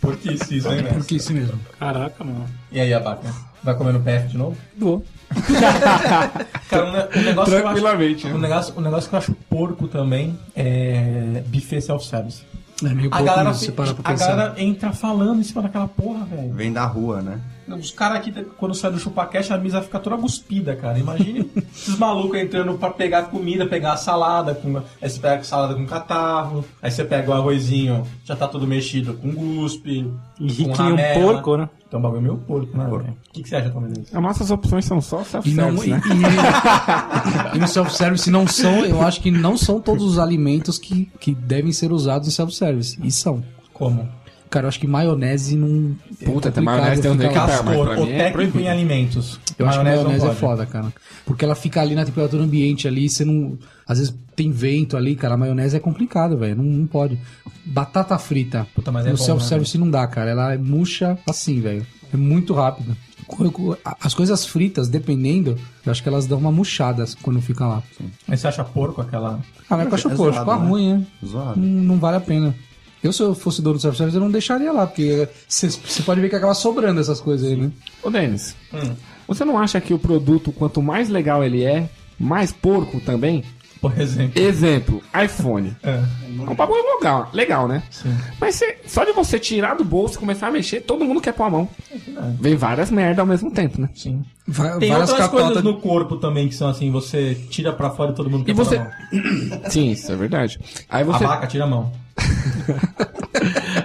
S2: Porque isso, isso, hein, velho?
S4: Porque é isso mesmo.
S5: Caraca, mano.
S2: E aí, Abaca? Vai comendo PF de novo?
S3: Vou.
S2: Cara, um, ne- um negócio que eu acho-
S3: Tranquilamente, né?
S2: um negócio, um negócio que eu acho porco também é buffet self-service.
S4: É meio
S2: A
S4: pouco
S2: galera,
S4: isso, se
S2: fi-
S4: parar pra
S2: a
S4: pensar.
S2: galera entra falando em cima daquela porra, velho.
S6: Vem da rua, né?
S2: Os caras aqui, quando sai do chupaquete, a mesa fica toda guspida, cara. Imagine esses malucos entrando pra pegar comida, pegar a salada. Com... Aí você pega a salada com catarro. Aí você pega o arrozinho, já tá todo mexido com guspe. com
S5: E que nem um
S2: ramela.
S5: porco, né?
S2: Então o bagulho é meio porco, né? velho? O que, que você acha, Palmeiras?
S3: As nossas opções são só
S4: E, não,
S3: self-service,
S4: e,
S3: né?
S4: e- e no self-service não são, eu acho que não são todos os alimentos que, que devem ser usados em self-service. E são.
S2: Como?
S4: Cara, eu acho que maionese não.
S3: Puta,
S4: é
S3: tem
S4: complicado
S3: maionese, tem um
S4: ficar
S3: que
S4: lá.
S3: tá, mas
S2: Cascor,
S3: pra
S2: o
S3: mim é
S2: técnico em
S3: proibido.
S2: alimentos.
S4: Eu acho que
S2: Maionese não
S4: maionese é
S2: pode.
S4: foda, cara. Porque ela fica ali na temperatura ambiente ali, você não. Às vezes tem vento ali, cara. A maionese é complicado, velho. Não, não pode. Batata frita.
S2: Puta, mas é
S4: no
S2: bom,
S4: self-service não dá, cara. Ela é murcha assim, velho. É muito rápida. Co- co- a- As coisas fritas, dependendo, eu acho que elas dão uma murchada quando fica lá.
S2: Mas você acha porco aquela.
S4: Ah, mas
S6: é
S4: cachorro, é
S6: zoado,
S4: ficou
S6: né?
S4: ruim, né?
S6: Zoado.
S4: Não, não vale a pena. Eu, se eu fosse dono do self-service, eu não deixaria lá, porque você pode ver que acaba sobrando essas coisas aí, né?
S3: Ô, Denis,
S2: Hum.
S3: você não acha que o produto, quanto mais legal ele é, mais porco também?
S2: Por exemplo.
S3: Exemplo, iPhone.
S2: É.
S3: É um bagulho legal, legal né? Mas cê- só de você tirar do bolso e começar a mexer, todo mundo quer pôr a mão.
S2: É
S3: Vem várias merda ao mesmo tempo, né?
S2: Sim.
S4: Va-
S2: Tem
S4: várias
S2: outras
S4: capotas
S2: coisas no corpo também que são assim, você tira pra fora e todo mundo
S3: E
S2: pôr
S3: você-
S2: na mão.
S3: Sim, isso é verdade. Aí
S2: A
S3: você.
S2: vaca tira a mão.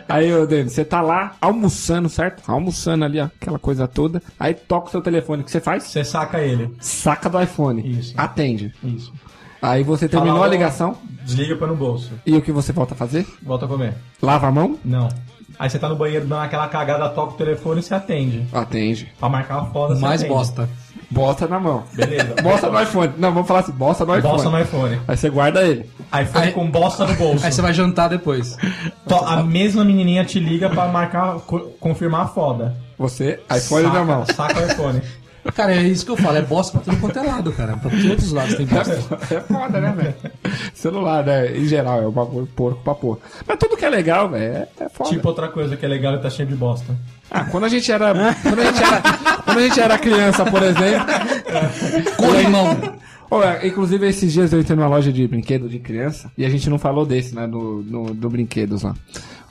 S3: Aí, ô Denis, você tá lá almoçando, certo? Almoçando ali, ó, aquela coisa toda. Aí toca o seu telefone, o que você faz?
S2: Você saca ele.
S3: Saca do iPhone.
S2: Isso.
S3: Atende.
S2: Isso.
S3: Aí você terminou
S2: Fala,
S3: a
S2: ô.
S3: ligação.
S2: Desliga põe no bolso.
S3: E o que você volta a fazer?
S2: Volta a comer.
S3: Lava a mão?
S2: Não. Aí você tá no banheiro dá aquela cagada, toca o telefone e você atende.
S3: Atende.
S2: Pra marcar uma foda, você
S4: mais
S2: atende.
S4: bosta.
S3: Bota na mão.
S2: Beleza.
S3: Bosta no iPhone. Não, vamos falar assim, bosta no iPhone.
S2: Bosta no iPhone.
S3: Aí você guarda ele.
S2: iPhone
S4: Aí-
S2: com bosta no bolso.
S4: Aí você vai jantar depois.
S2: To- A mesma menininha te liga pra marcar, co- confirmar a foda.
S3: Você, iPhone
S2: saca,
S3: na mão.
S2: Saca o iPhone.
S4: Cara, é isso que eu falo, é bosta pra tudo quanto é lado, cara. Pra todos os lados tem bosta.
S3: É foda, né, velho? Celular, né? Em geral, é um bagulho porco pra porra. Mas tudo que é legal, velho, é, é foda.
S2: Tipo outra coisa que é legal e tá cheio de bosta.
S3: Ah, quando a gente era. Quando a gente era, quando a gente era criança, por exemplo.
S4: Corrimão.
S3: Ô, é, inclusive, esses dias eu entrei numa loja de brinquedo de criança e a gente não falou desse, né? Do, do, do brinquedos lá.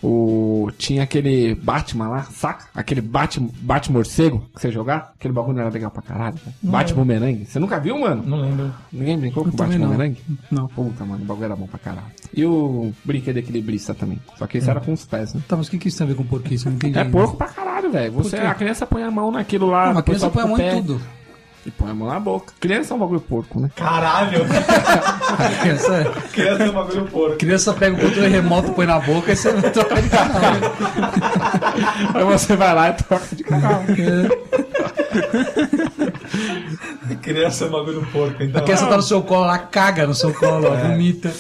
S3: O, tinha aquele Batman lá, saca? Aquele Bat, Bat-morcego que você jogar. Aquele bagulho era legal pra caralho. velho. Bat-bumerangue. Você nunca viu, mano?
S2: Não lembro.
S3: Ninguém brincou com o
S4: também
S3: Batman
S4: não.
S3: Bumerangue?
S4: Não.
S3: Puta, mano, o bagulho era bom pra caralho. E o brinquedo equilibrista também. Só que isso era com os pés, né?
S4: Tá, mas o que, que isso tem a ver com porquice? Eu não entendi.
S3: É
S4: ainda.
S3: porco pra caralho, velho. Você,
S4: Por quê?
S3: a criança põe a mão naquilo lá.
S4: Não, a criança
S3: só
S4: põe a
S3: com
S4: mão
S3: o É pé
S4: em tudo.
S3: E põe a mão na boca. Criança é um bagulho porco, né?
S2: Caralho!
S4: A criança,
S2: Criança tem um bagulho porco.
S4: a criança pega o controle remoto, põe na boca e você não troca de canal.
S3: É. Aí você vai lá e troca de canal.
S2: Criança é um bagulho porco, então.
S4: A criança tá no seu colo, ela caga no seu colo, ela vomita.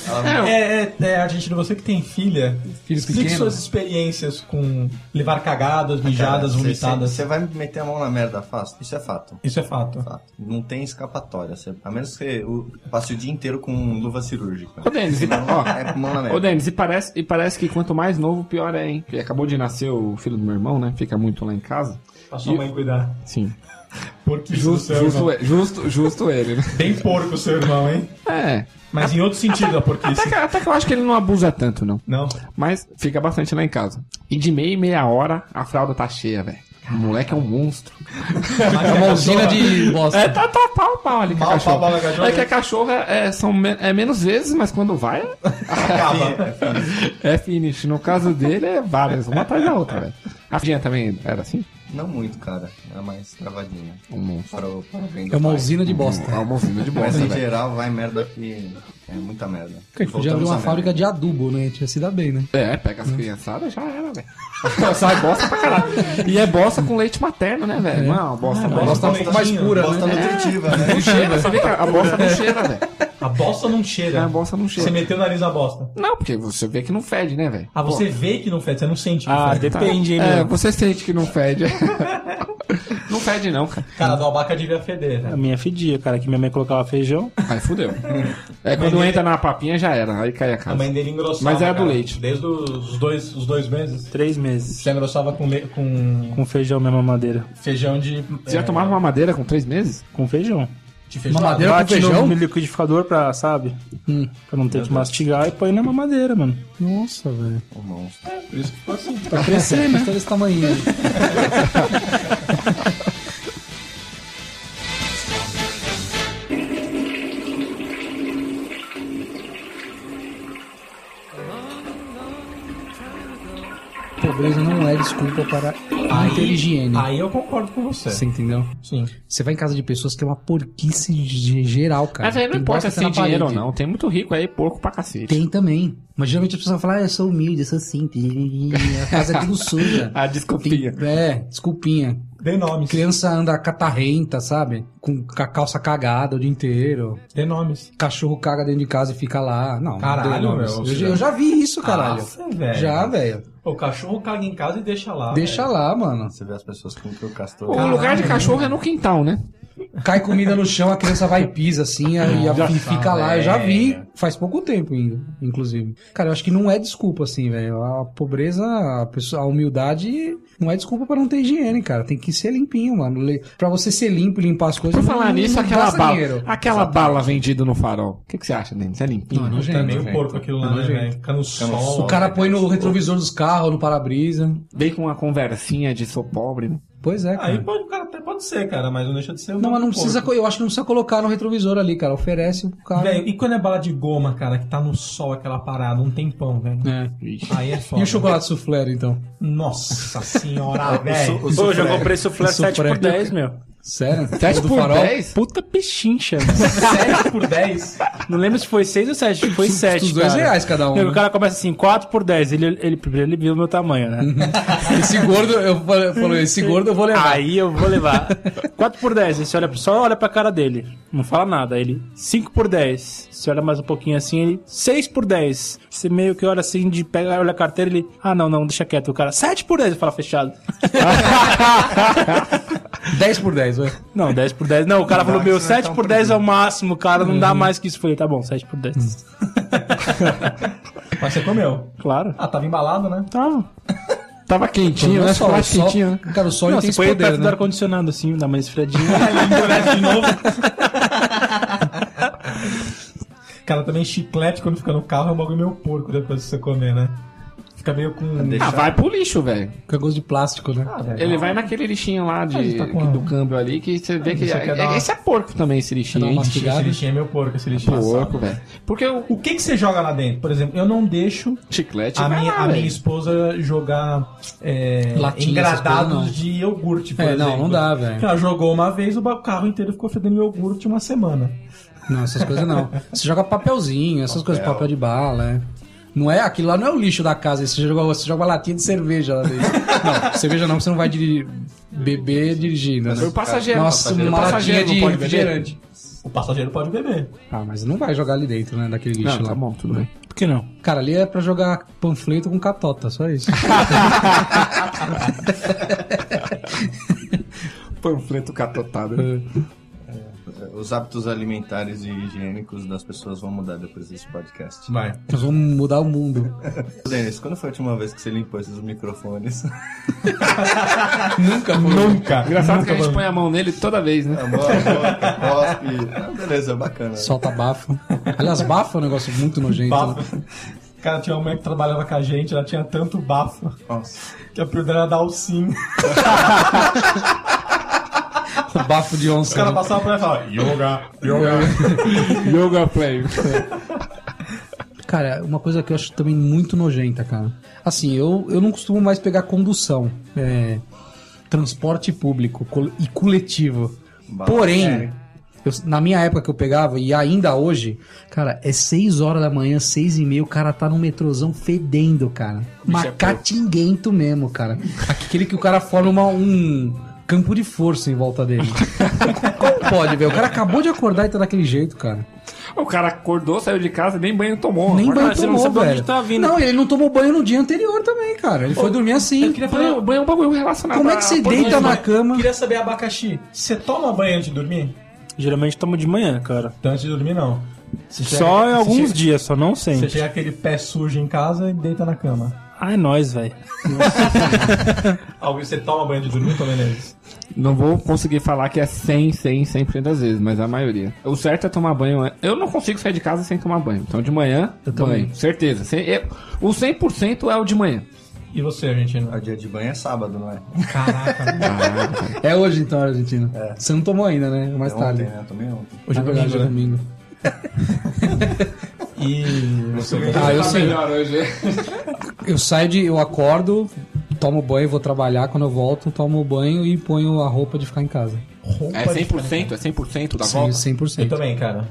S2: É, é, é, Argentina, você que tem filha,
S4: Filhos
S2: explique
S4: pequenos.
S2: suas experiências com levar cagadas, mijadas, vomitadas.
S6: Você vai meter a mão na merda fácil? Isso é fato.
S2: Isso é fato.
S6: Fato. Não tem escapatória. Você- a menos que você o- passe o dia inteiro com luva cirúrgica.
S3: Ô, Denis, e,
S6: Não,
S3: ó,
S6: é mão na
S3: Ô,
S6: merda.
S3: Denis, e parece, e parece que quanto mais novo, pior é, hein? Porque acabou de nascer o filho do meu irmão, né? Fica muito lá em casa.
S2: Pra sua mãe cuidar.
S3: Sim.
S2: Porque
S3: Justo, justo, é- justo, justo ele, né?
S2: Bem porco seu irmão, hein?
S3: É.
S2: Mas em outro sentido, a porquice.
S3: Até que, até que eu acho que ele não abusa tanto, não.
S2: Não.
S3: Mas fica bastante lá em casa. E de meia e meia hora, a fralda tá cheia, velho. O moleque é um monstro.
S4: É uma usina de
S3: É,
S4: bosta.
S3: tá, tá pau, pau ali com a
S2: Pau,
S3: cachorra.
S2: pau, pau, cachorra.
S3: É que a cachorra é, são men- é menos vezes, mas quando vai,
S2: Acaba.
S3: é finish. No caso dele, é várias, uma atrás da outra, velho. A Fidinha também era assim?
S6: Não muito, cara. É mais travadinha.
S3: Um monstro.
S6: Para o, para o bem do
S4: É uma
S6: pai.
S4: usina de bosta.
S3: É uma usina de
S6: Mas
S3: bosta,
S6: em
S3: velho.
S6: geral vai merda que é muita merda.
S4: Porque a gente podia abrir uma fábrica de adubo, né? A gente ia se dar bem, né?
S3: É, pega as criançadas, já era, velho. Sai bosta pra caralho. E é bosta com leite materno, né, velho? Não, bosta, bosta.
S4: Ela tá um
S2: com
S4: pouco mais
S2: leitinho,
S4: pura,
S6: Bosta
S4: né?
S6: nutritiva, né?
S3: Não cheira, sabia que a bosta não cheira, velho.
S2: A bosta não cheira.
S3: A bosta não
S2: Você
S3: cheira.
S2: meteu o nariz na bosta.
S3: Não, porque você vê que não fede, né, velho?
S2: Ah, você vê que não fede, você não sente que
S5: Ah,
S2: fede.
S5: depende, hein,
S3: É,
S5: meu.
S3: você sente que não fede. não fede, não, cara.
S2: Cara, do albaca devia feder,
S5: A
S2: né?
S5: minha fedia, cara, que minha mãe colocava feijão.
S3: Aí fudeu. É, quando entra na papinha, já era. Aí cai a
S2: A
S3: casa.
S2: mãe dele engrossava.
S3: Mas
S4: é
S3: era do
S2: cara.
S3: leite.
S2: Desde os dois, os dois meses.
S5: Três meses.
S2: Já engrossava com, le- com
S5: Com feijão, minha mamadeira.
S2: feijão de.
S3: Você já
S2: é,
S3: tomava uma madeira com três meses?
S5: Com feijão.
S2: de feijão.
S4: Mamadeira com feijão? Hum.
S5: no liquidificador pra, sabe? Pra não ter que mastigar e põe na mamadeira, mano. É,
S4: Nossa, velho.
S6: Um monstro.
S5: assim.
S4: Pra crescer, né? Tá desse tamanho. Pobreza não é desculpa para a higiene.
S2: Aí eu concordo com
S3: É.
S2: você.
S4: Você entendeu?
S2: Sim.
S4: Você vai em casa de pessoas que é uma porquice de- geral, cara.
S3: Mas aí não
S4: Tem
S3: importa
S4: bosta
S3: se Tá. tem
S4: na parede.
S3: dinheiro ou não. Tem muito rico aí, porco pra cacete.
S4: Tem também. Mas geralmente as pessoas falam, ah, eu sou humilde, eu sou simples. A casa é tudo suja.
S3: Ah, desculpinha.
S4: Tem- É, desculpinha.
S2: Dê nomes.
S4: Criança anda catarrenta, sabe? Com a calça cagada o dia inteiro.
S2: Dê nomes.
S4: Cachorro caga dentro de casa e fica lá. Não, não
S2: Caralho,
S4: deu nome.
S2: meu,
S4: Eu,
S2: você
S4: já-
S2: já-
S4: eu já vi isso, caralho.
S2: Nossa,
S3: Ah,
S2: velho.
S4: já, velho.
S2: O cachorro caga em casa e deixa lá.
S4: Deixa lá, mano.
S6: Você vê as pessoas com que o
S3: O
S6: castor.
S3: lugar de cachorro é no quintal, né?
S4: Cai comida no chão, a criança vai e pisa assim, e, a- e fica lá. Eu já vi,
S6: velho.
S4: faz pouco tempo ainda, inclusive. Cara, eu acho que não é desculpa, assim, velho. A pobreza, a, pessoa- a humildade não é desculpa pra não ter higiene, cara. Tem que ser limpinho, mano. Le- Pra você ser limpo e limpar as coisas.
S3: Por falar
S4: não-
S3: nisso,
S4: não
S3: aquela
S4: gasta
S3: bala.
S4: dinheiro.
S3: Aquela bala vendida no farol. O que, que você acha, Denis? É limpinho?
S4: Não, é nojento,
S2: É meio
S4: velho.
S2: porco aquilo lá, né? velho? Fica no sol.
S4: O cara põe no retrovisor dos carros, no para-brisa.
S3: Vem com uma conversinha de sou pobre, né?
S4: Pois é, cara.
S2: Aí pode, o cara até pode ser, cara, mas não deixa de ser. um
S4: Não, mas não
S2: porco.
S4: precisa. co- Eu acho que não precisa colocar no retrovisor ali, cara. Oferece pro cara.
S2: Velho, e quando é bala de goma, cara, que tá no sol aquela parada, um tempão, velho.
S4: É.
S2: Aí é foda.
S4: E o chocolate soufflé, então?
S2: Nossa senhora, velho.
S5: Pô, eu já comprei suflé
S4: Suflé.
S5: 7 por 10, meu.
S4: Sério?
S3: 7
S4: Do
S3: por
S4: farol?
S3: 10?
S5: Puta pechincha, mano.
S2: 7 por 10.
S5: Não lembro se foi 6 ou 7. Foi 7,
S4: Os
S5: cara.
S4: dois reais cada um,
S5: Meu,
S4: né?
S5: O cara começa assim, 4 por 10. Ele, ele, primeiro ele viu o meu tamanho, né?
S4: Esse gordo, eu falei, falou, esse gordo eu vou levar.
S5: Aí eu vou levar. 4 por 10. Você olha, só olha pra cara dele. Não fala nada. Ele, 5 por 10. Você olha mais um pouquinho assim, ele, 6 por 10. Você meio que olha assim, de pega, olha a carteira, ele, ah, não, não, deixa quieto. O cara, 7 por 10. Eu falo, fechado.
S4: 10 por 10, vai.
S5: Não, 10 por 10. Não, o cara falou,
S6: dá,
S5: meu,
S6: isso não é
S5: 7
S6: tão
S5: por 10 é o máximo, cara, não
S2: Uhum.
S5: dá mais que isso. Eu Falei, tá bom, 7 por 10.
S2: Mas você comeu.
S5: Claro.
S2: Ah, tava embalado, né?
S5: Tá.
S3: Tava quentinho,
S4: Não
S3: né?
S4: é só,
S3: Chocolate
S4: o sol-
S3: quentinho, né?
S4: Cara, o sol
S5: Não,
S4: ele tem
S5: você
S4: esse
S5: põe perto
S4: poder,
S5: do
S4: né?
S5: ar-condicionado, assim, dá uma esfriadinha.
S2: Endurece de novo. Cara, também chiclete quando fica no carro é um bagulho meio porco depois de você comer, né? Fica meio com.
S3: Ah, vai pro lixo, velho.
S4: Fica gosto de plástico, né?
S3: Ele vai naquele lixinho lá de,
S2: tá com-
S3: do câmbio ali que você
S4: Ah,
S3: vê que.
S2: você
S3: É,
S2: quer dar uma-
S3: Esse é porco também, esse lixinho,
S4: Quer dar
S3: hein?
S4: uma
S2: Esse
S4: mastigado.
S2: lixinho é meio porco, esse lixinho
S3: Porco,
S2: assado.
S3: velho. Porque o
S2: O que, que você joga lá dentro? Por exemplo, eu não deixo
S3: chiclete.
S2: a
S3: vai
S2: minha,
S3: lá,
S2: a minha
S3: velho.
S2: esposa jogar é,
S4: Latinha, essas coisas,
S2: engradados
S4: não.
S2: de iogurte, por
S4: É,
S2: exemplo.
S4: não, não dá, velho.
S2: Ela jogou uma vez, o ba- carro inteiro ficou fedendo iogurte uma semana.
S4: Não, essas coisas não. Você joga papelzinho, essas coisas, papel de bala, é. Não é aquilo lá, não é o lixo da casa. Você joga, você joga uma latinha de cerveja lá dentro. não, cerveja não, porque você não vai dirigir, beber dirigindo. Né?
S7: Foi o passageiro.
S4: Nossa,
S7: passageiro.
S4: uma
S7: O passageiro
S4: latinha
S7: não
S4: de
S7: pode beber?
S4: refrigerante.
S2: O passageiro pode beber.
S4: Ah, mas não vai jogar ali dentro, né? Daquele lixo
S3: Não,
S4: lá.
S3: tá bom, tudo bem.
S5: Por que não?
S4: Cara, ali é pra jogar panfleto com catota, só isso.
S3: Panfleto catotado.
S6: é, Os hábitos alimentares e higiênicos das pessoas vão mudar depois desse podcast.
S2: Vai.
S4: Nós vamos mudar o mundo.
S6: Denis, quando foi a última vez que você limpou esses microfones?
S3: Ah,
S2: Nunca, Nunca.
S8: Engraçado que
S2: Nunca
S8: a gente
S2: vamos.
S8: põe a mão nele toda vez, né?
S6: A mão, a boca, cospe. Ah, beleza, bacana.
S4: Solta bafo. Aliás, bafo é um negócio muito nojento. né?
S2: Bafo. Cara, tinha uma mulher que trabalhava com a gente, ela tinha tanto bafo
S6: Nossa.
S2: que a pior dela era dar o sim.
S4: O bafo de
S2: Os
S4: onça.
S2: caras
S4: né?
S2: passavam pra ela e falavam, yoga, yoga.
S5: Yoga Play.
S4: Cara, uma coisa que eu acho também muito nojenta, cara. Assim, eu, eu não costumo mais pegar condução. é, transporte público col- e coletivo.
S6: Bah,
S4: Porém, eu- na minha época que eu pegava, e ainda hoje, cara, é 6 horas da manhã, 6 e meia, o cara tá num metrozão fedendo, cara.
S8: é
S4: Macatinguento mesmo, cara. Aquele que o cara forma uma- um campo de força em volta dele. Como pode, velho? O cara acabou de acordar e tá daquele jeito, cara.
S8: O cara acordou, saiu de casa, nem banho tomou.
S4: Nem
S8: Agora
S4: banho
S8: você não
S4: tomou,
S8: sabe de onde
S4: velho.
S8: tá vindo.
S4: Não, ele não tomou banho no dia anterior também, cara. Ele foi dormir assim.
S8: Eu queria fazer banho, banho é um bagulho relacionado
S4: Como é
S8: a-
S4: que você
S8: a-
S4: deita na cama?
S2: Queria saber, abacaxi, você toma banho antes de dormir?
S5: Geralmente tomo de manhã, cara.
S2: Então antes de dormir, não. Você chega-
S5: Só em
S2: você
S5: alguns
S2: chega-
S5: dias, só não sempre.
S2: Você chega aquele pé sujo em casa e deita na cama.
S5: Ah, é nóis, velho.
S2: Alguém, você toma banho de dormir, Tom Menezes?
S3: Não vou conseguir falar que é 100, 100, 100% das vezes, mas a maioria. O certo é tomar banho. an- Eu não consigo sair de casa sem tomar banho. Então de manhã, banho. Certeza. Cem- eu- o 100% é o de manhã.
S2: E você, argentino?
S6: O dia de banho é sábado, não é?
S2: Caraca.
S4: É hoje então, Argentina.
S8: É.
S4: Você não tomou ainda, né? Mais
S6: É
S4: tarde.
S6: ontem, né? Também ontem.
S4: Hoje é
S2: Ah,
S4: verdade,
S2: domingo,
S4: é
S8: né?
S4: domingo.
S2: e você,
S4: Ah,
S8: Tá
S4: eu sei.
S3: É
S4: Eu saio de. Eu acordo, tomo banho, vou trabalhar. Quando eu volto, tomo banho e ponho a roupa de ficar em casa.
S3: É 100%, é 100% da
S4: Sim,
S3: volta.
S4: 100%.
S2: Eu
S3: Então,
S2: também, cara.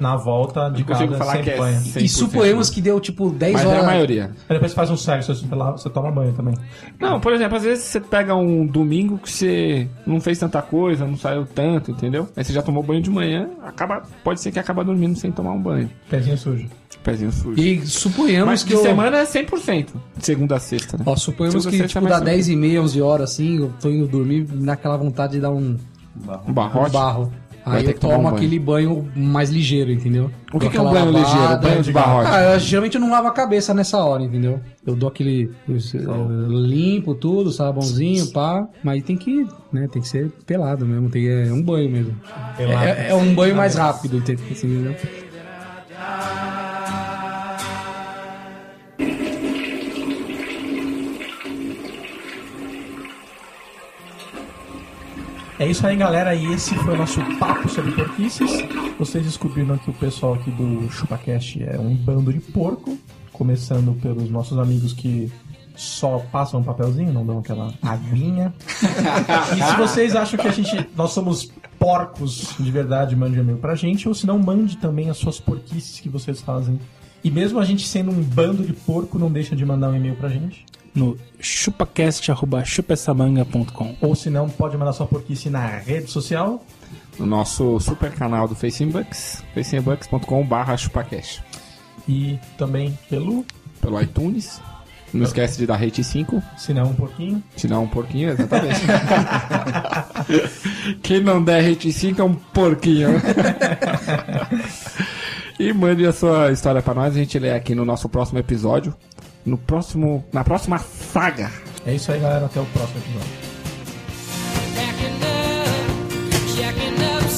S2: Na volta de
S3: Eu consigo
S2: casa,
S3: falar
S2: sempre
S3: que é
S2: banho.
S3: 100%.
S4: E suponhamos que deu tipo 10
S3: Mas é
S4: horas.
S3: a maioria.
S2: Aí depois você faz um sexo, você, você toma banho também.
S3: Não, por exemplo, às vezes você pega um domingo que você não fez tanta coisa, não saiu tanto, entendeu? Aí você já tomou banho de manhã, acaba, pode ser que acaba dormindo sem tomar um banho.
S2: Pezinho sujo.
S3: Pezinho sujo.
S4: E suponhamos
S3: Mas
S4: que
S3: de
S4: eu.
S3: semana é 100%. De segunda a sexta, né?
S4: Ó, suponhamos
S3: Tudo
S4: que
S3: certo,
S4: tipo,
S3: mas
S4: dá
S3: tudo
S4: 10 e meia, 11 horas, assim, eu tô indo dormir naquela vontade de dar um,
S3: Um
S4: um
S3: barrote.
S4: barro.
S3: Vai
S4: Aí
S3: ter
S4: eu
S3: que tomar um
S4: tomo
S3: banho.
S4: aquele banho mais ligeiro, entendeu?
S3: O que,
S4: Dou
S3: que é um
S4: aquela
S3: banho
S4: lavada.
S3: ligeiro? Banho de barrote.
S4: Ah, eu- geralmente eu não lavo a cabeça nessa hora, entendeu? Eu dou aquele. eu- eu limpo tudo, sabãozinho, pá. Mas tem que. né? Tem que ser pelado mesmo. Tem, é um banho mesmo. É, é um banho mais rápido, entende- entendeu?
S2: É isso aí, galera. E esse foi o nosso papo sobre porquices. Vocês descobriram que o pessoal aqui do ChupaCast é um bando de porco. Começando pelos nossos amigos que só passam um papelzinho, não dão aquela aguinha. e se vocês acham que a gente, nós somos porcos de verdade, mande um e-mail pra gente. Ou se não, mande também as suas porquices que vocês fazem. E mesmo a gente sendo um bando de porco, não deixa de mandar um e-mail pra gente.
S5: No chupacast.chupessamanga.com
S2: Ou se não, pode mandar sua porquice na rede social.
S3: no nosso super canal do Facebooks, facebook.com.br chupacast.
S2: E também pelo
S3: Pelo iTunes.
S4: Tá.
S3: Não esquece de dar rate 5,
S2: Se não um pouquinho.
S3: te dá um porquinho, exatamente. Quem não der rate 5 é um porquinho. e mande a sua história pra nós, a gente lê aqui no nosso próximo episódio. No próximo, na próxima saga.
S2: É isso aí, galera. Até o próximo episódio.
S9: Packing up, checking up